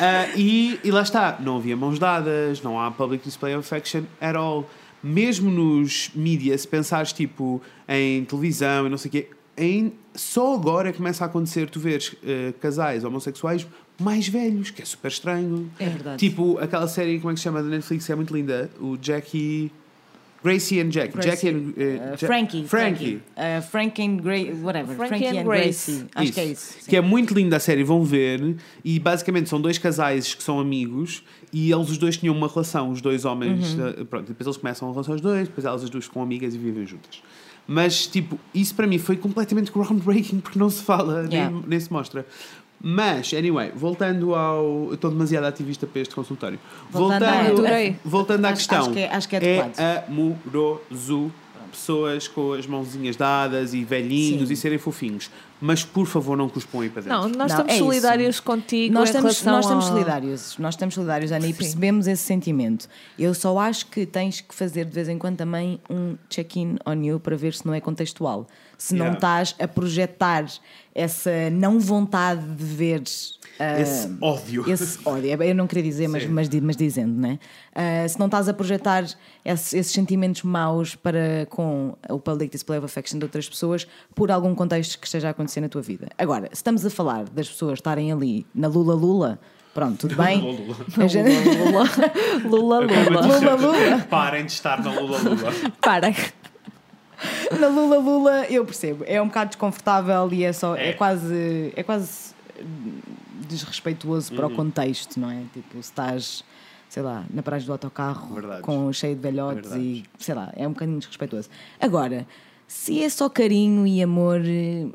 [SPEAKER 2] ah, e, e lá está, não havia mãos dadas, não há public display of affection at all. Mesmo nos mídia, se pensares tipo em televisão e não sei o quê, em- só agora começa a acontecer tu veres ah, casais homossexuais mais velhos, que é super estranho.
[SPEAKER 1] É verdade.
[SPEAKER 2] Tipo aquela série, como é que se chama, da Netflix, que é muito linda, o Jackie. Gracie and Jackie.
[SPEAKER 1] Gracie,
[SPEAKER 2] Jackie and, eh,
[SPEAKER 1] Uh,
[SPEAKER 2] Ja-
[SPEAKER 1] Frankie.
[SPEAKER 2] Frankie.
[SPEAKER 1] Frankie. Uh, Frank and Grace. Whatever.
[SPEAKER 3] Frankie
[SPEAKER 1] Frankie
[SPEAKER 3] and
[SPEAKER 1] and Gracie. Acho que é isso. sim.
[SPEAKER 2] Que é muito linda a série, vão ver. E basicamente são dois casais que são amigos e eles os dois tinham uma relação, os dois homens.
[SPEAKER 1] Uhum.
[SPEAKER 2] eh, Pronto, depois eles começam a relação os dois, depois elas as duas ficam amigas e vivem juntas. Mas, tipo, isso para mim foi completamente groundbreaking porque não se fala, nem-
[SPEAKER 1] Yeah.
[SPEAKER 2] nem, se mostra. Mas, anyway, voltando ao. Eu estou demasiado ativista para este consultório.
[SPEAKER 1] Voltando à-
[SPEAKER 3] Adorei.
[SPEAKER 2] voltando à
[SPEAKER 1] Acho-
[SPEAKER 2] questão.
[SPEAKER 1] acho que é- acho que é
[SPEAKER 2] amoroso. Pessoas com as mãozinhas dadas e velhinhos
[SPEAKER 1] Sim.
[SPEAKER 2] e serem fofinhos. Mas por favor, não cuspam aí para dentro.
[SPEAKER 3] Não, nós
[SPEAKER 1] Não,
[SPEAKER 3] estamos
[SPEAKER 1] é isso.
[SPEAKER 3] solidários contigo.
[SPEAKER 1] Nós
[SPEAKER 3] em
[SPEAKER 1] estamos,
[SPEAKER 3] relação
[SPEAKER 1] nós estamos
[SPEAKER 3] ao-
[SPEAKER 1] solidários, nós estamos solidários, Ana, e
[SPEAKER 3] Sim.
[SPEAKER 1] percebemos esse sentimento. Eu só acho que tens que fazer de vez em quando também um check-in on you para ver se não é contextual. Se não
[SPEAKER 2] Yeah.
[SPEAKER 1] estás a projetar essa não vontade de veres. ah,
[SPEAKER 2] Esse ódio.
[SPEAKER 1] esse ódio, é eu não queria dizer, mas,
[SPEAKER 2] Sim.
[SPEAKER 1] mas, di- mas dizendo, né? Ah, se não estás a projetar esse- esses sentimentos maus para com o public display of affection de outras pessoas por algum contexto que esteja a acontecer na tua vida. Agora, se estamos a falar das pessoas estarem ali na Lula Lula, pronto, tudo bem?
[SPEAKER 2] Lula Lula.
[SPEAKER 1] A gente-
[SPEAKER 3] Lula, Lula, Lula. Lula.
[SPEAKER 1] Lula Lula.
[SPEAKER 2] Parem de estar na Lula Lula.
[SPEAKER 3] Para.
[SPEAKER 1] Na Lula Lula, eu percebo, é um bocado desconfortável e é só, é,
[SPEAKER 2] É.
[SPEAKER 1] quase, é quase desrespeituoso
[SPEAKER 2] Uhum.
[SPEAKER 1] para o contexto, não é? Tipo, se estás, sei lá, na paragem do autocarro
[SPEAKER 2] Verdade.
[SPEAKER 1] com cheio de velhotes
[SPEAKER 2] Verdade.
[SPEAKER 1] e sei lá, é um bocadinho desrespeituoso. Agora, se é só carinho e amor, eh,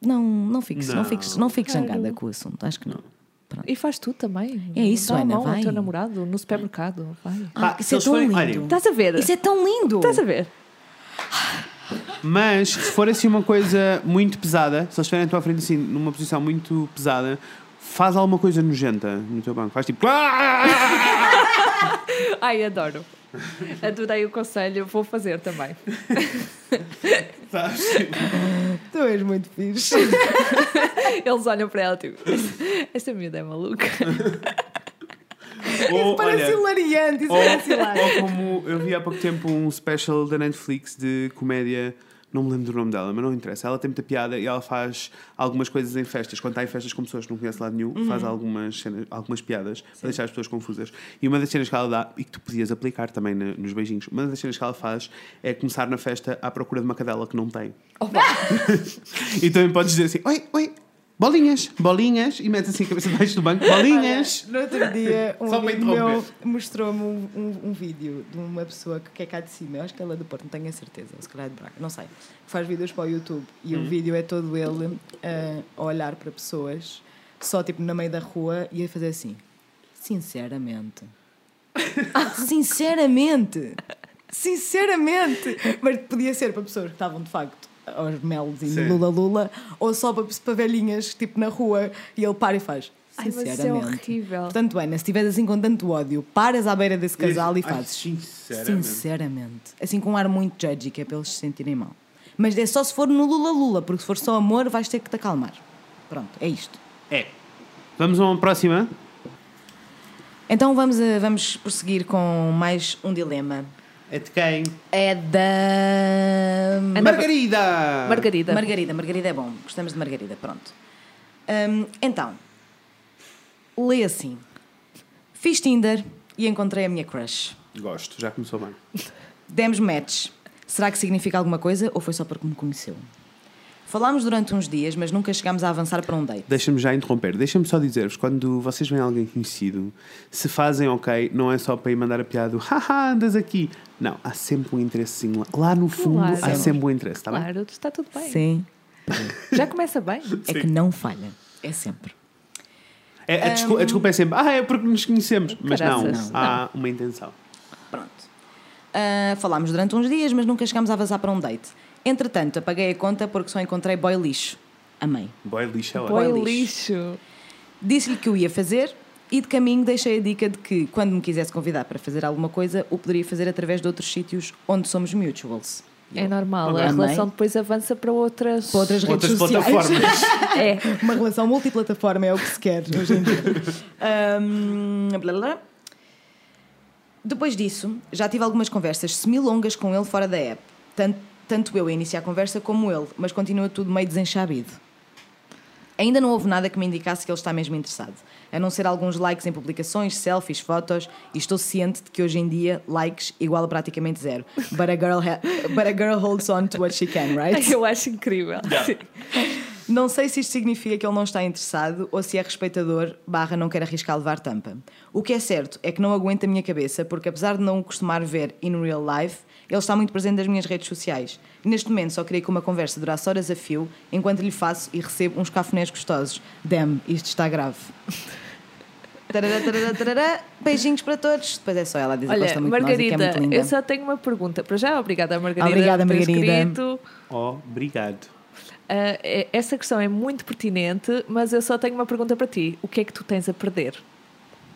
[SPEAKER 1] não, não fiques, não,
[SPEAKER 2] Não.
[SPEAKER 1] fiques, não fiques
[SPEAKER 3] Claro.
[SPEAKER 1] zangada com o assunto, acho que não. Pronto.
[SPEAKER 3] E faz tu também.
[SPEAKER 1] É isso,
[SPEAKER 3] Dá a
[SPEAKER 1] Ana,
[SPEAKER 3] mão ao
[SPEAKER 1] vai.
[SPEAKER 3] teu namorado no supermercado. Vai.
[SPEAKER 1] Ah,
[SPEAKER 2] Pá,
[SPEAKER 1] isso
[SPEAKER 2] se
[SPEAKER 1] é
[SPEAKER 2] eles
[SPEAKER 1] tão
[SPEAKER 2] forem-
[SPEAKER 1] lindo.
[SPEAKER 2] olhem,
[SPEAKER 3] Estás a ver?
[SPEAKER 1] Isso é tão lindo.
[SPEAKER 3] Estás a ver?
[SPEAKER 2] Mas se for assim uma coisa muito pesada, se eles estiverem à tua frente assim, numa posição muito pesada, faz alguma coisa nojenta no teu banco. Faz tipo.
[SPEAKER 3] Ai, adoro. Adorei o conselho, vou fazer também.
[SPEAKER 2] Sabes?
[SPEAKER 1] Tu és muito fixe.
[SPEAKER 3] Eles olham para ela tipo, esta miúda é maluca.
[SPEAKER 2] Ou,
[SPEAKER 1] Parece um
[SPEAKER 2] olha,
[SPEAKER 1] hilariante, isso
[SPEAKER 2] Ou,
[SPEAKER 1] parece hilariante.
[SPEAKER 2] ou como eu vi há pouco tempo um special da Netflix de comédia, não me lembro do nome dela, mas não interessa. Ela tem muita piada e ela faz algumas coisas em festas. Quando está em festas com pessoas que não conhece lá nenhum, faz algumas, cenas, algumas piadas para deixar as pessoas confusas. E uma das cenas que ela dá, e que tu podias aplicar também na- nos beijinhos, uma das cenas que ela faz é começar na festa à procura de uma cadela que não tem. e também podes dizer assim: oi, oi. Bolinhas, bolinhas, e metes assim a cabeça debaixo do banco, bolinhas!
[SPEAKER 1] No outro dia, um
[SPEAKER 2] Só me
[SPEAKER 1] amigo meu
[SPEAKER 2] interromper.
[SPEAKER 1] mostrou-me um, um- um vídeo de uma pessoa que que é cá de cima, eu acho que ela é do Porto, não tenho a certeza, se calhar é de Braga, não sei, que faz vídeos para o YouTube e
[SPEAKER 2] Uhum.
[SPEAKER 1] o vídeo é todo ele ah, a olhar para pessoas, só tipo no meio da rua e a fazer assim, sinceramente, sinceramente, sinceramente, mas podia ser para pessoas que estavam de facto aos melos e
[SPEAKER 2] Sim.
[SPEAKER 1] no Lula Lula, ou só para, para velhinhas tipo na rua e ele para e faz.
[SPEAKER 3] Ai, mas isso é
[SPEAKER 1] sinceramente.
[SPEAKER 3] horrível.
[SPEAKER 1] Portanto, Ana, se estiveres assim com tanto ódio, paras à beira desse casal e
[SPEAKER 2] Ai,
[SPEAKER 1] fazes.
[SPEAKER 2] sinceramente.
[SPEAKER 1] Sinceramente. Assim com um ar muito judgy, que é para eles se sentirem mal. Mas é só se for no Lula-Lula, porque se for só amor, vais ter que te acalmar. Pronto, é isto.
[SPEAKER 2] É. Vamos a uma próxima?
[SPEAKER 1] Então vamos, a- vamos prosseguir com mais um dilema.
[SPEAKER 2] É de quem?
[SPEAKER 1] É da.
[SPEAKER 3] Ana-
[SPEAKER 2] Margarida!
[SPEAKER 3] É Margarida.
[SPEAKER 1] Ah, Margarida, Margarida é bom. Gostamos de Margarida, pronto. Hum, então, lê assim: Fiz Tinder e encontrei a minha crush.
[SPEAKER 2] Gosto, já começou bem.
[SPEAKER 1] Demos match. Será que significa alguma coisa ou foi só porque me conheceu? Falámos durante uns dias, mas nunca chegámos a avançar para um date.
[SPEAKER 2] Deixa-me já interromper. Deixa-me só dizer-vos: quando vocês veem alguém conhecido, se fazem ok, não é só para ir mandar a piada, do, haha, andas aqui. Não, há sempre um interessezinho lá. Lá no fundo,
[SPEAKER 3] Claro.
[SPEAKER 2] há sempre um interesse, está bem?
[SPEAKER 3] Claro, está tudo bem.
[SPEAKER 1] Tá Sim,
[SPEAKER 3] Já começa bem.
[SPEAKER 1] é que não falha. É sempre.
[SPEAKER 2] É, a, descul- a desculpa é sempre, ah, é porque nos conhecemos. Mas não,
[SPEAKER 3] Caraças, não.
[SPEAKER 2] há uma intenção.
[SPEAKER 1] Pronto. Ah, falámos durante uns dias, mas nunca chegámos a avançar para um date. Entretanto, apaguei a conta porque só encontrei boy lixo. Amei.
[SPEAKER 2] Boy, lixo é ótimo.
[SPEAKER 3] Põe
[SPEAKER 1] Boy
[SPEAKER 3] lixo.
[SPEAKER 1] Disse-lhe que o ia fazer e de caminho deixei a dica de que, quando me quisesse convidar para fazer alguma coisa, o poderia fazer através de outros sítios onde somos mutuals.
[SPEAKER 3] É normal.
[SPEAKER 1] Olá,
[SPEAKER 3] A
[SPEAKER 1] mãe.
[SPEAKER 3] relação depois avança para outras.
[SPEAKER 1] Para outras redes
[SPEAKER 2] Outras
[SPEAKER 1] sociais.
[SPEAKER 2] plataformas.
[SPEAKER 3] É.
[SPEAKER 1] Uma relação multiplataforma é o que se quer hoje em dia. Ahm, blá, blá, blá. Depois disso, já tive algumas conversas semilongas com ele fora da app. Tanto, tanto eu a iniciar a conversa como ele, mas continua tudo meio desenchabido. Ainda não houve nada que me indicasse que ele está mesmo interessado, a não ser alguns likes em publicações, selfies, fotos, e estou ciente de que hoje em dia likes igual a praticamente zero. But a girl, ha- but a girl holds on to what she can, right?
[SPEAKER 3] Eu acho incrível. Sim.
[SPEAKER 1] Não sei se isto significa que ele não está interessado ou se é respeitador, barra não quer arriscar levar tampa. O que é certo é que não aguento a minha cabeça, porque apesar de não o costumar ver in real life, ele está muito presente nas minhas redes sociais. Neste momento só queria que uma conversa durasse horas a fio, enquanto lhe faço e recebo uns cafunés gostosos. Damn, isto está grave. Tarará, tarará, tarará. Beijinhos para todos. Depois é só ela dizer que
[SPEAKER 3] Olha,
[SPEAKER 1] gosta muito de nós e que é
[SPEAKER 3] Margarida,
[SPEAKER 1] muito linda.
[SPEAKER 3] eu só tenho uma pergunta. Para já, obrigada, Margarida.
[SPEAKER 1] Obrigada,
[SPEAKER 3] por ter
[SPEAKER 1] Margarida.
[SPEAKER 3] escrito.
[SPEAKER 2] Obrigado.
[SPEAKER 3] Ah, é- essa questão é muito pertinente, mas eu só tenho uma pergunta para ti. O que é que tu tens a perder?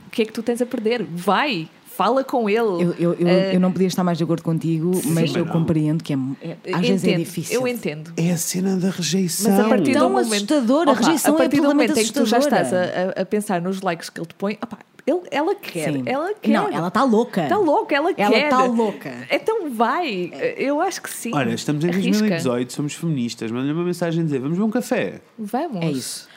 [SPEAKER 3] O que é que tu tens a perder? Vai, fala com ele.
[SPEAKER 1] Eu, eu, eu,
[SPEAKER 3] Ah,
[SPEAKER 1] eu não podia estar mais de acordo contigo, mas
[SPEAKER 2] Sim.
[SPEAKER 1] eu
[SPEAKER 2] Não.
[SPEAKER 1] compreendo que é, é- às vezes é
[SPEAKER 3] entendo,
[SPEAKER 1] difícil.
[SPEAKER 3] Eu entendo.
[SPEAKER 2] É a cena da rejeição.
[SPEAKER 3] Mas a partir
[SPEAKER 1] Tão
[SPEAKER 3] do momento,
[SPEAKER 1] assustadora, a rejeição é
[SPEAKER 3] a partir do
[SPEAKER 1] absolutamente
[SPEAKER 3] momento em que tu já
[SPEAKER 1] assustadora.
[SPEAKER 3] estás a, a- a pensar nos likes que ele te põe, opá, ele- ela quer,
[SPEAKER 1] Sim.
[SPEAKER 3] ela quer.
[SPEAKER 1] Não, ela está louca.
[SPEAKER 3] Está louca, ela,
[SPEAKER 1] Ela
[SPEAKER 3] quer.
[SPEAKER 1] tá louca.
[SPEAKER 3] Então vai, eu acho que sim.
[SPEAKER 2] Olha, estamos em
[SPEAKER 3] Arrisca.
[SPEAKER 2] 2018, somos feministas, manda-lhe uma mensagem a dizer, vamos beber um café.
[SPEAKER 3] Vamos.
[SPEAKER 1] É isso.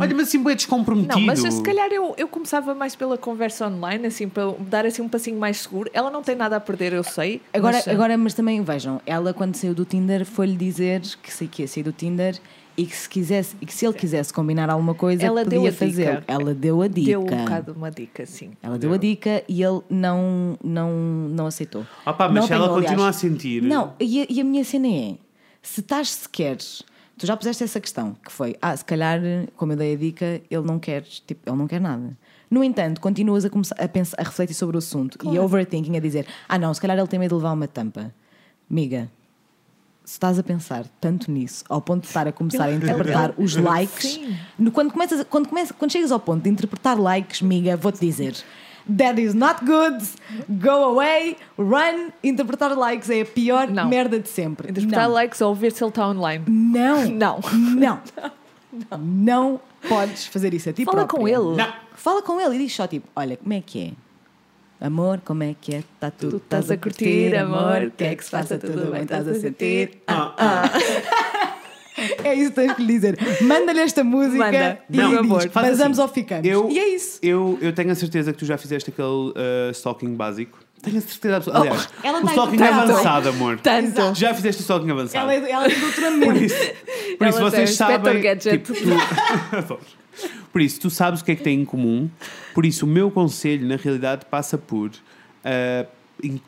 [SPEAKER 2] Olha, mas assim, é descomprometido.
[SPEAKER 3] Não, mas se calhar eu, eu começava mais pela conversa online, assim, para dar assim um passinho mais seguro. Ela não tem nada a perder, eu sei.
[SPEAKER 1] Agora,
[SPEAKER 3] mas,
[SPEAKER 1] agora, mas também vejam, ela quando saiu do Tinder foi-lhe dizer que, sei que ia sair do Tinder e que se, quisesse, e que se ele quisesse combinar alguma coisa,
[SPEAKER 3] Ela deu
[SPEAKER 1] podia
[SPEAKER 3] a dica.
[SPEAKER 1] fazê-lo. Ela deu a dica.
[SPEAKER 3] Deu um bocado uma dica, assim. sim.
[SPEAKER 1] Ela deu a dica e ele não, não, não aceitou.
[SPEAKER 2] Ah pá, mas
[SPEAKER 1] Não
[SPEAKER 2] se ela
[SPEAKER 1] pegou, aliás.
[SPEAKER 2] continua a sentir.
[SPEAKER 1] Não, e a, e a minha cena é: se estás sequer. Tu já puseste essa questão, que foi: ah, se calhar, como eu dei a dica, ele não quer, tipo, ele não quer nada. No entanto, continuas a, começar, a, pensar, a refletir sobre o assunto e a overthinking, a dizer: ah, não, se calhar ele tem medo de levar uma tampa. Miga, se estás a pensar tanto nisso, ao ponto de estar a começar a interpretar os likes,
[SPEAKER 3] Sim.
[SPEAKER 1] no- quando, começas, quando, começa, quando chegas ao ponto de interpretar likes, miga, vou-te dizer. That is not good, go away, run. Interpretar likes é a pior
[SPEAKER 3] Não.
[SPEAKER 1] merda de sempre.
[SPEAKER 3] Interpretar
[SPEAKER 1] não.
[SPEAKER 3] likes ou ver se ele está online.
[SPEAKER 1] Não.
[SPEAKER 3] Não.
[SPEAKER 1] Não. não. podes fazer isso a ti
[SPEAKER 3] Fala com
[SPEAKER 1] própria.
[SPEAKER 3] ele.
[SPEAKER 2] Não.
[SPEAKER 1] Fala com ele e diz só tipo: Olha, como é que é? Amor, como é que é? Tá tudo.
[SPEAKER 3] Tu estás a curtir, amor. O que é que se passa? Tudo bem? Estás a sentir?
[SPEAKER 2] Ah,
[SPEAKER 3] ah.
[SPEAKER 1] É isso que tens que lhe dizer. Manda-lhe esta música
[SPEAKER 3] Manda.
[SPEAKER 1] e
[SPEAKER 3] Não,
[SPEAKER 1] diz,
[SPEAKER 3] amor.
[SPEAKER 2] Faz assim.
[SPEAKER 1] Vazamos ou ficamos.
[SPEAKER 2] Eu-
[SPEAKER 1] E é isso.
[SPEAKER 2] Eu, eu tenho a certeza que tu já fizeste aquele uh, stalking básico. Tenho a certeza
[SPEAKER 3] Oh,
[SPEAKER 2] absoluta. Aliás,
[SPEAKER 1] ela
[SPEAKER 2] o
[SPEAKER 1] tá
[SPEAKER 2] stalking
[SPEAKER 1] encantada.
[SPEAKER 2] avançado, amor.
[SPEAKER 3] Tanto.
[SPEAKER 2] Já fizeste o stalking avançado.
[SPEAKER 1] Ela é, ela é do
[SPEAKER 2] Por
[SPEAKER 1] ultramento.
[SPEAKER 2] isso, por isso
[SPEAKER 3] Ela tem
[SPEAKER 2] vocês
[SPEAKER 3] o
[SPEAKER 2] sabem.
[SPEAKER 3] Inspector Gadget.
[SPEAKER 2] tipo, tu- Adoro. por isso, tu sabes o que é que tem em comum. Por isso, o meu conselho, na realidade, passa por. ah, en-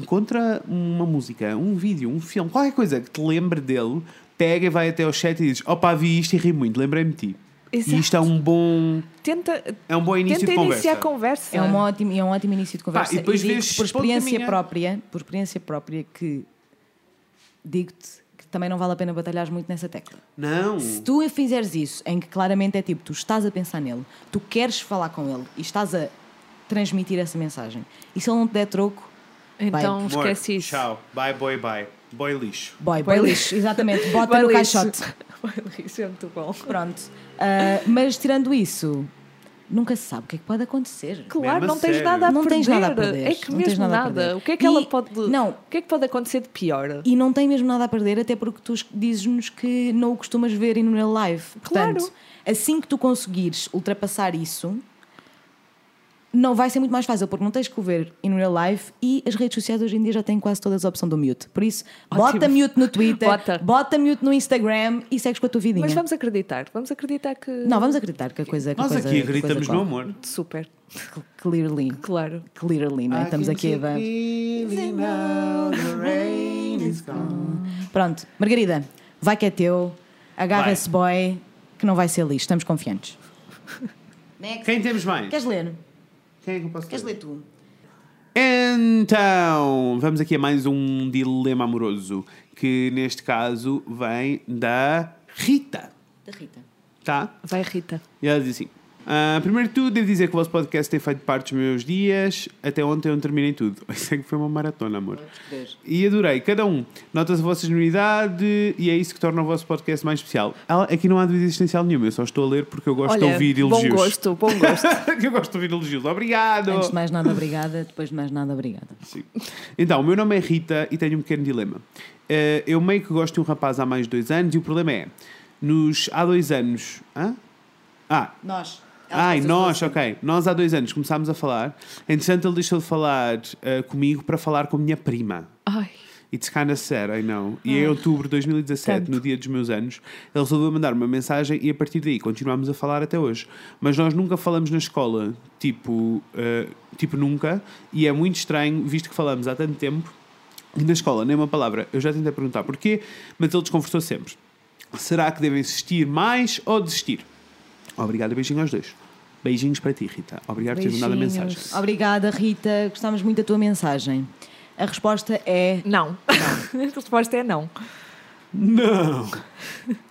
[SPEAKER 2] encontra uma música, um vídeo, um filme, qualquer coisa que te lembre dele, pega e vai até ao chat e diz: Opa, vi isto e ri muito, lembrei-me de ti. E isto é um bom,
[SPEAKER 3] Tenta,
[SPEAKER 2] é um bom início
[SPEAKER 3] tenta
[SPEAKER 2] de conversa.
[SPEAKER 3] iniciar a conversa.
[SPEAKER 1] É um ótimo, é um ótimo início de conversa.
[SPEAKER 2] Pá, e depois
[SPEAKER 1] digo-te
[SPEAKER 2] vês
[SPEAKER 1] por
[SPEAKER 2] ponto e
[SPEAKER 1] experiência
[SPEAKER 2] minha.
[SPEAKER 1] própria, por experiência própria que digo-te que também não vale a pena batalhares muito nessa tecla.
[SPEAKER 2] Não.
[SPEAKER 1] Se tu fizeres isso, em que claramente é tipo, tu estás a pensar nele, tu queres falar com ele e estás a transmitir essa mensagem, e se ele não te der troco,
[SPEAKER 3] Então
[SPEAKER 1] Bem,
[SPEAKER 2] Amor,
[SPEAKER 3] esquece isso.
[SPEAKER 2] Tchau. Bye, boy, bye. Boy lixo.
[SPEAKER 1] boy, boy
[SPEAKER 3] Boy
[SPEAKER 1] lixo, exatamente, bota
[SPEAKER 3] Vai
[SPEAKER 1] no
[SPEAKER 3] lixo.
[SPEAKER 1] caixote.
[SPEAKER 3] Vai lixo, é muito bom.
[SPEAKER 1] Pronto. Ah, mas tirando isso, nunca se sabe o que é que pode acontecer.
[SPEAKER 3] Claro,
[SPEAKER 2] Mesmo
[SPEAKER 3] não
[SPEAKER 2] a
[SPEAKER 3] tens
[SPEAKER 2] sério.
[SPEAKER 3] nada a
[SPEAKER 1] Não
[SPEAKER 3] perder.
[SPEAKER 1] tens nada a perder,
[SPEAKER 3] É que
[SPEAKER 1] não tens
[SPEAKER 3] mesmo
[SPEAKER 1] nada a
[SPEAKER 3] nada.
[SPEAKER 1] perder.
[SPEAKER 3] O que é que ela
[SPEAKER 1] E-
[SPEAKER 3] pode.
[SPEAKER 1] não.
[SPEAKER 3] O que é que pode acontecer de pior?
[SPEAKER 1] E não tem mesmo nada a perder, até porque tu es- dizes-nos que não o costumas ver em real live. Portanto,
[SPEAKER 3] Claro.
[SPEAKER 1] assim que tu conseguires ultrapassar isso, não vai ser muito mais fácil, porque não tens que o ver em real life e as redes sociais hoje em dia já têm quase todas a opção do mute. Por isso,
[SPEAKER 3] Ótimo.
[SPEAKER 1] bota mute no Twitter,
[SPEAKER 3] Bota.
[SPEAKER 1] bota. mute no Instagram e segues com a tua vidinha.
[SPEAKER 3] Mas vamos acreditar. Vamos acreditar que.
[SPEAKER 1] Não, vamos acreditar que a coisa que a
[SPEAKER 2] Nós
[SPEAKER 1] coisa-
[SPEAKER 2] aqui
[SPEAKER 1] que a coisa
[SPEAKER 2] gritamos no
[SPEAKER 1] cola.
[SPEAKER 2] amor.
[SPEAKER 3] Super.
[SPEAKER 1] Cl- Clearly.
[SPEAKER 3] Claro.
[SPEAKER 1] Clearly,
[SPEAKER 3] Ah,
[SPEAKER 1] não é? Estamos aqui a. dar- é Pronto, Margarida, vai que é teu, agarra
[SPEAKER 2] Vai.
[SPEAKER 1] esse boy, que não vai ser lixo, estamos confiantes.
[SPEAKER 2] Quem temos mais?
[SPEAKER 1] Queres ler?
[SPEAKER 2] Quem é que eu posso
[SPEAKER 1] Queres
[SPEAKER 2] ler?
[SPEAKER 1] ler tu?
[SPEAKER 2] Então, vamos aqui a mais um dilema amoroso, que neste caso vem da Rita,
[SPEAKER 1] Da Rita.
[SPEAKER 2] tá?
[SPEAKER 3] Vai, Rita.
[SPEAKER 2] E ela diz assim: "Ah, Primeiro de tudo, devo dizer que o vosso podcast tem feito parte dos meus dias. Até ontem eu não terminei tudo. Isso é que foi uma maratona, amor. E adorei, cada um. Nota-se a vossa genuidade e é isso que torna o vosso podcast mais especial. Ah, Aqui não há dúvida existencial nenhuma, eu só estou a ler porque eu gosto
[SPEAKER 3] Olha,
[SPEAKER 2] de ouvir elogios.
[SPEAKER 3] bom gosto, bom gosto.
[SPEAKER 2] eu gosto de ouvir elogios. Obrigado!
[SPEAKER 1] Antes de mais nada, obrigada. Depois de mais nada, obrigada.
[SPEAKER 2] Sim. Então, o meu nome é Rita e tenho um pequeno dilema. Eh, eu meio que gosto de um rapaz há mais de dois anos e o problema é, nos há dois anos. Hã? Ah,
[SPEAKER 1] Nós.
[SPEAKER 2] Ai, nós, ok. Nós há dois anos começámos a falar. Entretanto, ele deixou de falar eh, comigo para falar com a minha prima.
[SPEAKER 3] Ai.
[SPEAKER 2] It's kinda sad, I know. E em outubro de 2017,
[SPEAKER 3] Tanto.
[SPEAKER 2] no dia dos meus anos, ele resolveu mandar uma mensagem e a partir daí continuámos a falar até hoje. Mas nós nunca falamos na escola, tipo, eh, tipo nunca, e é muito estranho, visto que falamos há tanto tempo, e na escola, nem uma palavra. Eu já tentei perguntar porquê, mas ele desconversou sempre. Será que devem insistir mais ou desistir? Obrigado, beijinho aos dois. Beijinhos para ti, Rita. Obrigado por teres mandado a mensagem.
[SPEAKER 3] Beijinhos.
[SPEAKER 1] Obrigada, Rita. Gostámos muito da tua mensagem. A resposta é.
[SPEAKER 3] Não. A resposta é não.
[SPEAKER 2] Não!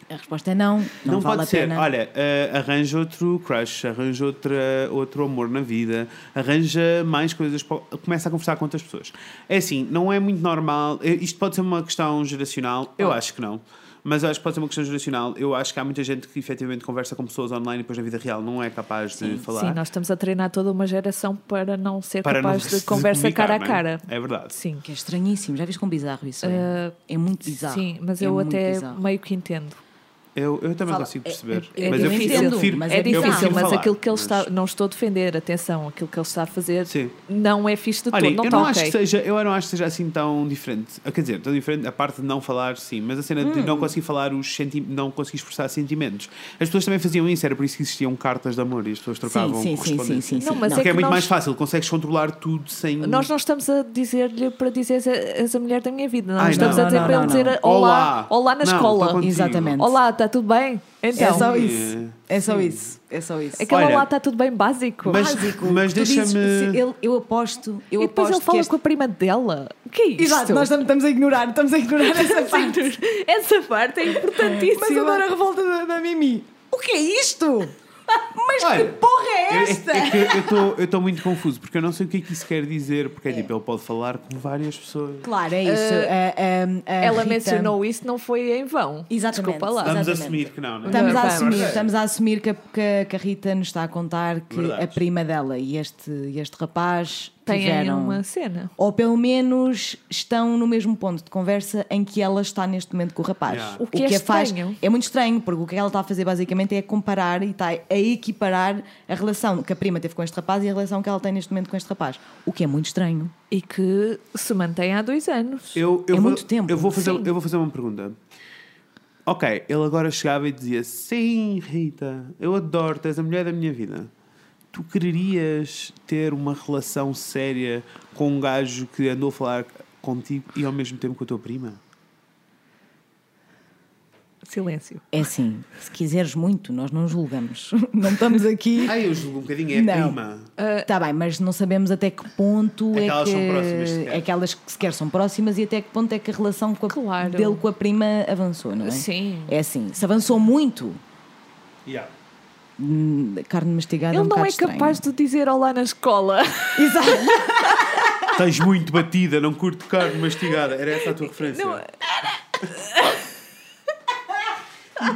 [SPEAKER 1] A resposta é não. Não,
[SPEAKER 2] Não,
[SPEAKER 1] vale
[SPEAKER 2] pode
[SPEAKER 1] a
[SPEAKER 2] ser.
[SPEAKER 1] pena.
[SPEAKER 2] Olha, eh, arranja outro crush, arranja outra, outro amor na vida, arranja mais coisas, po- começa a conversar com outras pessoas. É assim, não é muito normal. eh, Isto pode ser uma questão geracional, eu acho que não. Mas eu acho que pode ser uma questão geracional. Eu acho que há muita gente que efetivamente conversa com pessoas online e depois na vida real não é capaz de falar.
[SPEAKER 3] Sim, nós estamos a treinar toda uma geração para não ser
[SPEAKER 2] para não
[SPEAKER 3] capaz
[SPEAKER 2] se
[SPEAKER 3] de conversa cara a
[SPEAKER 2] comunicar, não é?
[SPEAKER 3] cara.
[SPEAKER 2] É verdade.
[SPEAKER 3] Sim.
[SPEAKER 1] Que é estranhíssimo. Já viste quão bizarro isso é?
[SPEAKER 3] Ah,
[SPEAKER 1] é muito bizarro.
[SPEAKER 3] Sim, mas
[SPEAKER 1] É
[SPEAKER 3] eu
[SPEAKER 1] muito
[SPEAKER 3] até
[SPEAKER 1] bizarro.
[SPEAKER 3] meio que entendo.
[SPEAKER 2] Eu, eu também
[SPEAKER 1] Fala,
[SPEAKER 2] consigo
[SPEAKER 1] é-
[SPEAKER 2] perceber.
[SPEAKER 1] é- é
[SPEAKER 2] mas eu
[SPEAKER 1] difícil,
[SPEAKER 2] prefiro- eu prefiro-
[SPEAKER 1] mas
[SPEAKER 3] é
[SPEAKER 1] é
[SPEAKER 2] eu prefiro
[SPEAKER 3] difícil, mas
[SPEAKER 2] falar,
[SPEAKER 3] aquilo que ele
[SPEAKER 2] mas-
[SPEAKER 3] está. Não estou a defender, atenção, aquilo que ele está a fazer
[SPEAKER 2] Sim.
[SPEAKER 3] não é fixe de todo,
[SPEAKER 2] Olha,
[SPEAKER 3] não
[SPEAKER 2] eu
[SPEAKER 1] tá
[SPEAKER 3] está
[SPEAKER 2] não
[SPEAKER 3] ok.
[SPEAKER 2] acho que seja, eu não acho que seja assim tão diferente. Ah, Quer dizer, tão diferente a parte de não falar, sim, mas a cena de
[SPEAKER 1] Hum.
[SPEAKER 2] não conseguir falar os senti não conseguir expressar sentimentos. As pessoas também faziam isso, era por isso que existiam cartas de amor e as pessoas trocavam
[SPEAKER 1] sim, sim,
[SPEAKER 2] correspondência.
[SPEAKER 1] sim, sim,
[SPEAKER 3] Não,
[SPEAKER 1] sim.
[SPEAKER 3] mas
[SPEAKER 2] Porque é,
[SPEAKER 3] que
[SPEAKER 2] muito
[SPEAKER 3] nós-
[SPEAKER 2] mais fácil, consegues controlar tudo sem
[SPEAKER 3] Nós não estamos a dizer-lhe para dizer és a mulher da minha vida, não
[SPEAKER 2] Ai,
[SPEAKER 3] estamos
[SPEAKER 1] não.
[SPEAKER 3] a dizer
[SPEAKER 1] Não,
[SPEAKER 3] para
[SPEAKER 1] não,
[SPEAKER 3] ele dizer
[SPEAKER 1] não.
[SPEAKER 3] olá, olá na
[SPEAKER 2] Não, estou
[SPEAKER 3] escola.
[SPEAKER 2] contigo.
[SPEAKER 1] Exatamente.
[SPEAKER 3] Olá, está tudo bem? Então,
[SPEAKER 1] É só
[SPEAKER 2] Sim.
[SPEAKER 1] isso. É só isso. É só isso.
[SPEAKER 3] aquele
[SPEAKER 2] Olha,
[SPEAKER 3] olá está tudo bem básico.
[SPEAKER 2] mas-
[SPEAKER 1] básico.
[SPEAKER 2] mas
[SPEAKER 1] Tu dizes-
[SPEAKER 2] deixa-me-
[SPEAKER 1] se ele- Eu aposto. Eu
[SPEAKER 3] e depois
[SPEAKER 1] aposto
[SPEAKER 3] ele fala
[SPEAKER 1] que este... tipo
[SPEAKER 3] com a prima dela. O que é isto?
[SPEAKER 1] Exato, nós tam- estamos a ignorar, estamos a ignorar essa parte.
[SPEAKER 3] Essa parte é importantíssima. É
[SPEAKER 1] Mas adoro a revolta da, da Mimi. O que é isto? Mas
[SPEAKER 2] Olha,
[SPEAKER 1] que porra é
[SPEAKER 2] É-
[SPEAKER 1] esta?
[SPEAKER 2] É, é que eu- eu estou muito confuso, porque eu não sei o que é que isso quer dizer, porque é, tipo, ele pode falar com várias pessoas.
[SPEAKER 1] Claro, é isso. A- a- a
[SPEAKER 3] Ela
[SPEAKER 1] Rita-
[SPEAKER 3] mencionou isso, não foi em vão.
[SPEAKER 1] Exatamente.
[SPEAKER 3] Desculpa lá.
[SPEAKER 2] Vamos
[SPEAKER 1] Exatamente.
[SPEAKER 2] assumir que não, não é?
[SPEAKER 1] Estamos a
[SPEAKER 3] Vamos.
[SPEAKER 1] assumir, estamos a assumir que, a- que a- que a Rita nos está a contar que
[SPEAKER 2] Verdade.
[SPEAKER 1] a prima dela e este, e este rapaz
[SPEAKER 3] Tem aí
[SPEAKER 1] tiveram.
[SPEAKER 3] uma cena.
[SPEAKER 1] Ou pelo menos estão no mesmo ponto de conversa em que ela está neste momento com o rapaz.
[SPEAKER 2] Yeah.
[SPEAKER 3] O que é
[SPEAKER 1] a faz
[SPEAKER 3] estranho.
[SPEAKER 1] é muito estranho, porque o que ela está a fazer basicamente é comparar e está a equiparar a relação que a prima teve com este rapaz e a relação que ela tem neste momento com este rapaz. O que é muito estranho.
[SPEAKER 3] E que se mantém há dois anos.
[SPEAKER 2] Eu, eu
[SPEAKER 1] É
[SPEAKER 2] vou,
[SPEAKER 1] muito tempo.
[SPEAKER 2] Eu vou, fazer,
[SPEAKER 3] Sim.
[SPEAKER 2] eu vou fazer uma pergunta. Ok, ele agora chegava e dizia: Sim, Rita, eu adoro-te, és a mulher da minha vida. Tu quererias ter uma relação séria com um gajo que andou a falar contigo e ao mesmo tempo com a tua prima?
[SPEAKER 3] Silêncio.
[SPEAKER 1] É assim, se quiseres muito, nós não julgamos. Não estamos aqui.
[SPEAKER 3] Ah,
[SPEAKER 2] Ai, eu julgo um bocadinho, é
[SPEAKER 1] Não.
[SPEAKER 2] prima.
[SPEAKER 1] Está bem, mas não sabemos até que ponto
[SPEAKER 2] É que
[SPEAKER 1] é,
[SPEAKER 2] elas
[SPEAKER 1] que,
[SPEAKER 2] são próximas, sequer.
[SPEAKER 1] é que elas que sequer são próximas e até que ponto é que a relação com a,
[SPEAKER 3] Claro.
[SPEAKER 1] dele com a prima avançou, não é?
[SPEAKER 3] Sim.
[SPEAKER 1] É assim, se avançou muito,
[SPEAKER 2] Yeah.
[SPEAKER 1] hum, carne mastigada é um
[SPEAKER 3] Ele não
[SPEAKER 1] bocado
[SPEAKER 3] é
[SPEAKER 1] estranho.
[SPEAKER 3] capaz de dizer olá na escola.
[SPEAKER 1] Exato.
[SPEAKER 2] Estás muito batida, não curto carne mastigada. Era essa a tua referência?
[SPEAKER 3] Não.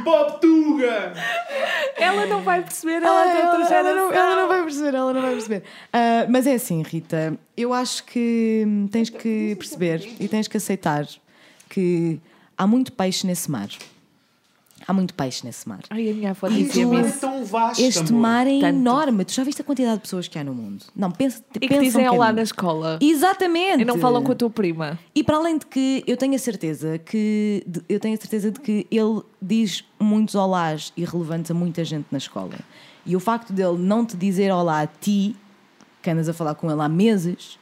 [SPEAKER 2] Bob Tuga!
[SPEAKER 3] Ela não vai perceber, ela
[SPEAKER 1] Ah,
[SPEAKER 3] tem outra
[SPEAKER 1] ela, ela
[SPEAKER 3] geração.
[SPEAKER 1] não, ela não vai perceber, ela não vai perceber. Ah, mas é assim, Rita, eu acho que hum, tens que perceber e tens que aceitar que há muito peixe nesse mar. Há muito peixe nesse mar.
[SPEAKER 3] Ai, a minha avó
[SPEAKER 2] Este mar
[SPEAKER 3] dizia-me
[SPEAKER 2] é
[SPEAKER 3] isso.
[SPEAKER 2] tão vasto,
[SPEAKER 1] Este
[SPEAKER 2] amor.
[SPEAKER 1] mar é
[SPEAKER 3] Tanto.
[SPEAKER 1] enorme. Tu já viste a quantidade de pessoas que há no mundo? Não, pensa,
[SPEAKER 3] E que
[SPEAKER 1] pensa
[SPEAKER 3] dizem
[SPEAKER 1] um
[SPEAKER 3] olá
[SPEAKER 1] bocadinho.
[SPEAKER 3] na escola.
[SPEAKER 1] Exatamente.
[SPEAKER 3] E não falam com a tua prima.
[SPEAKER 1] E para além de que eu tenho a certeza que de- eu tenho a certeza de que ele diz muitos olás irrelevantes a muita gente na escola. E o facto dele não te dizer olá a ti, que andas a falar com ele há meses,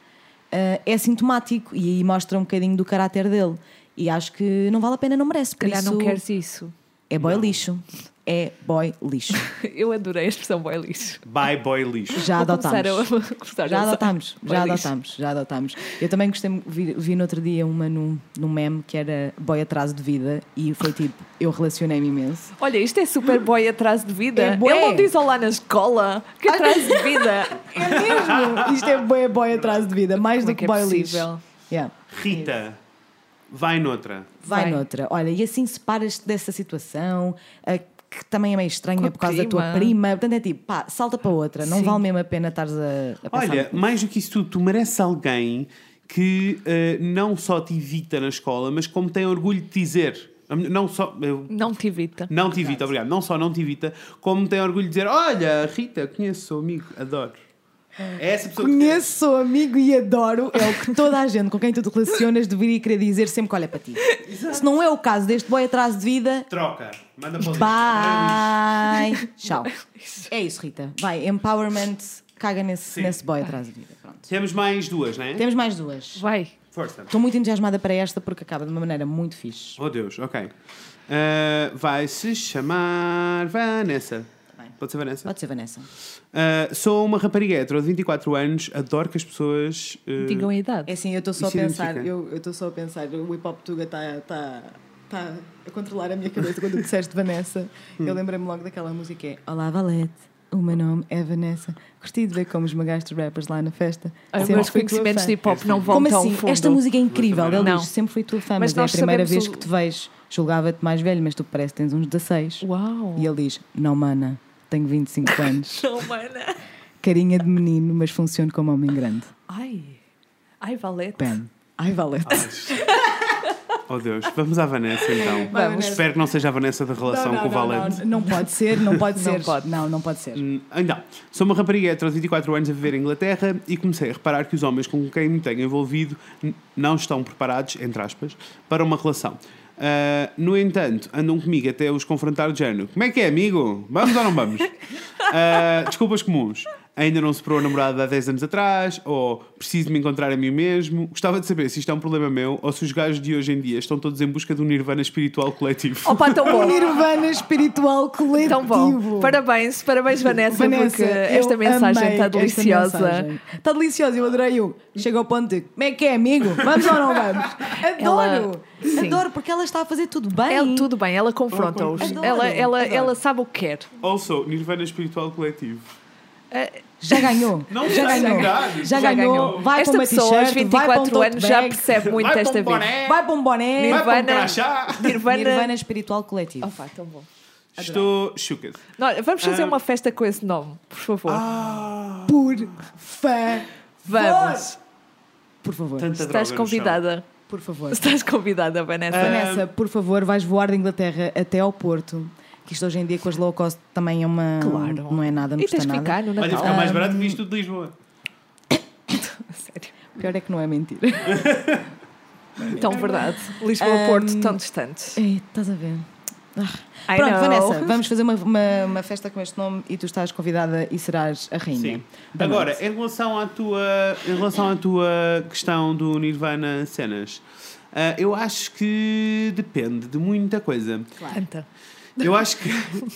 [SPEAKER 1] ah, é sintomático e aí mostra um bocadinho do caráter dele. E acho que não vale a pena, não merece. Por
[SPEAKER 3] Calhar
[SPEAKER 1] isso
[SPEAKER 3] não queres isso.
[SPEAKER 1] é boy lixo. É boy lixo.
[SPEAKER 3] Eu adorei a expressão boy lixo.
[SPEAKER 2] Bye, boy lixo.
[SPEAKER 1] Já
[SPEAKER 3] Vou
[SPEAKER 1] adotámos.
[SPEAKER 3] começar a- vou começar a
[SPEAKER 1] Já
[SPEAKER 3] usar.
[SPEAKER 1] adotámos,
[SPEAKER 3] Boy
[SPEAKER 1] já
[SPEAKER 3] lixo.
[SPEAKER 1] adotámos, já adotámos. Eu também gostei, vi, vi no outro dia uma num, num meme que era boy atraso de vida e foi tipo, eu relacionei-me imenso.
[SPEAKER 3] Olha, isto é super boy atraso de vida.
[SPEAKER 1] É bué.
[SPEAKER 3] Ele não diz olá na escola. Que atraso de vida.
[SPEAKER 1] É mesmo? Isto é boy, boy atraso de vida, mais
[SPEAKER 3] Como é
[SPEAKER 1] do que,
[SPEAKER 3] que é
[SPEAKER 1] boy
[SPEAKER 3] possível?
[SPEAKER 1] lixo. Yeah.
[SPEAKER 2] Rita, vai noutra.
[SPEAKER 1] Vai,
[SPEAKER 3] Vai.
[SPEAKER 1] noutra. Olha, e assim separas-te dessa situação, ah, que também é meio
[SPEAKER 3] Com
[SPEAKER 1] estranha
[SPEAKER 3] a
[SPEAKER 1] por causa da tua
[SPEAKER 3] prima.
[SPEAKER 1] prima. Portanto, é tipo, pá, salta para outra, não
[SPEAKER 3] Sim.
[SPEAKER 1] vale mesmo a pena estares a, a passar.
[SPEAKER 2] Olha, mais do que isso tudo, tu mereces alguém que eh, não só te evita na escola, mas como tem orgulho de dizer. Não só. eu-
[SPEAKER 3] Não te evita.
[SPEAKER 2] não te evita, obrigado. Não só não te evita, como tem orgulho de dizer: Olha, Rita, conheço, sou amigo, adoro. É essa pessoa que.
[SPEAKER 1] Conheço, sou amigo e adoro. É o que toda a gente com quem tu te relacionas deveria querer dizer sempre que olha para ti. Se não é o caso deste boy atraso de vida,
[SPEAKER 2] Troca, manda para o lixo.
[SPEAKER 1] bye. Tchau. É isso, Rita. Vai, empowerment, caga nesse, nesse boy atraso de vida. Pronto.
[SPEAKER 2] Temos mais duas, não é?
[SPEAKER 1] Temos mais duas.
[SPEAKER 3] Vai.
[SPEAKER 2] Força.
[SPEAKER 1] Estou muito entusiasmada para esta porque acaba de uma maneira muito fixe.
[SPEAKER 2] Oh Deus, ok. Ah, vai se chamar Vanessa.
[SPEAKER 1] Bem.
[SPEAKER 2] Pode ser Vanessa?
[SPEAKER 1] Pode ser, Vanessa.
[SPEAKER 2] Ah, sou uma rapariga hetero de 24 anos, adoro que as pessoas. ah,
[SPEAKER 3] Digam a idade.
[SPEAKER 1] É assim, eu estou só a
[SPEAKER 2] Isso
[SPEAKER 1] pensar,
[SPEAKER 2] identifica.
[SPEAKER 1] eu eu estou só a pensar, o hip hop Tuga está tá, tá a controlar a minha cabeça quando tu disseste Vanessa.
[SPEAKER 3] Hum.
[SPEAKER 1] Eu lembrei-me logo daquela música que é Olá Valete, o meu nome é Vanessa. Gostei de ver como esmagaste os rappers lá na festa.
[SPEAKER 3] Ai,
[SPEAKER 1] Sempre
[SPEAKER 3] meus
[SPEAKER 1] fui tua
[SPEAKER 3] conhecimentos
[SPEAKER 1] fã.
[SPEAKER 3] de hip hop não vão
[SPEAKER 1] Como
[SPEAKER 3] tão
[SPEAKER 1] assim?
[SPEAKER 3] fundo.
[SPEAKER 1] Esta música é incrível, ele
[SPEAKER 3] Não.
[SPEAKER 1] diz, sempre fui tua fã,
[SPEAKER 3] Mas
[SPEAKER 1] mas, é a
[SPEAKER 3] nós
[SPEAKER 1] primeira
[SPEAKER 3] sabemos
[SPEAKER 1] vez
[SPEAKER 3] o-
[SPEAKER 1] que te vejo. Julgava-te mais velho, mas tu parece que tens uns 16.
[SPEAKER 3] Uau.
[SPEAKER 1] E ele diz, não mana, tenho 25 anos.
[SPEAKER 3] Não, mana.
[SPEAKER 1] Carinha de menino, mas funciono como homem grande.
[SPEAKER 3] Ai. Ai, Valete.
[SPEAKER 1] Pen. Ai, Valete.
[SPEAKER 2] Oh Deus, vamos à Vanessa então.
[SPEAKER 1] Vai, Vanessa.
[SPEAKER 2] Espero que não seja a Vanessa da relação com o Valente.
[SPEAKER 1] Não, não pode ser, não pode
[SPEAKER 3] Não
[SPEAKER 1] ser.
[SPEAKER 3] pode.
[SPEAKER 1] Não, não pode ser.
[SPEAKER 2] Hum, Então, sou uma rapariga hetero de 24 anos a viver em Inglaterra e comecei a reparar que os homens com quem me tenho envolvido n- não estão preparados, entre aspas, para uma relação. Ah, no entanto, andam comigo até os confrontar de género. Como é que é, amigo? Vamos ou não vamos? Ah, desculpas comuns. Ainda não superou a namorada há 10 anos atrás, ou preciso de me encontrar a mim mesmo. Gostava de saber se isto é um problema meu ou se os gajos de hoje em dia estão todos em busca de um nirvana espiritual coletivo.
[SPEAKER 3] Opa, tão
[SPEAKER 1] O
[SPEAKER 3] bom.
[SPEAKER 1] Nirvana espiritual coletivo.
[SPEAKER 3] Tão bom. Então Parabéns, parabéns, Vanessa, porque
[SPEAKER 1] Tipo.
[SPEAKER 3] esta
[SPEAKER 1] eu
[SPEAKER 3] mensagem
[SPEAKER 1] amei
[SPEAKER 3] está
[SPEAKER 1] esta
[SPEAKER 3] deliciosa.
[SPEAKER 1] mensagem. Está deliciosa, eu adorei. o Chega ao ponto de como é que é, amigo? Vamos ou não vamos? Adoro!
[SPEAKER 3] Ela- sim.
[SPEAKER 1] Adoro, porque ela está a fazer tudo bem.
[SPEAKER 3] Ela, tudo bem, ela confronta-os.
[SPEAKER 1] Adoro,
[SPEAKER 3] Ela, ela,
[SPEAKER 1] adoro.
[SPEAKER 3] ela sabe o que quer.
[SPEAKER 1] Oh.
[SPEAKER 2] Also, nirvana espiritual coletivo.
[SPEAKER 1] Já ganhou.
[SPEAKER 2] Não
[SPEAKER 1] já
[SPEAKER 2] sei,
[SPEAKER 1] ganhou.
[SPEAKER 2] já
[SPEAKER 1] Já
[SPEAKER 3] ganhou.
[SPEAKER 1] ganhou. Vai
[SPEAKER 3] Esta
[SPEAKER 1] para uma
[SPEAKER 3] pessoa, aos
[SPEAKER 1] t-shirt, vai para um
[SPEAKER 3] 24
[SPEAKER 1] tote
[SPEAKER 3] anos, já
[SPEAKER 1] bag,
[SPEAKER 3] percebe muito
[SPEAKER 2] Vai para
[SPEAKER 3] esta
[SPEAKER 2] um
[SPEAKER 3] vida.
[SPEAKER 2] boné.
[SPEAKER 1] Vai para um boné.
[SPEAKER 2] Vai para um
[SPEAKER 3] Nirvana-
[SPEAKER 2] crachá.
[SPEAKER 3] Nirvana.
[SPEAKER 1] Nirvana espiritual coletivo.
[SPEAKER 3] Opa, tão bom.
[SPEAKER 2] Estou chocado.
[SPEAKER 3] Nós- vamos fazer
[SPEAKER 2] Ah.
[SPEAKER 3] uma festa com esse nome, por favor.
[SPEAKER 1] Por favor.
[SPEAKER 3] vamos.
[SPEAKER 1] Por favor.
[SPEAKER 3] Estás convidada.
[SPEAKER 1] Por favor.
[SPEAKER 3] Estás convidada,
[SPEAKER 2] Ah.
[SPEAKER 3] Vanessa.
[SPEAKER 1] Vanessa, por favor, vais voar da Inglaterra até ao Porto. Que isto hoje em dia com as low cost também é uma.
[SPEAKER 3] Claro.
[SPEAKER 1] Não é nada, não
[SPEAKER 3] e
[SPEAKER 1] custa
[SPEAKER 3] tens de
[SPEAKER 1] nada.
[SPEAKER 3] ficar no
[SPEAKER 2] Olha,
[SPEAKER 3] Natal.
[SPEAKER 2] fica mais barato que isto de Lisboa.
[SPEAKER 3] Sério.
[SPEAKER 1] Pior é que não é mentira.
[SPEAKER 3] Tão verdade.
[SPEAKER 1] Ah,
[SPEAKER 3] Lisboa-Porto, tão distantes.
[SPEAKER 1] Ei, É, estás a ver? Ah.
[SPEAKER 3] I
[SPEAKER 1] Pronto,
[SPEAKER 3] know.
[SPEAKER 1] Vanessa, vamos fazer uma, uma- uma festa com este nome e tu estás convidada e serás a rainha.
[SPEAKER 2] Sim.
[SPEAKER 1] da
[SPEAKER 2] Agora,
[SPEAKER 1] noite.
[SPEAKER 2] em relação à tua, em relação à tua questão do Nirvana Cenas, Ah, eu acho que depende de muita coisa.
[SPEAKER 3] Canta.
[SPEAKER 2] Eu acho que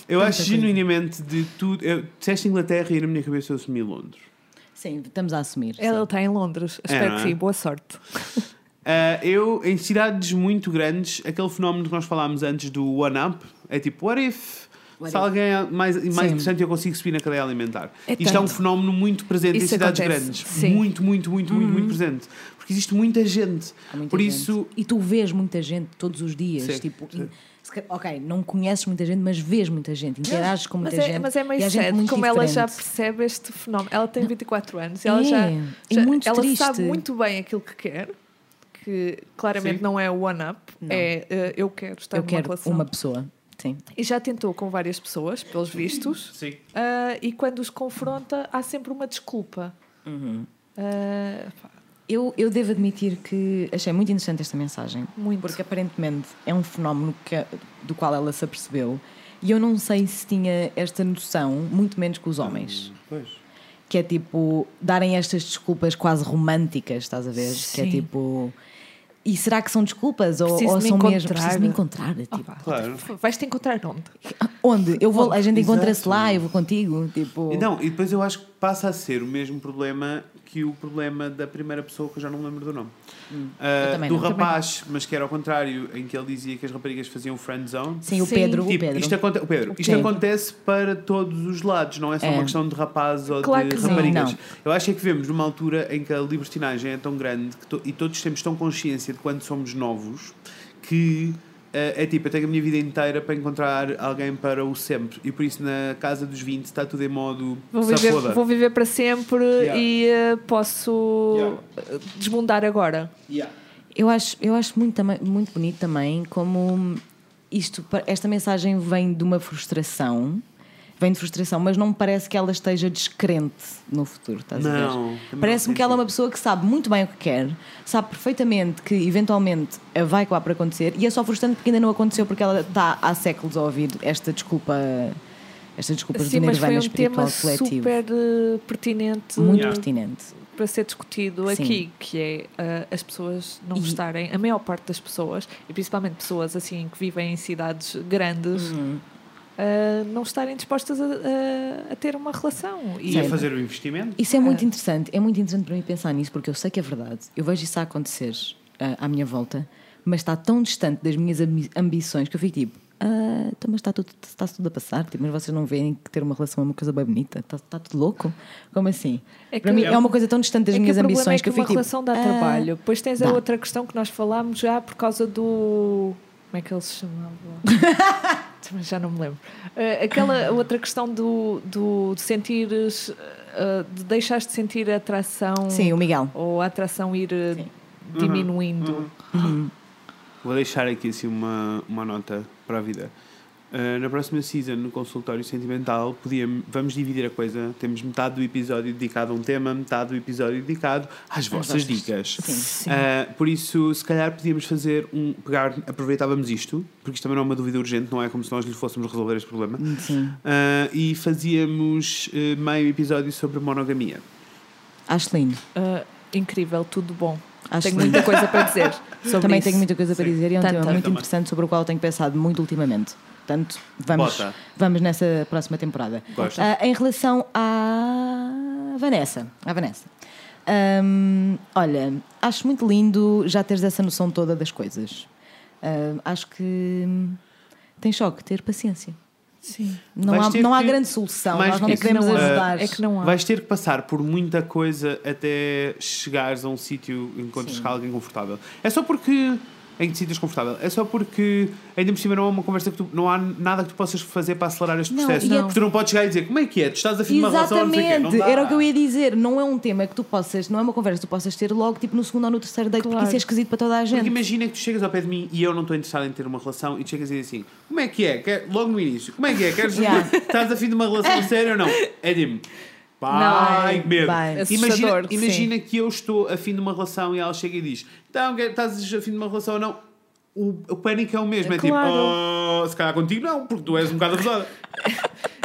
[SPEAKER 2] eu acho genuinamente de tudo. Eu, disseste Inglaterra e na minha cabeça eu assumi Londres.
[SPEAKER 1] Sim, estamos a assumir. sim.
[SPEAKER 3] Ela tá está em Londres. Espero
[SPEAKER 2] não
[SPEAKER 3] que
[SPEAKER 2] é?
[SPEAKER 3] sim. Boa sorte.
[SPEAKER 2] Ah, eu, em cidades muito grandes, aquele fenómeno que nós falámos antes do one-up é tipo, what if?
[SPEAKER 1] What if?
[SPEAKER 2] Se alguém é mais,
[SPEAKER 1] Sim.
[SPEAKER 2] mais interessante, eu consigo subir na cadeia alimentar.
[SPEAKER 3] É
[SPEAKER 2] Isto é um
[SPEAKER 3] tanto.
[SPEAKER 2] fenómeno muito presente em
[SPEAKER 3] Isso
[SPEAKER 2] cidades
[SPEAKER 3] acontece,
[SPEAKER 2] grandes.
[SPEAKER 3] sim.
[SPEAKER 2] Muito, muito, muito, muito, muito presente. Porque existe muita gente.
[SPEAKER 1] Uhum. Há muita
[SPEAKER 2] Por
[SPEAKER 1] gente.
[SPEAKER 2] isso,
[SPEAKER 1] E tu vês muita gente todos os dias.
[SPEAKER 2] Sim,
[SPEAKER 1] Tipo,
[SPEAKER 2] sim.
[SPEAKER 1] se ca- ok, não conheces muita gente, mas vês muita gente, interages com
[SPEAKER 3] Mas
[SPEAKER 1] muita
[SPEAKER 3] é,
[SPEAKER 1] gente.
[SPEAKER 3] mas é
[SPEAKER 1] e há
[SPEAKER 3] meio
[SPEAKER 1] gente
[SPEAKER 3] sad
[SPEAKER 1] muito
[SPEAKER 3] como ela já
[SPEAKER 1] diferente. Hum.
[SPEAKER 3] percebe este fenómeno. Ela tem 24 anos e ela
[SPEAKER 1] É,
[SPEAKER 3] já,
[SPEAKER 1] e
[SPEAKER 3] já-
[SPEAKER 1] muito
[SPEAKER 3] ela
[SPEAKER 1] triste.
[SPEAKER 3] sabe muito bem aquilo que quer, que claramente
[SPEAKER 2] Sim.
[SPEAKER 3] não é o one up,
[SPEAKER 1] Não.
[SPEAKER 3] é eh, eu quero estar
[SPEAKER 1] Eu
[SPEAKER 3] numa
[SPEAKER 1] quero
[SPEAKER 3] relação.
[SPEAKER 1] uma pessoa. Sim.
[SPEAKER 3] E já tentou com várias pessoas, pelos vistos,
[SPEAKER 2] sim.
[SPEAKER 3] ah, e quando os confronta há sempre uma desculpa. Ah, pá,
[SPEAKER 1] Eu, eu devo admitir que achei muito interessante esta mensagem.
[SPEAKER 3] Muito.
[SPEAKER 1] Porque aparentemente é um fenómeno que- do qual ela se apercebeu e eu não sei se tinha esta noção, muito menos com os homens.
[SPEAKER 2] Pois.
[SPEAKER 1] Que é tipo, darem estas desculpas quase românticas, estás a ver? Que é
[SPEAKER 3] Sim.
[SPEAKER 1] tipo. E será que são desculpas? Ou,
[SPEAKER 3] Preciso
[SPEAKER 1] ou
[SPEAKER 3] me
[SPEAKER 1] são mesmo.
[SPEAKER 3] encontrar.
[SPEAKER 1] Preciso me encontrar. Tipo,
[SPEAKER 2] Claro.
[SPEAKER 3] vais te encontrar onde?
[SPEAKER 1] onde? Eu vou, a gente
[SPEAKER 2] Exato.
[SPEAKER 1] encontra-se lá, eu vou contigo. Tipo,
[SPEAKER 2] Não, Então, e depois eu acho que passa a ser o mesmo problema que o problema da primeira pessoa que eu já não me lembro do nome. Ah,
[SPEAKER 1] Hum. eu também
[SPEAKER 2] do
[SPEAKER 1] não.
[SPEAKER 2] rapaz, mas que era ao contrário, em que ele dizia que as raparigas faziam friend zone.
[SPEAKER 1] Sim, o
[SPEAKER 3] Sim.
[SPEAKER 1] Pedro.
[SPEAKER 2] Tipo,
[SPEAKER 1] o Pedro.
[SPEAKER 2] Isto, aconte- o Pedro, isto
[SPEAKER 1] Pedro.
[SPEAKER 2] acontece para todos os lados, não é só
[SPEAKER 1] É.
[SPEAKER 2] uma questão de rapazes ou
[SPEAKER 3] Claro
[SPEAKER 2] de
[SPEAKER 3] que sim.
[SPEAKER 2] raparigas.
[SPEAKER 1] Não.
[SPEAKER 2] Eu acho é que vivemos numa altura em que a libertinagem é tão grande que to- e todos temos tão consciência de quando somos novos que eh, é tipo, eu tenho a minha vida inteira para encontrar alguém para o sempre. E por isso na casa dos 20 está tudo em modo
[SPEAKER 3] Vou viver,
[SPEAKER 2] safoda.
[SPEAKER 3] vou viver para sempre
[SPEAKER 2] é? Yeah.
[SPEAKER 3] e ah, posso
[SPEAKER 2] Yeah.
[SPEAKER 3] ah, desmundar agora.
[SPEAKER 2] Yeah.
[SPEAKER 1] Eu acho, eu acho muito, também- muito bonito também como isto, pa- esta mensagem vem de uma frustração, vem de frustração, mas não me parece que ela esteja descrente no futuro, estás a ver?
[SPEAKER 2] Não, também não
[SPEAKER 1] Parece-me que ela é
[SPEAKER 2] senti.
[SPEAKER 1] uma pessoa que sabe muito bem o que quer, sabe perfeitamente que eventualmente eh, vai acabar por acontecer e é só frustrante porque ainda não aconteceu porque ela está há séculos a ouvir esta desculpa, estas desculpas
[SPEAKER 3] Sim,
[SPEAKER 1] do
[SPEAKER 3] mas
[SPEAKER 1] Nirvana
[SPEAKER 3] foi um
[SPEAKER 1] espiritual
[SPEAKER 3] tema
[SPEAKER 1] coletivo.
[SPEAKER 3] super eh, pertinente
[SPEAKER 1] Muito
[SPEAKER 2] Yeah.
[SPEAKER 1] pertinente.
[SPEAKER 3] para ser discutido
[SPEAKER 1] Sim.
[SPEAKER 3] aqui, que é ah, as pessoas não
[SPEAKER 1] E-
[SPEAKER 3] estarem, a maior parte das pessoas, e principalmente pessoas assim que vivem em cidades grandes, ah, não estarem dispostas a, a- a ter uma relação. E
[SPEAKER 2] E a fazer o investimento?
[SPEAKER 1] Isso é muito interessante, é muito interessante para mim pensar nisso, porque eu sei que é verdade, eu vejo isso a acontecer ah, à minha volta, mas está tão distante das minhas ambi- ambições que eu fico tipo, ah, então, mas está tudo, está tudo a passar, tipo, mas vocês não veem que ter uma relação é uma coisa bem bonita, está, está tudo louco? Como assim?
[SPEAKER 3] É
[SPEAKER 1] para
[SPEAKER 3] que-
[SPEAKER 1] mim é uma coisa tão distante das
[SPEAKER 3] é
[SPEAKER 1] minhas
[SPEAKER 3] que o problema
[SPEAKER 1] ambições
[SPEAKER 3] é que,
[SPEAKER 1] eu fico
[SPEAKER 3] uma
[SPEAKER 1] tipo,
[SPEAKER 3] relação dá
[SPEAKER 1] ah,
[SPEAKER 3] trabalho. Depois tens a
[SPEAKER 1] dá.
[SPEAKER 3] outra questão que nós falámos já por causa do. Como é que ele se chamava? Também já não me lembro. Eh, aquela outra questão do, do de sentires. eh, de deixares de sentir atração.
[SPEAKER 1] Sim, o Miguel.
[SPEAKER 3] Ou a atração ir eh, diminuindo.
[SPEAKER 2] Vou deixar aqui assim uma, uma nota para a vida. Ah, na próxima season, no consultório sentimental, podíamos, vamos dividir a coisa. Temos metade do episódio dedicado a um tema, metade do episódio dedicado às
[SPEAKER 1] vossas-
[SPEAKER 2] vossas dicas.
[SPEAKER 1] Sim.
[SPEAKER 3] Sim.
[SPEAKER 2] Ah, por isso, se calhar podíamos fazer um. pegar, aproveitávamos isto, porque isto também não é uma dúvida urgente, não é como se nós lhe fôssemos resolver este problema.
[SPEAKER 1] Sim.
[SPEAKER 2] Ah, e fazíamos eh, meio episódio sobre monogamia.
[SPEAKER 1] Acho lindo.
[SPEAKER 3] Eh, incrível, tudo bom.
[SPEAKER 1] Acho
[SPEAKER 3] tenho
[SPEAKER 1] lindo.
[SPEAKER 3] muita coisa para dizer sobre
[SPEAKER 1] Também
[SPEAKER 3] isso.
[SPEAKER 1] tenho muita coisa para dizer e é um
[SPEAKER 3] Tanto.
[SPEAKER 1] tema muito
[SPEAKER 2] Também.
[SPEAKER 1] interessante sobre o qual eu tenho pensado muito ultimamente. Portanto, vamos,
[SPEAKER 2] Bota.
[SPEAKER 1] vamos nessa próxima temporada.
[SPEAKER 2] Gosto.
[SPEAKER 1] Ah, em relação à Vanessa. À Vanessa. Ahm, olha, acho muito lindo já teres essa noção toda das coisas. Ahm, acho que hum, tem só que ter paciência.
[SPEAKER 3] Sim.
[SPEAKER 1] Não,
[SPEAKER 2] Vais
[SPEAKER 1] há,
[SPEAKER 2] ter
[SPEAKER 1] não há
[SPEAKER 2] que-
[SPEAKER 1] grande solução,
[SPEAKER 2] Mais
[SPEAKER 1] nós não
[SPEAKER 2] que ah,
[SPEAKER 3] É
[SPEAKER 2] isso.
[SPEAKER 3] que não
[SPEAKER 1] podemos
[SPEAKER 3] há.
[SPEAKER 1] ajudar.
[SPEAKER 3] É que não há.
[SPEAKER 2] Vais ter que passar por muita coisa até chegares a um sítio em que encontres
[SPEAKER 1] Sim.
[SPEAKER 2] com alguém confortável. É só porque. Em que te sintas confortável. É só porque ainda por cima não há uma conversa que tu, não há nada que tu possas fazer para acelerar este
[SPEAKER 1] Não,
[SPEAKER 2] processo.
[SPEAKER 1] e é-
[SPEAKER 2] Porque tu não podes chegar e dizer como é que é? Tu estás a fim de uma relação ou não sei o quê?" Não
[SPEAKER 1] Exatamente,
[SPEAKER 2] dá.
[SPEAKER 1] era o que eu ia dizer. Não é um tema que tu possas, não é uma conversa que tu possas ter logo, tipo no segundo ou no terceiro date,
[SPEAKER 3] Claro.
[SPEAKER 1] porque isso é esquisito para toda a
[SPEAKER 2] Porque
[SPEAKER 1] gente.
[SPEAKER 2] imagina que tu chegas ao pé de mim e eu não estou interessado em ter uma relação e tu chegas e dizes assim, como é que é? Quer- Logo no início, como é que é? Queres
[SPEAKER 1] Yeah.
[SPEAKER 2] Estás a fim de uma relação séria ou não? É de Pai,
[SPEAKER 1] Não, é.
[SPEAKER 2] que medo.
[SPEAKER 1] bye.
[SPEAKER 2] Imagina,
[SPEAKER 3] Assustador,
[SPEAKER 2] imagina que eu estou a fim de uma relação e ela chega e diz: Então, quer- estás a fim de uma relação ou não? O, o pânico é o mesmo. É
[SPEAKER 3] Claro.
[SPEAKER 2] tipo, oh, se calhar contigo não, porque tu és um bocado abusada.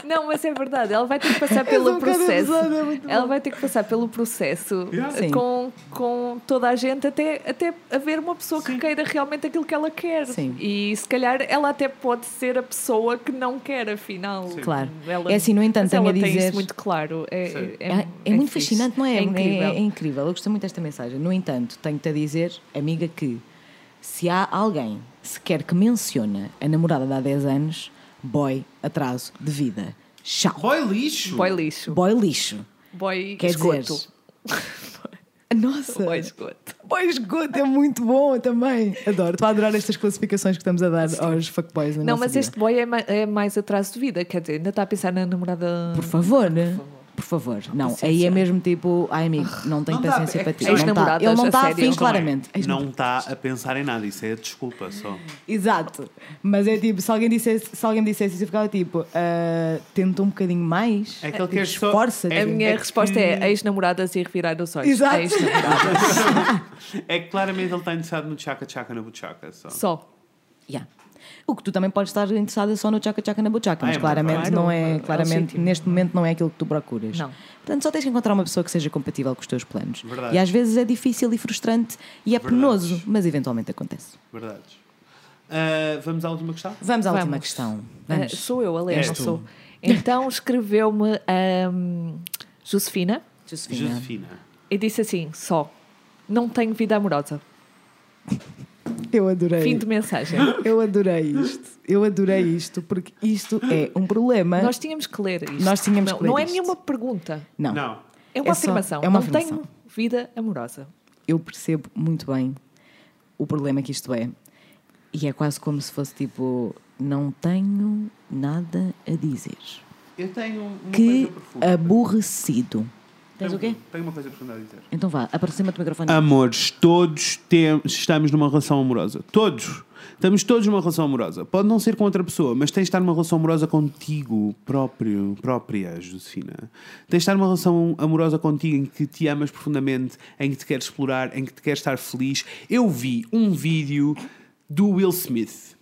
[SPEAKER 3] Não, mas é verdade, ela vai ter que passar
[SPEAKER 1] És
[SPEAKER 3] pelo
[SPEAKER 1] um bocado
[SPEAKER 3] processo.
[SPEAKER 1] abusada, é muito
[SPEAKER 3] ela
[SPEAKER 1] bom.
[SPEAKER 3] vai ter que passar pelo processo eh,
[SPEAKER 2] Yeah.
[SPEAKER 1] Sim.
[SPEAKER 3] com, com toda a gente até, até haver uma pessoa que queira realmente aquilo que ela quer.
[SPEAKER 1] Sim.
[SPEAKER 3] E se calhar ela até pode ser a pessoa que não quer, afinal.
[SPEAKER 1] Claro.
[SPEAKER 3] Ela,
[SPEAKER 1] É assim, no entanto,
[SPEAKER 3] mas ela
[SPEAKER 1] tenho a
[SPEAKER 3] tem
[SPEAKER 1] dizer-
[SPEAKER 3] isso muito claro. É,
[SPEAKER 2] Sim.
[SPEAKER 1] É, é muito
[SPEAKER 3] fixe.
[SPEAKER 1] fascinante, não é?
[SPEAKER 3] É incrível.
[SPEAKER 1] É, incrível. Eu gostei muito desta mensagem. No entanto, tenho-te a dizer, amiga, que se há alguém sequer que menciona a namorada de há 10 anos, boy, atraso de vida. Tchau.
[SPEAKER 2] Boy lixo.
[SPEAKER 3] Boy lixo.
[SPEAKER 1] Boy lixo.
[SPEAKER 3] Boy
[SPEAKER 1] Quer dizer-
[SPEAKER 3] esgoto.
[SPEAKER 1] Nossa.
[SPEAKER 3] Boy esgoto.
[SPEAKER 1] Boy esgoto é muito bom também. Adoro. Estou a adorar estas classificações que estamos a dar aos fuckboys na
[SPEAKER 3] Não,
[SPEAKER 1] nossa
[SPEAKER 3] mas
[SPEAKER 1] vida.
[SPEAKER 3] este boy é, ma- é mais atraso de vida, quer dizer, ainda está a pensar na namorada.
[SPEAKER 1] Por favor, né? Por favor. Não, aí é mesmo tipo, ai amigo, não tenho
[SPEAKER 2] Não dá,
[SPEAKER 1] paciência
[SPEAKER 2] é
[SPEAKER 1] para ti.
[SPEAKER 2] que-
[SPEAKER 1] Não tá.
[SPEAKER 3] Ex-namoradas,
[SPEAKER 1] Ele não é.
[SPEAKER 3] a
[SPEAKER 1] está
[SPEAKER 3] sério.
[SPEAKER 1] afim,
[SPEAKER 3] Também.
[SPEAKER 1] claramente.
[SPEAKER 2] Não está a pensar em nada, isso é a desculpa só.
[SPEAKER 1] Exato. Mas é tipo, se alguém dissesse, se alguém dissesse isso, eu ficava tipo, ah, tenta um bocadinho mais.
[SPEAKER 2] É que ele
[SPEAKER 1] Tipo,
[SPEAKER 2] quer só-
[SPEAKER 1] Esforça-te.
[SPEAKER 2] É
[SPEAKER 3] A minha
[SPEAKER 2] que-
[SPEAKER 3] resposta é ex-namoradas e revirar os olhos.
[SPEAKER 1] Exato. É
[SPEAKER 3] Ex-namoradas.
[SPEAKER 2] É que claramente ele está interessado no tchaca-tchaca na buchaca só.
[SPEAKER 3] Só.
[SPEAKER 1] Yeah. O que tu também podes estar interessada só no tchaca tchaca na buchaca,
[SPEAKER 2] Ah,
[SPEAKER 1] mas
[SPEAKER 2] é,
[SPEAKER 1] claramente
[SPEAKER 2] claro.
[SPEAKER 1] não
[SPEAKER 3] É
[SPEAKER 1] é,
[SPEAKER 3] o
[SPEAKER 1] claramente
[SPEAKER 3] sítio.
[SPEAKER 1] neste momento não é aquilo que tu procuras.
[SPEAKER 3] Não.
[SPEAKER 1] Portanto, só tens que encontrar uma pessoa que seja compatível com os teus planos.
[SPEAKER 2] Verdade.
[SPEAKER 1] E às vezes é difícil e frustrante e é penoso, mas eventualmente acontece.
[SPEAKER 2] Verdades. Ah, vamos à última questão?
[SPEAKER 1] Vamos à
[SPEAKER 3] Vamos.
[SPEAKER 1] última questão.
[SPEAKER 3] Ah,
[SPEAKER 1] Vamos.
[SPEAKER 3] sou eu, aliás,
[SPEAKER 2] És
[SPEAKER 3] não
[SPEAKER 2] tu.
[SPEAKER 3] sou. Então escreveu-me ahm, Josefina
[SPEAKER 1] Josefina.
[SPEAKER 2] Josefina.
[SPEAKER 3] e disse assim: só. Não tenho vida amorosa.
[SPEAKER 1] Eh, Eu adorei.
[SPEAKER 3] Fim de mensagem.
[SPEAKER 1] Eu adorei isto. Eu adorei isto porque isto é um problema.
[SPEAKER 3] Nós tínhamos que ler isto.
[SPEAKER 1] Nós tínhamos
[SPEAKER 3] não,
[SPEAKER 1] que ler
[SPEAKER 3] Não é
[SPEAKER 1] isto.
[SPEAKER 3] nenhuma pergunta.
[SPEAKER 1] Não.
[SPEAKER 2] Não.
[SPEAKER 3] É uma
[SPEAKER 1] É só-
[SPEAKER 3] afirmação.
[SPEAKER 1] é uma
[SPEAKER 3] não
[SPEAKER 1] afirmação.
[SPEAKER 3] tenho vida amorosa.
[SPEAKER 1] Eu percebo muito bem o problema que isto é. E é quase como se fosse tipo: não tenho nada a dizer.
[SPEAKER 2] Eu tenho uma
[SPEAKER 1] Que
[SPEAKER 2] coisa profunda.
[SPEAKER 1] aborrecido. Tens
[SPEAKER 2] Tenho-
[SPEAKER 1] o quê?
[SPEAKER 2] Tenho uma coisa profunda a dizer.
[SPEAKER 1] Então vá, aproxima-te do microfone.
[SPEAKER 2] Ah. Amores, todos tem- estamos numa relação amorosa. Todos. Estamos todos numa relação amorosa. Pode não ser com outra pessoa, mas tens de estar numa relação amorosa contigo próprio, própria, Josefina. Tens de estar numa relação amorosa contigo em que te amas profundamente, em que te queres explorar, em que te queres estar feliz. Eu vi um vídeo do Will Smith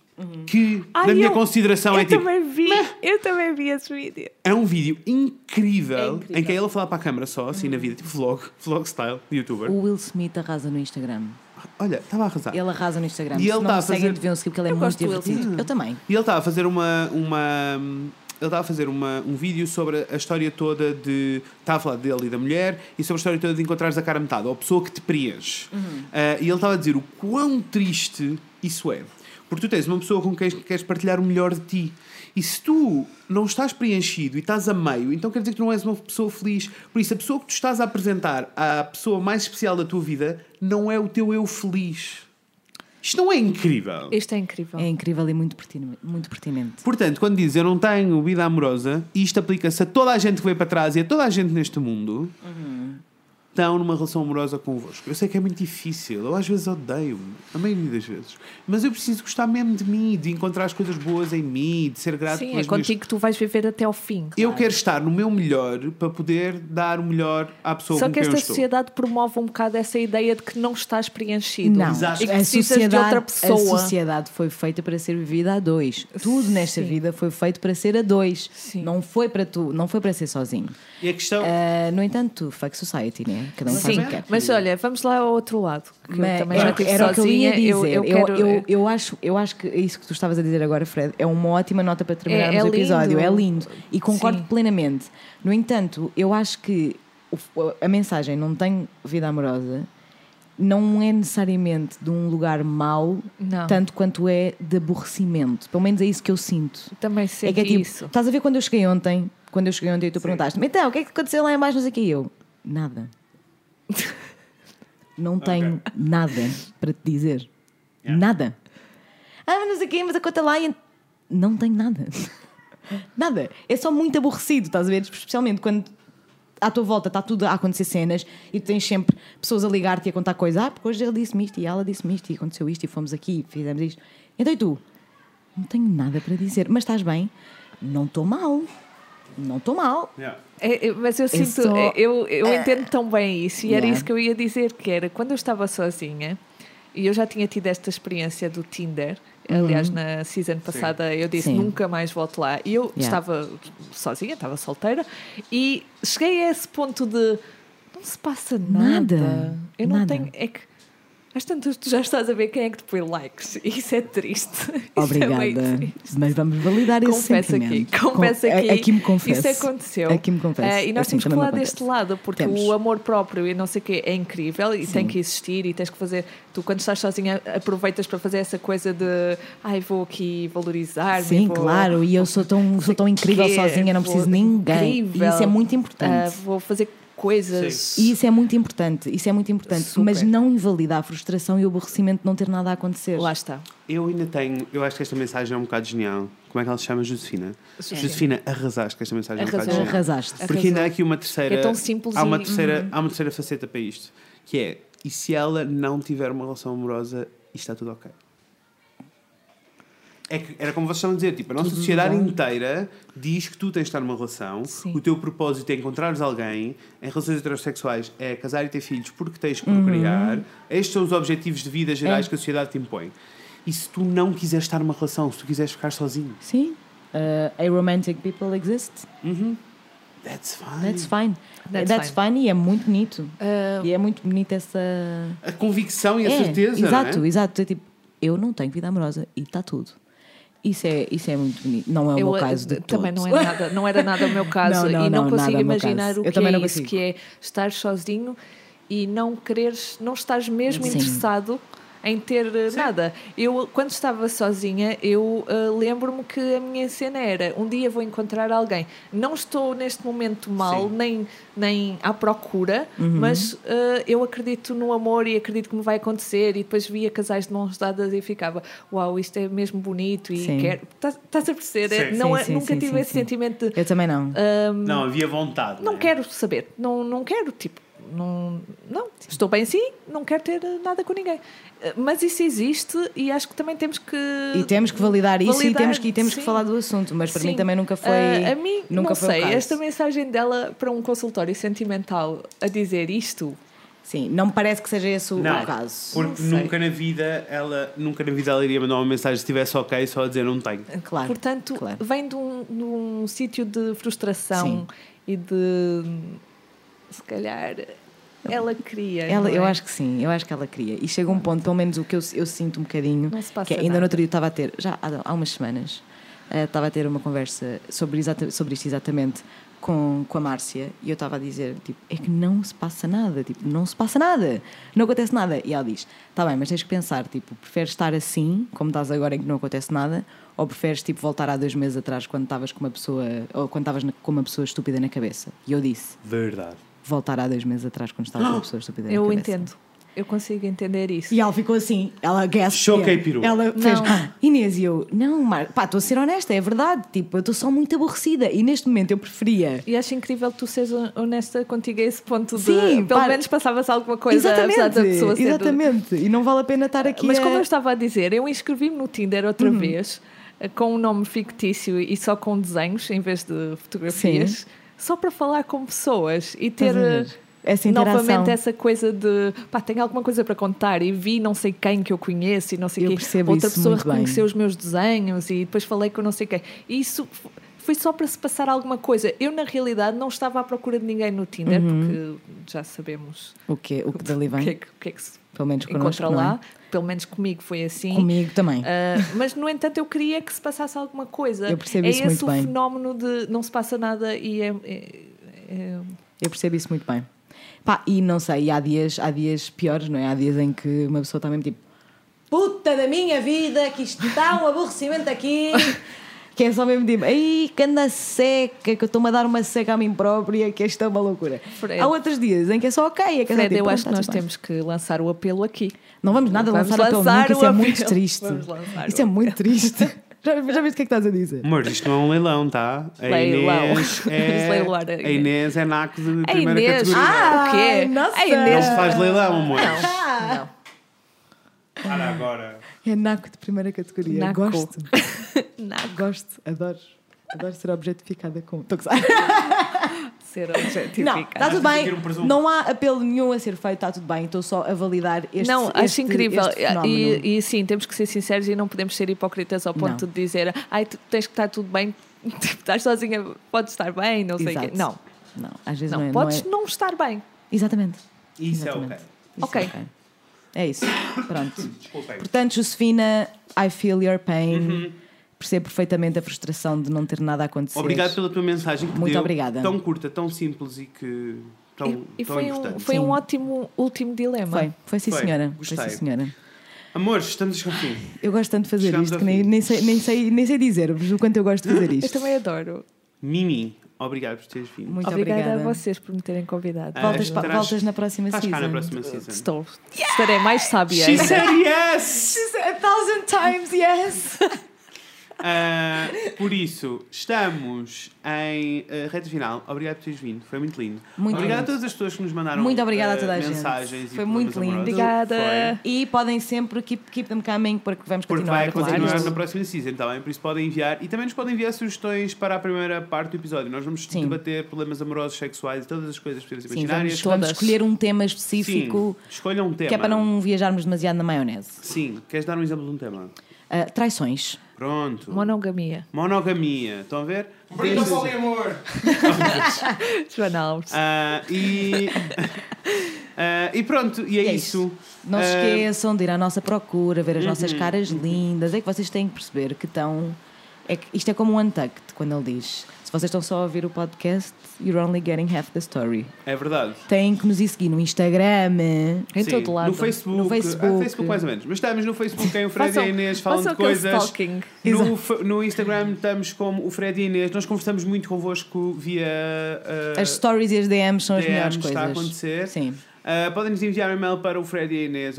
[SPEAKER 2] que,
[SPEAKER 3] Ai,
[SPEAKER 2] na minha
[SPEAKER 3] eu-
[SPEAKER 2] consideração,
[SPEAKER 1] Então
[SPEAKER 3] eu
[SPEAKER 2] é tipo...
[SPEAKER 3] também vi. Eu também vi esse vídeo.
[SPEAKER 2] É um vídeo incrível,
[SPEAKER 3] É incrível.
[SPEAKER 2] em que ele fala para a câmara só, assim na vida, tipo vlog, vlog style, youtuber.
[SPEAKER 1] O Will Smith arrasa no Instagram.
[SPEAKER 2] Olha, estava a arrasar.
[SPEAKER 1] Ele arrasa no Instagram.
[SPEAKER 2] E
[SPEAKER 1] Se
[SPEAKER 2] ele
[SPEAKER 1] não
[SPEAKER 2] tá a
[SPEAKER 1] seguem,
[SPEAKER 2] fazer-
[SPEAKER 1] deviam seguir porque ele é
[SPEAKER 3] Eu
[SPEAKER 1] muito
[SPEAKER 3] gosto do Will
[SPEAKER 1] divertido. Eu também.
[SPEAKER 2] E ele estava a fazer uma. uma ele estava a fazer uma, um vídeo sobre a história toda de. Estava a falar dele e da mulher e sobre a história toda de encontrares a cara a metade, ou a pessoa que te preenche. Ah, e ele estava a dizer o quão triste isso é. Porque tu tens uma pessoa com quem queres partilhar o melhor de ti. E se tu não estás preenchido e estás a meio, então quer dizer que tu não és uma pessoa feliz. Por isso, a pessoa que tu estás a apresentar à pessoa mais especial da tua vida não é o teu eu feliz. Isto não é incrível?
[SPEAKER 3] Isto é incrível.
[SPEAKER 1] É incrível e muito pertine- muito pertinente.
[SPEAKER 2] Portanto, quando diz eu não tenho vida amorosa, isto aplica-se a toda a gente que veio para trás e a toda a gente neste mundo, estão numa relação amorosa convosco. Eu sei que é muito difícil, eu às vezes odeio-me, a maioria das vezes, mas eu preciso gostar mesmo de mim, de encontrar as coisas boas em mim, de ser grato
[SPEAKER 3] Sim, é
[SPEAKER 2] pelas
[SPEAKER 3] contigo
[SPEAKER 2] minhas-
[SPEAKER 3] que tu vais viver até ao fim.
[SPEAKER 2] Eu quero estar no meu melhor para poder dar o melhor à pessoa
[SPEAKER 3] Só
[SPEAKER 2] com
[SPEAKER 3] que
[SPEAKER 2] quem eu
[SPEAKER 3] esta
[SPEAKER 2] estou.
[SPEAKER 3] sociedade promove um bocado essa ideia de que não estás preenchido.
[SPEAKER 1] Não,
[SPEAKER 2] Exato.
[SPEAKER 3] E é que
[SPEAKER 1] a
[SPEAKER 3] precisas
[SPEAKER 1] sociedade,
[SPEAKER 3] de outra pessoa.
[SPEAKER 1] A sociedade foi feita para ser vivida a dois. Tudo nesta
[SPEAKER 3] Sim.
[SPEAKER 1] vida foi feito para ser a dois.
[SPEAKER 3] Sim.
[SPEAKER 1] Não foi para tu, não foi para ser sozinho.
[SPEAKER 2] E a questão...
[SPEAKER 3] Eh,
[SPEAKER 1] Ah, no entanto, fuck society, né? Cada um faz
[SPEAKER 3] Sim,
[SPEAKER 1] o que quer.
[SPEAKER 3] mas olha, vamos lá ao outro lado. Que eu
[SPEAKER 1] Mas
[SPEAKER 3] também
[SPEAKER 1] era,
[SPEAKER 3] já tive
[SPEAKER 1] era o que eu
[SPEAKER 3] sozinha.
[SPEAKER 1] ia dizer. Eu,
[SPEAKER 3] quero-
[SPEAKER 1] eu- eu acho, eu acho que é isso que tu estavas a dizer agora, Fred, é uma ótima nota para terminarmos
[SPEAKER 3] É- é
[SPEAKER 1] o episódio.
[SPEAKER 3] lindo.
[SPEAKER 1] É lindo. E concordo
[SPEAKER 3] Sim.
[SPEAKER 1] plenamente. No entanto, eu acho que o- a mensagem não tenho vida amorosa não é necessariamente de um lugar mau,
[SPEAKER 3] Não.
[SPEAKER 1] tanto quanto é de aborrecimento. Pelo menos é isso que eu sinto.
[SPEAKER 3] também sei
[SPEAKER 1] é que é tipo,
[SPEAKER 3] isso.
[SPEAKER 1] estás a ver quando eu cheguei ontem, quando eu cheguei ontem e tu perguntaste-me, então, o que é que aconteceu lá em mais, não sei o quê?" E eu, nada. não tenho nada para te dizer. Nada. Ah, mas não sei o quê, mas a conta lá e... Não tenho nada. nada. É só muito aborrecido, estás a ver? Especialmente quando à tua volta está tudo a acontecer cenas e tu tens sempre pessoas a ligar-te e a contar coisas. Ah, porque hoje ele disse-me isto e ela disse-me isto e aconteceu isto e fomos aqui e fizemos isto. Então e tu? Não tenho nada para dizer. Mas estás bem? Não estou mal. Não estou mal.
[SPEAKER 2] Yeah.
[SPEAKER 3] É, é, mas eu sinto,
[SPEAKER 1] só-
[SPEAKER 3] é, eu, eu entendo tão bem isso, e era
[SPEAKER 1] Yeah.
[SPEAKER 3] isso que eu ia dizer: que era quando eu estava sozinha e eu já tinha tido esta experiência do Tinder,
[SPEAKER 1] Uhum.
[SPEAKER 3] Aliás, na season passada eu disse
[SPEAKER 5] Sim.
[SPEAKER 3] nunca mais volto lá. E eu estava sozinha, estava solteira, e cheguei a esse ponto de não se passa nada.
[SPEAKER 1] Nada.
[SPEAKER 3] Eu não
[SPEAKER 1] Nada.
[SPEAKER 3] tenho. É que às tantas tu já estás a ver quem é que te põe likes. Isso é triste. Isso é
[SPEAKER 1] Obrigada.
[SPEAKER 3] meio triste.
[SPEAKER 1] Mas vamos validar esse
[SPEAKER 3] Confesso aqui,
[SPEAKER 1] sentimento.
[SPEAKER 3] confesso
[SPEAKER 1] Com-
[SPEAKER 3] aqui.
[SPEAKER 1] Aqui me confesso.
[SPEAKER 3] Isso aconteceu.
[SPEAKER 1] Aqui me confesso.
[SPEAKER 3] Eh, e nós
[SPEAKER 1] Assim
[SPEAKER 3] temos que
[SPEAKER 1] também me
[SPEAKER 3] falar deste
[SPEAKER 1] acontece.
[SPEAKER 3] lado, porque
[SPEAKER 1] Temos.
[SPEAKER 3] o amor próprio e não sei o quê é incrível e tem que existir e tens que fazer. Tu, quando estás sozinha, aproveitas para fazer essa coisa de ai, vou aqui valorizar.
[SPEAKER 1] Sim, claro, e eu sou tão, sou tão incrível sozinha, não preciso de ninguém. E isso é muito importante.
[SPEAKER 3] eh, vou fazer coisas.
[SPEAKER 1] E isso é muito importante, isso é muito importante.
[SPEAKER 3] Super.
[SPEAKER 1] Mas não invalida a frustração e o aborrecimento de não ter nada a acontecer.
[SPEAKER 3] Lá está.
[SPEAKER 2] Eu ainda tenho, eu acho que esta mensagem é um bocado genial. Como é que ela se chama? Josefina.
[SPEAKER 3] Sim.
[SPEAKER 2] Josefina, arrasaste que esta mensagem é um
[SPEAKER 3] É. Arrasou.
[SPEAKER 2] bocado genial.
[SPEAKER 1] Arrasaste.
[SPEAKER 2] Porque ainda há aqui uma terceira.
[SPEAKER 3] É tão simples
[SPEAKER 2] há uma
[SPEAKER 3] e- Uhum.
[SPEAKER 2] terceira, há uma terceira faceta para isto, que é e se ela não tiver uma relação amorosa, isto está tudo ok. É que era como vocês estão a dizer, tipo, a nossa sociedade inteira diz que tu tens de estar numa relação,
[SPEAKER 3] Sim.
[SPEAKER 2] o teu propósito é encontrares alguém, em relações heterossexuais é casar e ter filhos porque tens que procriar,
[SPEAKER 3] Uhum.
[SPEAKER 2] estes são os objetivos de vida
[SPEAKER 3] É.
[SPEAKER 2] gerais que a sociedade te impõe. E se tu não quiseres estar numa relação, se tu quiseres ficar sozinho,
[SPEAKER 1] Sim. Uh, aromantic people exist.
[SPEAKER 2] that's fine.
[SPEAKER 1] That's fine.
[SPEAKER 3] That's
[SPEAKER 1] That's, fine. e é muito bonito.
[SPEAKER 3] Ah,
[SPEAKER 1] E é muito bonita essa.
[SPEAKER 2] A convicção e a
[SPEAKER 1] é,
[SPEAKER 2] certeza. não é?
[SPEAKER 1] Exato, exato. É tipo, eu não tenho vida amorosa e está tudo. Isso é, isso é muito bonito. Não é o
[SPEAKER 3] eu,
[SPEAKER 1] meu caso de
[SPEAKER 3] também
[SPEAKER 1] todo.
[SPEAKER 3] não, é nada, não era nada o meu caso
[SPEAKER 1] Não, não,
[SPEAKER 3] e não,
[SPEAKER 1] não,
[SPEAKER 3] consigo
[SPEAKER 1] nada é o meu
[SPEAKER 3] imaginar
[SPEAKER 1] caso.
[SPEAKER 3] o que
[SPEAKER 1] Eu também
[SPEAKER 3] é
[SPEAKER 1] não
[SPEAKER 3] isso
[SPEAKER 1] consigo.
[SPEAKER 3] que é estar sozinho e não quereres não estás mesmo
[SPEAKER 1] Sim.
[SPEAKER 3] interessado em ter eh, nada eu quando estava sozinha eu eh, lembro-me que a minha cena era um dia vou encontrar alguém não estou neste momento mal
[SPEAKER 2] Sim.
[SPEAKER 3] nem nem à procura
[SPEAKER 1] Uhum.
[SPEAKER 3] mas eh, eu acredito no amor e acredito que me vai acontecer e depois via casais de mãos dadas e ficava uau isto é mesmo bonito e
[SPEAKER 1] Sim.
[SPEAKER 3] quero estás estás a perceber
[SPEAKER 2] Sim.
[SPEAKER 3] não
[SPEAKER 1] Sim,
[SPEAKER 3] é-
[SPEAKER 1] sim,
[SPEAKER 3] nunca
[SPEAKER 1] sim,
[SPEAKER 3] tive
[SPEAKER 1] sim,
[SPEAKER 3] esse
[SPEAKER 1] sim.
[SPEAKER 3] sentimento de
[SPEAKER 1] Eu também não.
[SPEAKER 2] Não, havia vontade.
[SPEAKER 3] não
[SPEAKER 2] é?
[SPEAKER 3] quero saber, não, não quero, tipo, não, não estou bem assim, não quero ter eh, nada com ninguém. Eh, Mas isso existe e acho que também temos que.
[SPEAKER 1] E temos que validar isso e
[SPEAKER 3] validar,
[SPEAKER 1] temos, que, e temos que
[SPEAKER 3] sim.
[SPEAKER 1] falar do assunto, mas para
[SPEAKER 3] Sim.
[SPEAKER 1] mim também nunca foi.
[SPEAKER 3] Ah, a mim,
[SPEAKER 1] nunca
[SPEAKER 3] não
[SPEAKER 1] foi o
[SPEAKER 3] sei,
[SPEAKER 1] caso.
[SPEAKER 3] esta mensagem dela para um consultório sentimental a dizer isto,
[SPEAKER 1] Sim, não me parece que seja esse o
[SPEAKER 2] Não,
[SPEAKER 1] caso.
[SPEAKER 2] porque
[SPEAKER 3] Não sei.
[SPEAKER 2] nunca na vida ela nunca na vida ela iria mandar uma mensagem se estivesse ok só a dizer não tenho.
[SPEAKER 1] Claro.
[SPEAKER 3] portanto,
[SPEAKER 1] claro.
[SPEAKER 3] vem de um, de um sítio de frustração
[SPEAKER 1] Sim.
[SPEAKER 3] e de. Se calhar ela queria.
[SPEAKER 1] Ela,
[SPEAKER 3] não
[SPEAKER 1] eu
[SPEAKER 3] é?
[SPEAKER 1] acho que sim, eu acho que ela queria. E chega um ponto, pelo menos o que eu, eu sinto um bocadinho,
[SPEAKER 3] Não se passa
[SPEAKER 1] que ainda
[SPEAKER 3] nada.
[SPEAKER 1] no outro dia eu estava a ter, já há, há umas semanas, eh, estava a ter uma conversa sobre, exata, sobre isto exatamente com, com a Márcia e eu estava a dizer, tipo, é que não se passa nada, tipo, não se passa nada, não acontece nada. E ela diz, tá bem, mas tens que pensar, tipo, preferes estar assim, como estás agora em que não acontece nada, ou preferes, tipo, voltar há dois meses atrás quando estavas com uma pessoa, ou quando estavas na- com uma pessoa estúpida na cabeça? E eu disse,
[SPEAKER 2] Verdade.
[SPEAKER 1] voltar há dois meses atrás quando estava com uma pessoa estúpida na
[SPEAKER 3] Eu
[SPEAKER 1] cabeça.
[SPEAKER 3] entendo, eu consigo entender isso.
[SPEAKER 1] E ela ficou assim, ela guess.
[SPEAKER 2] Choquei
[SPEAKER 1] yeah.
[SPEAKER 2] peru.
[SPEAKER 1] Ela fez,
[SPEAKER 3] Não.
[SPEAKER 1] "Ah, Inês, e eu, não, Mar... pá, estou a ser honesta, é verdade, tipo, eu estou só muito aborrecida e neste momento eu preferia.
[SPEAKER 3] E acho incrível que tu sejas honesta contigo a esse ponto de.
[SPEAKER 1] Sim,
[SPEAKER 3] pelo
[SPEAKER 1] para-
[SPEAKER 3] menos passavas alguma coisa apesar da pessoa ser.
[SPEAKER 1] exatamente, e não vale a pena estar aqui. é- Uhum.
[SPEAKER 3] Mas
[SPEAKER 1] a-
[SPEAKER 3] como eu estava a dizer, eu inscrevi-me no Tinder outra vez eh, com um nome fictício e só com desenhos em vez de fotografias,
[SPEAKER 1] Sim.
[SPEAKER 3] só para falar com pessoas e ter.
[SPEAKER 1] Estás a
[SPEAKER 3] eh,
[SPEAKER 1] ver? Essa interação.
[SPEAKER 3] Novamente essa coisa de pá, tenho alguma coisa para contar e vi não sei quem que eu conheço e não sei
[SPEAKER 1] Eu
[SPEAKER 3] quem.
[SPEAKER 1] percebo
[SPEAKER 3] Outra
[SPEAKER 1] isso
[SPEAKER 3] pessoa
[SPEAKER 1] muito bem.
[SPEAKER 3] reconheceu os meus desenhos e depois falei com não sei quem. E isso f- foi só para se passar alguma coisa. Eu, na realidade, não estava à procura de ninguém no Tinder,
[SPEAKER 1] Uhum.
[SPEAKER 3] porque já sabemos
[SPEAKER 1] O que, o que dali
[SPEAKER 3] o
[SPEAKER 1] vem,
[SPEAKER 3] que, é, que- o que é que se
[SPEAKER 1] pelo menos connosco,
[SPEAKER 3] encontra
[SPEAKER 1] não é?
[SPEAKER 3] lá. Pelo menos comigo foi assim.
[SPEAKER 1] Comigo também.
[SPEAKER 3] Ah, mas, no entanto, eu queria que se passasse alguma coisa.
[SPEAKER 1] Eu percebo
[SPEAKER 3] é
[SPEAKER 1] isso
[SPEAKER 3] esse
[SPEAKER 1] muito
[SPEAKER 3] o
[SPEAKER 1] bem.
[SPEAKER 3] fenómeno de não se passa nada e é- é- é
[SPEAKER 1] Eu percebo isso muito bem. Pá, e não sei, e há dias, há dias piores, não é? Há dias em que uma pessoa está mesmo tipo Puta da minha vida, que isto está um aborrecimento aqui. que é só mesmo tipo, ai, que anda seca, que eu estou-me a dar uma seca a mim própria, que isto é uma loucura.
[SPEAKER 3] Fred.
[SPEAKER 1] Há outros dias em que é só ok, é que é só, tipo,
[SPEAKER 3] Fred, eu
[SPEAKER 1] pronto,
[SPEAKER 3] acho que
[SPEAKER 1] está
[SPEAKER 3] nós
[SPEAKER 1] tudo bem.
[SPEAKER 3] temos que lançar o apelo aqui.
[SPEAKER 1] Não vamos nada
[SPEAKER 3] Vamos
[SPEAKER 1] lançar, apelo
[SPEAKER 3] lançar
[SPEAKER 1] nunca, isso
[SPEAKER 3] o
[SPEAKER 1] é muito
[SPEAKER 3] apelo.
[SPEAKER 1] triste.
[SPEAKER 3] Vamos lançar
[SPEAKER 1] Isso é
[SPEAKER 3] o
[SPEAKER 1] muito triste. Já, já viste o que é que estás a dizer?
[SPEAKER 2] Amor, isto não é um leilão, tá? A
[SPEAKER 3] Leilão.
[SPEAKER 2] Inês é,
[SPEAKER 3] Vamos leiloar a
[SPEAKER 2] a
[SPEAKER 3] Inês.
[SPEAKER 2] Inês é naco de
[SPEAKER 3] A
[SPEAKER 2] primeira
[SPEAKER 3] Inês,
[SPEAKER 2] categoria.
[SPEAKER 3] ah, o quê?
[SPEAKER 1] Ai, nossa.
[SPEAKER 2] Não
[SPEAKER 3] A Inês.
[SPEAKER 2] se faz leilão, amor.
[SPEAKER 3] Não,
[SPEAKER 2] Para agora.
[SPEAKER 1] É naco de primeira categoria.
[SPEAKER 3] Naco.
[SPEAKER 1] Gosto.
[SPEAKER 3] não. Nada.
[SPEAKER 1] Gosto, adoro. Adoro ser objetificada com. Estou a gozar.
[SPEAKER 3] ser objetificada.
[SPEAKER 1] Não, está tudo bem.
[SPEAKER 6] Seguir um presunto.
[SPEAKER 1] Não há apelo nenhum a ser feito, está tudo bem. Estou só a validar este
[SPEAKER 3] Não,
[SPEAKER 1] este,
[SPEAKER 3] acho incrível.
[SPEAKER 1] este fenómeno.
[SPEAKER 3] e, e sim, temos que ser sinceros e não podemos ser hipócritas ao ponto
[SPEAKER 1] Não.
[SPEAKER 3] de dizer ai, tu tens que estar tudo bem, tipo, estás sozinha, podes estar bem, não sei o quê.
[SPEAKER 1] Exato.
[SPEAKER 3] Não,
[SPEAKER 1] Não, às vezes
[SPEAKER 3] não,
[SPEAKER 1] não, é,
[SPEAKER 3] podes
[SPEAKER 1] não é-
[SPEAKER 3] não, estar bem.
[SPEAKER 1] Exatamente.
[SPEAKER 6] Isso é
[SPEAKER 1] Exatamente.
[SPEAKER 6] ok.
[SPEAKER 1] Isso
[SPEAKER 3] Ok.
[SPEAKER 1] é ok. É isso. Pronto.
[SPEAKER 6] Desculpem.
[SPEAKER 1] Portanto, Josefina, I feel your pain.
[SPEAKER 6] Uhum.
[SPEAKER 1] Percebo perfeitamente a frustração de não ter nada a acontecer.
[SPEAKER 6] Obrigado pela tua mensagem. Que
[SPEAKER 1] Muito
[SPEAKER 6] deu,
[SPEAKER 1] obrigada.
[SPEAKER 6] Tão curta, tão simples e que tão,
[SPEAKER 3] E, e
[SPEAKER 6] tão
[SPEAKER 3] foi, um,
[SPEAKER 6] importante.
[SPEAKER 3] foi um
[SPEAKER 1] Sim.
[SPEAKER 3] ótimo último dilema.
[SPEAKER 1] Foi, foi sim,
[SPEAKER 6] Foi.
[SPEAKER 1] senhora.
[SPEAKER 6] Gostei.
[SPEAKER 1] Foi sim, senhora.
[SPEAKER 6] Amores, estamos com o fim.
[SPEAKER 1] Eu gosto tanto de fazer
[SPEAKER 6] Chegamos
[SPEAKER 1] isto
[SPEAKER 6] ao
[SPEAKER 1] que nem,
[SPEAKER 6] fim.
[SPEAKER 1] nem sei, nem sei, nem sei dizer-vos o quanto eu gosto de fazer
[SPEAKER 3] Eu
[SPEAKER 1] isto.
[SPEAKER 3] também adoro.
[SPEAKER 6] Mimi, obrigado por teres vindo.
[SPEAKER 1] Muito
[SPEAKER 3] obrigada,
[SPEAKER 1] obrigada.
[SPEAKER 3] a vocês por me terem convidado.
[SPEAKER 6] Ah,
[SPEAKER 1] Voltas, pa-
[SPEAKER 6] estarás-
[SPEAKER 1] voltas na próxima
[SPEAKER 6] Estás cá na
[SPEAKER 1] season.
[SPEAKER 6] próxima season.
[SPEAKER 3] Estou. Estarei mais sábia.
[SPEAKER 6] She said yes!
[SPEAKER 1] A thousand times, yes!
[SPEAKER 6] Ah, por isso, estamos em ah, reta final. Obrigado por teres vindo, foi muito lindo.
[SPEAKER 1] Muito
[SPEAKER 6] obrigado a
[SPEAKER 1] lindo.
[SPEAKER 6] todas as pessoas que nos mandaram
[SPEAKER 1] Muito obrigada a
[SPEAKER 6] ah,
[SPEAKER 1] toda a gente.
[SPEAKER 6] mensagens e
[SPEAKER 1] Foi muito
[SPEAKER 6] problemas
[SPEAKER 1] lindo.
[SPEAKER 6] amorosos.
[SPEAKER 3] Obrigada.
[SPEAKER 6] Foi.
[SPEAKER 1] E podem sempre keep, keep them coming porque vamos
[SPEAKER 6] Porque
[SPEAKER 1] continuar
[SPEAKER 6] vai
[SPEAKER 1] a fazer
[SPEAKER 6] continuar
[SPEAKER 1] isto.
[SPEAKER 6] na próxima season, está bem? Por isso podem enviar e também nos podem enviar sugestões para a primeira parte do episódio. Nós vamos
[SPEAKER 1] Sim.
[SPEAKER 6] debater problemas amorosos, sexuais e todas as coisas possíveis e
[SPEAKER 1] Sim, vamos,
[SPEAKER 6] imaginárias.
[SPEAKER 1] vamos
[SPEAKER 3] todas.
[SPEAKER 1] escolher um tema
[SPEAKER 6] Sim,
[SPEAKER 1] específico
[SPEAKER 6] escolham um tema.
[SPEAKER 1] que é para não viajarmos demasiado na maionese.
[SPEAKER 6] Sim, queres dar um exemplo de um tema?
[SPEAKER 1] Ah, traições.
[SPEAKER 6] Pronto.
[SPEAKER 3] Monogamia.
[SPEAKER 6] Monogamia. Estão a ver? Deixa-
[SPEAKER 3] Joana Alves.
[SPEAKER 6] Ah, e... Ah, e pronto, e é,
[SPEAKER 1] E é
[SPEAKER 6] isso.
[SPEAKER 1] Não se
[SPEAKER 6] Ah, Uhum.
[SPEAKER 1] esqueçam de ir à nossa procura, ver as nossas caras lindas. É que vocês têm que perceber que estão. É que isto é como um untucked, quando ele diz: se vocês estão só a ouvir o podcast, you're only getting half the story.
[SPEAKER 6] É verdade.
[SPEAKER 1] Têm que nos ir seguir no Instagram.
[SPEAKER 3] Em
[SPEAKER 6] Sim,
[SPEAKER 3] todo lado.
[SPEAKER 6] No Facebook.
[SPEAKER 1] No
[SPEAKER 6] Ah,
[SPEAKER 1] Facebook.
[SPEAKER 6] Facebook mais ou menos. Mas estamos no Facebook em o Fred e a
[SPEAKER 3] Façam-
[SPEAKER 6] Inês falam
[SPEAKER 3] façam
[SPEAKER 6] de
[SPEAKER 3] aquele
[SPEAKER 6] coisas.
[SPEAKER 3] stalking.
[SPEAKER 6] No, fa- no Instagram estamos como o Fred e a Inês. Nós conversamos muito convosco via. ah,
[SPEAKER 1] As stories e as DMs são as melhores
[SPEAKER 6] DMs
[SPEAKER 1] coisas.
[SPEAKER 6] está a acontecer.
[SPEAKER 1] Sim.
[SPEAKER 6] Ah, Podem-nos enviar um e-mail para o frediainês.gmail.com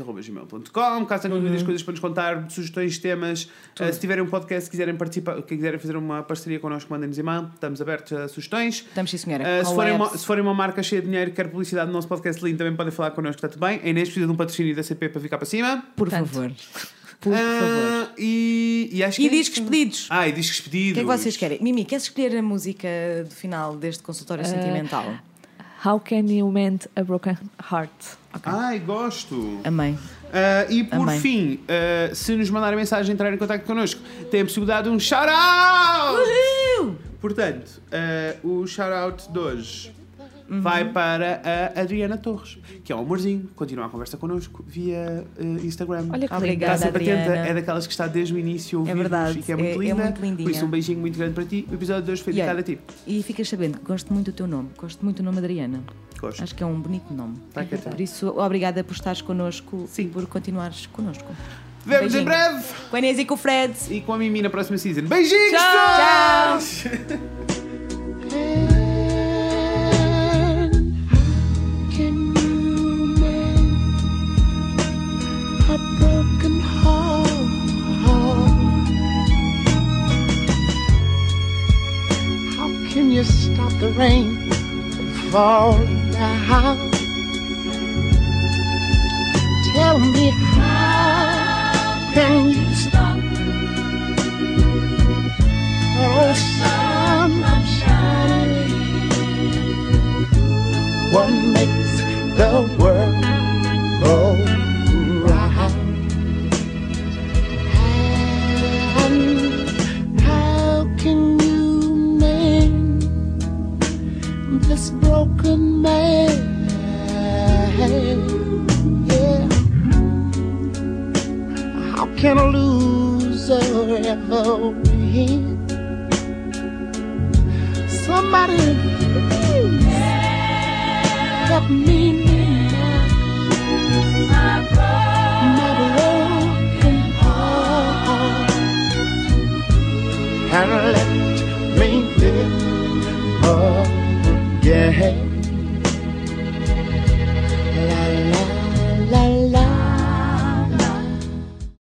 [SPEAKER 6] Caso
[SPEAKER 1] Uhum.
[SPEAKER 6] tenham dúvidas, coisas para nos contar, sugestões, temas. Ah, se tiverem um podcast, quiserem participar, que quiserem fazer uma parceria connosco, mandem-nos e-mail. Estamos abertos a sugestões.
[SPEAKER 1] Estamos sim, senhora. é
[SPEAKER 6] Ah, se, forem uma,
[SPEAKER 1] Collabs.
[SPEAKER 6] se forem uma marca cheia de dinheiro que quer publicidade no nosso podcast lindo, também podem falar connosco, está tudo bem. A Inês precisa de um patrocínio da CP para ficar para cima.
[SPEAKER 1] Por
[SPEAKER 3] Portanto.
[SPEAKER 1] favor. Por favor.
[SPEAKER 6] Ah, E, e acho que.
[SPEAKER 1] E
[SPEAKER 6] é
[SPEAKER 1] discos
[SPEAKER 6] isto.
[SPEAKER 1] pedidos.
[SPEAKER 6] Ah, e discos
[SPEAKER 1] O
[SPEAKER 6] pedidos.
[SPEAKER 1] que é que vocês querem? Mimi, queres escolher a música do final deste consultório sentimental?
[SPEAKER 3] How can you mend a broken heart?
[SPEAKER 6] Ai, gosto.
[SPEAKER 1] Amém.
[SPEAKER 6] Ah, e por
[SPEAKER 1] Amém.
[SPEAKER 6] fim, ah, se nos mandarem mensagem e entrarem em contato connosco, tem a possibilidade de um shout-out! Portanto, ah, o shout-out de hoje
[SPEAKER 1] Uhum.
[SPEAKER 6] vai para a Adriana Torres, que é um amorzinho, continua a conversa connosco via ah, Instagram.
[SPEAKER 3] Olha que
[SPEAKER 1] Obrigada.
[SPEAKER 6] Está
[SPEAKER 3] linda.
[SPEAKER 6] sempre
[SPEAKER 1] Adriana.
[SPEAKER 6] atenta, é daquelas que está desde o início a ouvir-nos
[SPEAKER 1] verdade,
[SPEAKER 6] e que é muito
[SPEAKER 1] é- é
[SPEAKER 6] linda.
[SPEAKER 1] muito lindinha.
[SPEAKER 6] Por isso, um beijinho muito grande para ti. O episódio de hoje foi
[SPEAKER 1] Yeah.
[SPEAKER 6] dedicado a ti.
[SPEAKER 1] E ficas sabendo que gosto muito do teu nome. Gosto muito do nome Adriana.
[SPEAKER 6] Gosto.
[SPEAKER 1] Acho que é um bonito nome.
[SPEAKER 6] Tá, que é teu.
[SPEAKER 1] Por isso, obrigada por estares connosco
[SPEAKER 6] Sim.
[SPEAKER 1] e por continuares connosco.
[SPEAKER 6] Vemos em
[SPEAKER 1] beijinho.
[SPEAKER 6] breve
[SPEAKER 1] Com a Inês e com o Fred.
[SPEAKER 6] e com a Mimi na próxima season. Beijinhos!
[SPEAKER 1] Tchau!
[SPEAKER 6] pessoas!
[SPEAKER 7] Can you mend a broken heart? How can you stop the rain from falling down? Tell me how can you stop? Oh, sun, I'm shining what makes the world go round. And how can you mend this broken man? Yeah. How can a loser ever win? Somebody. Please help me